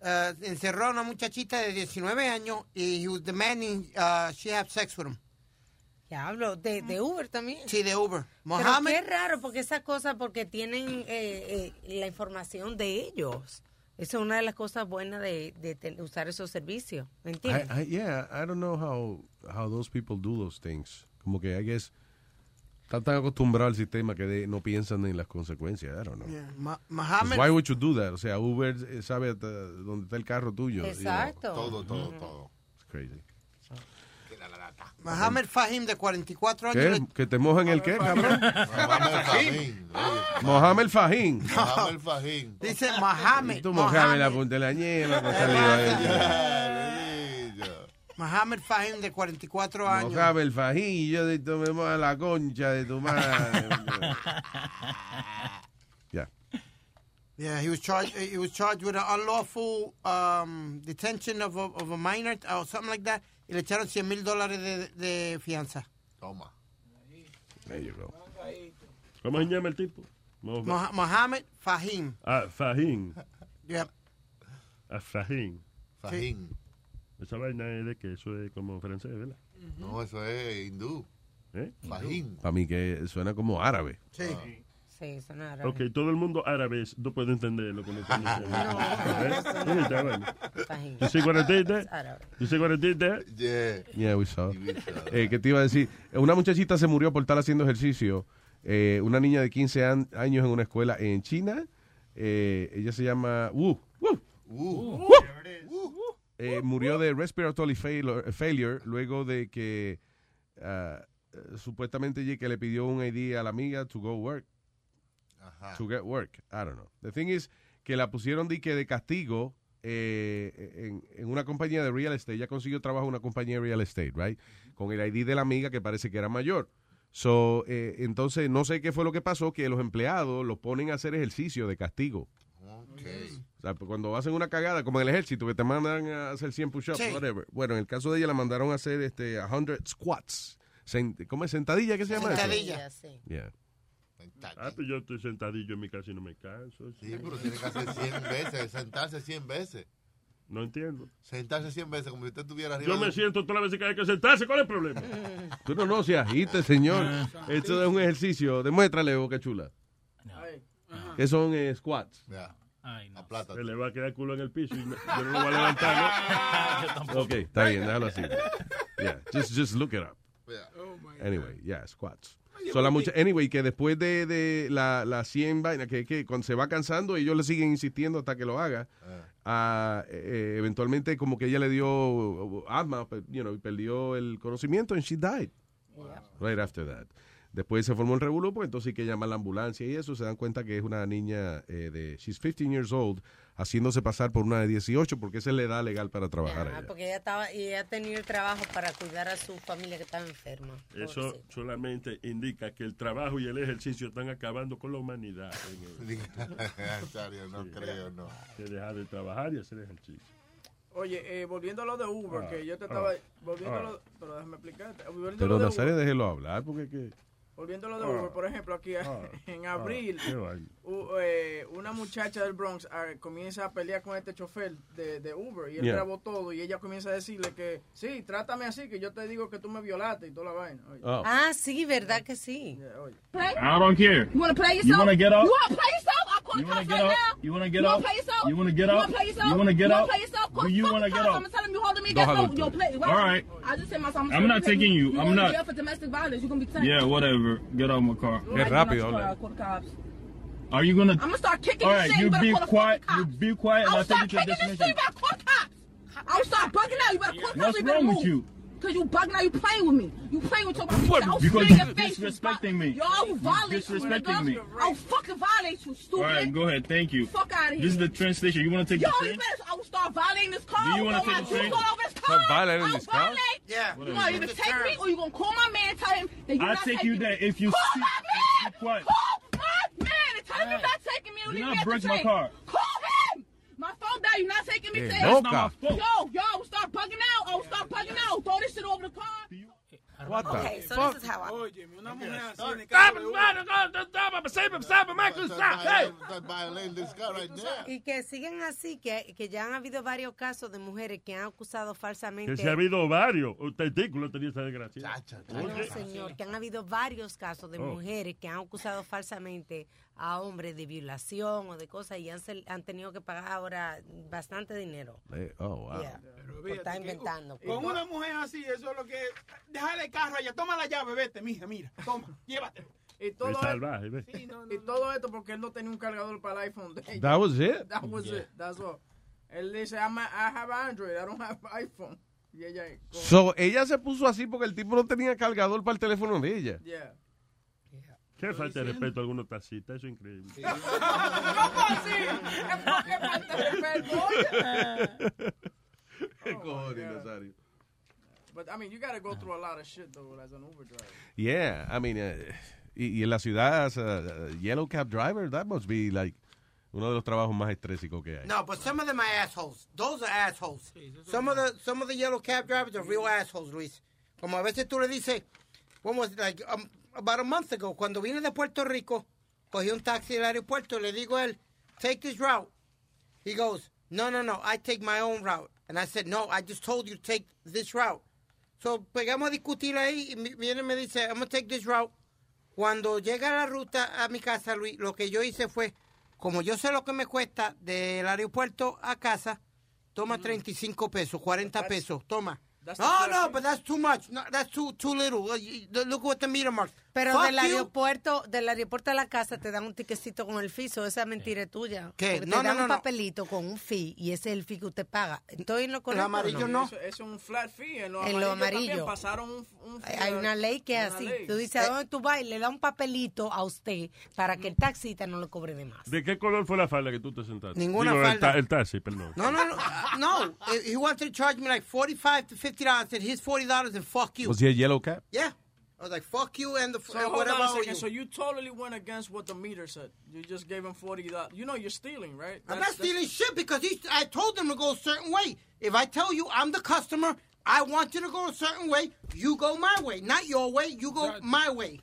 [SPEAKER 8] eh, encerró a una muchachita de 19 años y he was demanding uh, she have sex with him. Mm.
[SPEAKER 6] Ya hablo de, de Uber también.
[SPEAKER 8] Sí, de Uber.
[SPEAKER 6] Pero
[SPEAKER 8] Mohammed.
[SPEAKER 6] qué raro, porque esas cosas, porque tienen eh, eh, la información de ellos. Esa es una de las cosas buenas de, de te- usar esos servicios, ¿me
[SPEAKER 4] I,
[SPEAKER 6] entiendes?
[SPEAKER 4] I, yeah, I don't know how how those people do those things. Como que I guess están tan acostumbrados al sistema que de- no piensan en las consecuencias. I don't know.
[SPEAKER 8] Yeah, Ma- Mohammed.
[SPEAKER 4] Pues Why would you do that? O sea, Uber eh, sabe hasta dónde está el carro tuyo. you know.
[SPEAKER 8] Exacto.
[SPEAKER 5] Todo, todo,
[SPEAKER 6] Mm.
[SPEAKER 5] todo.
[SPEAKER 4] It's crazy.
[SPEAKER 8] Mohamed Fahim, de 44 años.
[SPEAKER 4] ¿Qué?
[SPEAKER 8] le-
[SPEAKER 4] ¿Que te mojan el qué, cabrón? Mohamed Fajín.
[SPEAKER 5] Mohamed Fajín.
[SPEAKER 8] Dice Mohamed.
[SPEAKER 4] Tú mojame la punta de la pues, ñeva con saliva de-
[SPEAKER 8] Mohamed Fahim, de 44 años.
[SPEAKER 4] Mojame el fajín y yo de- tú me mojas la concha de tu madre. Ya.
[SPEAKER 8] Yeah, he was charged. He was charged with an unlawful um, detention of a, of a minor or something like that. y le echaron 100 mil dólares de, de fianza.
[SPEAKER 5] Toma.
[SPEAKER 7] There you go. ¿Cómo se llama el tipo? Mo-
[SPEAKER 8] Moha- Mohamed Fahim.
[SPEAKER 7] Ah, Fajín.
[SPEAKER 8] Yep.
[SPEAKER 7] Ah, Fajín.
[SPEAKER 5] Fajín.
[SPEAKER 7] Esa vaina es de que eso es como francés, ¿verdad?
[SPEAKER 5] No, eso es hindú.
[SPEAKER 7] ¿Eh? Ah.
[SPEAKER 5] Fajín.
[SPEAKER 4] Para mí que suena como árabe.
[SPEAKER 8] Sí.
[SPEAKER 5] Ah.
[SPEAKER 6] Sí, son árabes.
[SPEAKER 7] Ok, todo el mundo árabe es- no puede entender lo que me están diciendo. ¿Eh? ¿Dónde está, bueno?
[SPEAKER 6] Fajín.
[SPEAKER 7] You see what I did there?
[SPEAKER 6] Es árabe.
[SPEAKER 7] You see what I did there?
[SPEAKER 5] Yeah.
[SPEAKER 4] Yeah, we saw. Eh, ¿Qué te iba a decir? Una muchachita se murió por estar haciendo ejercicio. Eh, una niña de 15 an- años en una escuela en China. Eh, ella se llama Wu. Wu. Wu. Eh, murió de respiratory failure, failure luego de que ah, eh, supuestamente ella que le pidió un ID a la amiga to go work. To get work. I don't know. The thing is que la pusieron de, que de castigo eh, en, en una compañía de real estate. Ella consiguió trabajo en una compañía de real estate, right? Con el ID de la amiga que parece que era mayor. So, eh, entonces, no sé qué fue lo que pasó, que los empleados los ponen a hacer ejercicio de castigo. O sea, pues, cuando hacen una cagada, como en el ejército, que te mandan a hacer 100 push-ups,
[SPEAKER 8] Sí.
[SPEAKER 4] whatever. Bueno, en el caso de ella la mandaron a hacer este 100 squats. Sen- ¿Cómo es? ¿Sentadilla? ¿Qué se llama eso?
[SPEAKER 8] Sentadilla, sí.
[SPEAKER 4] Yeah.
[SPEAKER 7] Ah, pues yo estoy sentadillo en mi casa y no me canso.
[SPEAKER 5] Sí, pero tiene que hacer 100 veces, sentarse 100 veces.
[SPEAKER 7] No entiendo.
[SPEAKER 5] Sentarse 100 veces, como si usted estuviera arriba.
[SPEAKER 7] Yo
[SPEAKER 5] de
[SPEAKER 7] me
[SPEAKER 5] un-
[SPEAKER 7] siento todas las veces que hay que sentarse. ¿Cuál es el problema?
[SPEAKER 4] Tú no, no se agite, señor. Esto es un ejercicio. Demuéstrale, boca chula. Que son eh, squats.
[SPEAKER 7] Se le va a quedar culo en el piso y no- yo no lo voy a levantar. ¿no?
[SPEAKER 4] Ok, está bien, déjalo así. Yeah, just, just look it up.
[SPEAKER 5] Yeah.
[SPEAKER 4] Anyway, yeah, squats. So la mucha- anyway, que después de, de la, la 100 vaina, que, que cuando se va cansando, ellos le siguen insistiendo hasta que lo haga.
[SPEAKER 21] Mm.
[SPEAKER 4] Ah, eh, eventualmente, como que ella le dio uh, asma, pe- you know, y perdió el conocimiento, and she died. Right after that. Después se formó el revuelo, pues entonces hay que llamar a la ambulancia y eso. Se dan cuenta que es una niña eh, de. She's 15 years old, haciéndose pasar por una de 18, porque esa es la edad legal para trabajar.
[SPEAKER 6] Ah,
[SPEAKER 4] allá.
[SPEAKER 6] porque ella estaba y ella tenía el trabajo para cuidar a su familia que estaba enferma.
[SPEAKER 7] Eso solamente indica que el trabajo y el ejercicio están acabando con la humanidad. en el-
[SPEAKER 5] Nazario, no creo, no.
[SPEAKER 7] Que dejar de trabajar y hacer ejercicio.
[SPEAKER 1] Oye, eh, volviendo a lo de Uber,
[SPEAKER 7] Ah,
[SPEAKER 1] que yo te estaba.
[SPEAKER 7] ah,
[SPEAKER 1] volviendo a
[SPEAKER 7] ah.
[SPEAKER 1] lo. Pero déjame explicarte. Volviendo a
[SPEAKER 4] Pero
[SPEAKER 1] lo de
[SPEAKER 4] Nazario,
[SPEAKER 1] Uber-
[SPEAKER 4] déjelo hablar, porque que.
[SPEAKER 1] Volviendo a lo de
[SPEAKER 4] Ah.
[SPEAKER 1] Uber, por ejemplo, aquí en
[SPEAKER 4] ah,
[SPEAKER 1] abril,
[SPEAKER 4] qué vaina.
[SPEAKER 1] u- eh, una muchacha del Bronx ah, comienza a pelear con este chofer de, de Uber y él
[SPEAKER 4] Yeah.
[SPEAKER 1] grabó todo y ella comienza a decirle que sí, trátame así, que yo te digo que tú me violaste y toda la vaina. Oye.
[SPEAKER 4] Oh.
[SPEAKER 6] Ah, sí, verdad que sí.
[SPEAKER 21] I don't care.
[SPEAKER 1] You wanna play
[SPEAKER 21] You
[SPEAKER 1] yourself?
[SPEAKER 21] wanna get up?
[SPEAKER 1] You
[SPEAKER 21] wanna play yourself? I'll call you wanna get up? You wanna get You wanna up? play yourself? You wanna get You up? wanna play yourself? You wanna get You wanna up? play yourself? Do you wanna get I'm up? gonna tell him you holding me Don't against have no, it. your plate. All right. I just said myself. I'm not taking you. I'm gonna not. be up for domestic violence. You're gonna be taken. Yeah, whatever. Get out of my car. All right, you know, I'll call the cops. Are you gonna? I'm gonna start kicking All this right, shit. you better be call the quiet. fucking You cops. be quiet, and I'll I'll start take you to kicking this shit. destination. You better call the cops. I'll start bugging out. You better call the cops. What's you better wrong with move. you? Cause you bugging out. You playing with me. You playing with your. I'll Because spit in you your face. you disrespecting me. Y'all who You violate you, disrespecting nigga. me. I'll fucking violate you, stupid. All right, go ahead. Thank you. Fuck outta here. This is the train station. You want to take Yo, the you train? better, I will start violating this car. Do you wanna Yo, take I the will train? go over his Start car. violating I'll this car? violate. Yeah. What You is gonna it? either take me or you gonna call my man and tell him that you're I'll not take taking you me. there if you call see- my man. Be quiet. Call my man and tell him you're Alright. not taking me. Do You're not me at the break my train. car. Call him. My phone down. You're not taking me. Hey, to That's not my loca. Yo, fault. yo, I will start bugging out. I will start bugging out. Throw this shit over the car.
[SPEAKER 4] What the
[SPEAKER 21] Okay, so
[SPEAKER 4] fuck?
[SPEAKER 21] this is how I-
[SPEAKER 1] Óyeme, una mujer así en
[SPEAKER 21] Oh,
[SPEAKER 1] el
[SPEAKER 21] Stop
[SPEAKER 1] carro
[SPEAKER 21] it, stop
[SPEAKER 1] de Uber.
[SPEAKER 21] it, stop it, stop it, stop it, Michael, stop, hey.
[SPEAKER 6] Y que siguen así, que, que ya han habido varios casos de mujeres que han acusado falsamente.
[SPEAKER 7] Que se ha habido varios. Un testículo tenía esa desgracia.
[SPEAKER 6] No, señor, que han habido varios casos de
[SPEAKER 7] Oh.
[SPEAKER 6] mujeres que han acusado falsamente a hombres de violación o de cosas y han, se- han tenido que pagar ahora bastante dinero.
[SPEAKER 4] Eh, oh, wow.
[SPEAKER 6] Yeah. Por
[SPEAKER 1] Fíjate
[SPEAKER 6] estar
[SPEAKER 1] que,
[SPEAKER 6] pues, inventando. pues.
[SPEAKER 1] uh,
[SPEAKER 10] pues.
[SPEAKER 1] Con una mujer así, eso es lo que. Déjale el carro allá, toma la llave, vete, mija, mira, toma, llévatelo. Y todo,
[SPEAKER 7] Es
[SPEAKER 1] es-
[SPEAKER 7] salvaje, ve.
[SPEAKER 1] y todo esto porque él no tenía un cargador para el iPhone. de ella.
[SPEAKER 4] That was it?
[SPEAKER 1] That was
[SPEAKER 4] Yeah.
[SPEAKER 1] it, that's all. Él dice, I'm a, I have Android, I don't have iPhone. Y ella, con-
[SPEAKER 4] So, ella se puso así porque el tipo no tenía cargador para el teléfono de ella.
[SPEAKER 1] yeah.
[SPEAKER 7] Qué falta de respeto a algunos taxistas. Eso es increíble.
[SPEAKER 1] ¿Cómo así? Es porque falta de respeto, oye.
[SPEAKER 4] Qué cojones,
[SPEAKER 1] God.
[SPEAKER 4] Nazario.
[SPEAKER 1] But I mean, you gotta go through a lot of shit though as an Uber driver.
[SPEAKER 4] eh, Yeah, I mean, eh, y, y en la ciudad, as a, a yellow cab driver, that must be like uno de los trabajos más estrésicos que hay.
[SPEAKER 8] No, but some of them are assholes. Those are assholes. Some of the some of the yellow cab drivers are real assholes, Luis. Como a veces tú le dices, when was it, like um, about a month ago, cuando vine de Puerto Rico, cogí un taxi del aeropuerto, le digo a él, take this route. He goes, no, no, no, I take my own route. And I said, no, I just told you to take this route. So pegamos a discutir ahí y mi- viene y me dice, I'm gonna take this route. Cuando llega la ruta a mi casa, Luis, lo que yo hice fue, como yo sé lo que me cuesta del aeropuerto a casa, toma 35 pesos, 40 pesos, toma.
[SPEAKER 6] Mm. that's
[SPEAKER 8] No,
[SPEAKER 6] the-
[SPEAKER 8] no, but that's too much. No, that's too too little. Uh, you- Look what the meter mark.
[SPEAKER 6] Pero
[SPEAKER 8] Fuck
[SPEAKER 6] del
[SPEAKER 8] you.
[SPEAKER 6] aeropuerto, del aeropuerto a la casa te dan un tiquecito con el fee, so esa mentira es tuya.
[SPEAKER 8] ¿Qué?
[SPEAKER 6] Porque
[SPEAKER 8] No,
[SPEAKER 6] te dan
[SPEAKER 8] no,
[SPEAKER 6] un
[SPEAKER 8] no, no.
[SPEAKER 6] papelito con un fee y ese es el fee que usted paga. Estoy en lo correcto.
[SPEAKER 8] amarillo no.
[SPEAKER 1] Eso, eso es un flat fee. En lo
[SPEAKER 6] En lo
[SPEAKER 1] amarillo, también
[SPEAKER 6] amarillo.
[SPEAKER 1] pasaron un, un fee.
[SPEAKER 6] Hay una ley que es
[SPEAKER 1] Una
[SPEAKER 6] así.
[SPEAKER 1] ley.
[SPEAKER 6] Tú dices, ¿a dónde tú vas? Y le da un papelito a usted para que el taxista no lo cobre de más.
[SPEAKER 7] ¿De qué color fue la falda que tú te sentaste?
[SPEAKER 8] Ninguna
[SPEAKER 7] Digo, El,
[SPEAKER 8] falda.
[SPEAKER 7] ta- el taxi, perdón.
[SPEAKER 8] No, no, no. no. He- He wanted to charge me like 45 to $50. I said, here's $40 and fuck you.
[SPEAKER 4] Was he a yellow cap?
[SPEAKER 8] Yeah. I was like, fuck you and the
[SPEAKER 1] So,
[SPEAKER 8] and
[SPEAKER 1] hold
[SPEAKER 8] whatever
[SPEAKER 1] on a
[SPEAKER 8] I owe
[SPEAKER 1] second.
[SPEAKER 8] you.
[SPEAKER 1] so you totally went against what the meter said. You just gave him forty dollars. You know you're stealing, right?
[SPEAKER 8] I'm not
[SPEAKER 1] That's- that's-
[SPEAKER 8] stealing shit because he, I told them to go a certain way. If I tell you I'm the customer, I want you to go a certain way, you go my way. Not your way, you go my way.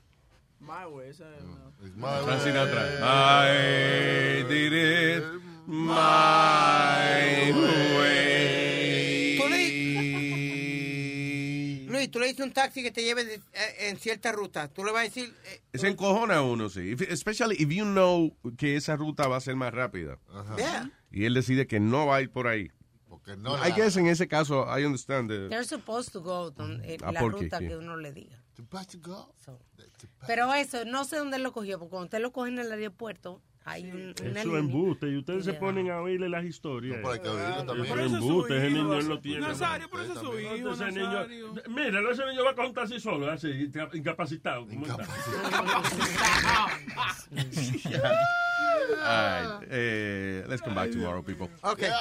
[SPEAKER 1] My way. Is that,
[SPEAKER 4] Frank Sinatra. I did it my way.
[SPEAKER 8] Tú le- Luis, tú le dices a un taxi que te lleve de- eh, en cierta ruta. Tú le vas a decir, eh,
[SPEAKER 4] Se encojona uno, sí. If- especially if you know que esa ruta va a ser más rápida.
[SPEAKER 8] Yeah.
[SPEAKER 4] Y él decide que no va a ir por ahí. Porque
[SPEAKER 5] no
[SPEAKER 4] I
[SPEAKER 5] la-
[SPEAKER 4] guess en ese caso, I understand. the-
[SPEAKER 6] They're supposed to go don- eh,
[SPEAKER 4] Ah,
[SPEAKER 6] la
[SPEAKER 4] porque
[SPEAKER 6] ruta
[SPEAKER 4] sí.
[SPEAKER 6] que uno le diga.
[SPEAKER 5] Supposed to go.
[SPEAKER 6] So. Pero eso, no sé dónde lo cogió, porque cuando usted lo coge en el aeropuerto, hay un, una
[SPEAKER 7] Eso
[SPEAKER 6] línea.
[SPEAKER 7] es embuste. Y ustedes se
[SPEAKER 6] Yeah.
[SPEAKER 7] ponen a oírle las historias.
[SPEAKER 5] No, pero hay que oírlo
[SPEAKER 7] Eso
[SPEAKER 5] también.
[SPEAKER 7] es
[SPEAKER 5] Por eso su
[SPEAKER 7] embuste, ese
[SPEAKER 5] hijo,
[SPEAKER 7] niño él
[SPEAKER 5] Nazario,
[SPEAKER 7] lo tiene.
[SPEAKER 5] Nazario, por eso es su
[SPEAKER 7] Entonces,
[SPEAKER 5] hijo,
[SPEAKER 7] ese niño-
[SPEAKER 5] Nazario.
[SPEAKER 7] Mira, ese niño va a contar así solo, así, inca- incapacitado. ¿cómo está?
[SPEAKER 4] All right, eh, let's come back tomorrow, people.
[SPEAKER 8] Okay.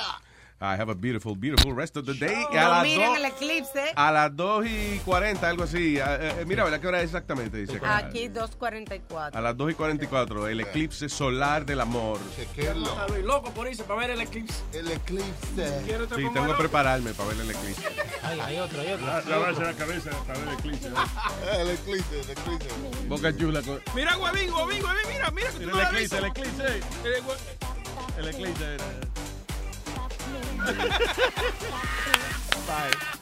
[SPEAKER 4] I have a beautiful, beautiful rest of the day. Y
[SPEAKER 6] Oh,
[SPEAKER 4] a
[SPEAKER 6] No
[SPEAKER 4] las
[SPEAKER 6] miren
[SPEAKER 4] dos- Ah,
[SPEAKER 6] el eclipse.
[SPEAKER 4] A las 2 y 40, algo así. Ah, eh, eh, mira, ¿verdad qué hora es exactamente? Dice acá.
[SPEAKER 6] Aquí 2.44.
[SPEAKER 4] A las 2 y 44, el eclipse solar del amor.
[SPEAKER 1] Estoy loco por irse para ver el eclipse.
[SPEAKER 5] El eclipse.
[SPEAKER 1] Quiero te
[SPEAKER 4] Sí,
[SPEAKER 1] pongo
[SPEAKER 4] tengo que
[SPEAKER 1] loco.
[SPEAKER 4] prepararme para ver el eclipse.
[SPEAKER 7] Hay otro, hay otro. La, la base de la cabeza para ver el eclipse.
[SPEAKER 5] El eclipse, el eclipse.
[SPEAKER 4] Boca chula. con-
[SPEAKER 10] Mira, huevín, huevín, huevín, mira, mira. que tú
[SPEAKER 4] Mira
[SPEAKER 10] no
[SPEAKER 4] el
[SPEAKER 10] la has
[SPEAKER 4] eclipse, el
[SPEAKER 10] visto.
[SPEAKER 4] eclipse.
[SPEAKER 10] Eh, hue-
[SPEAKER 4] El eclipse. era- Bye.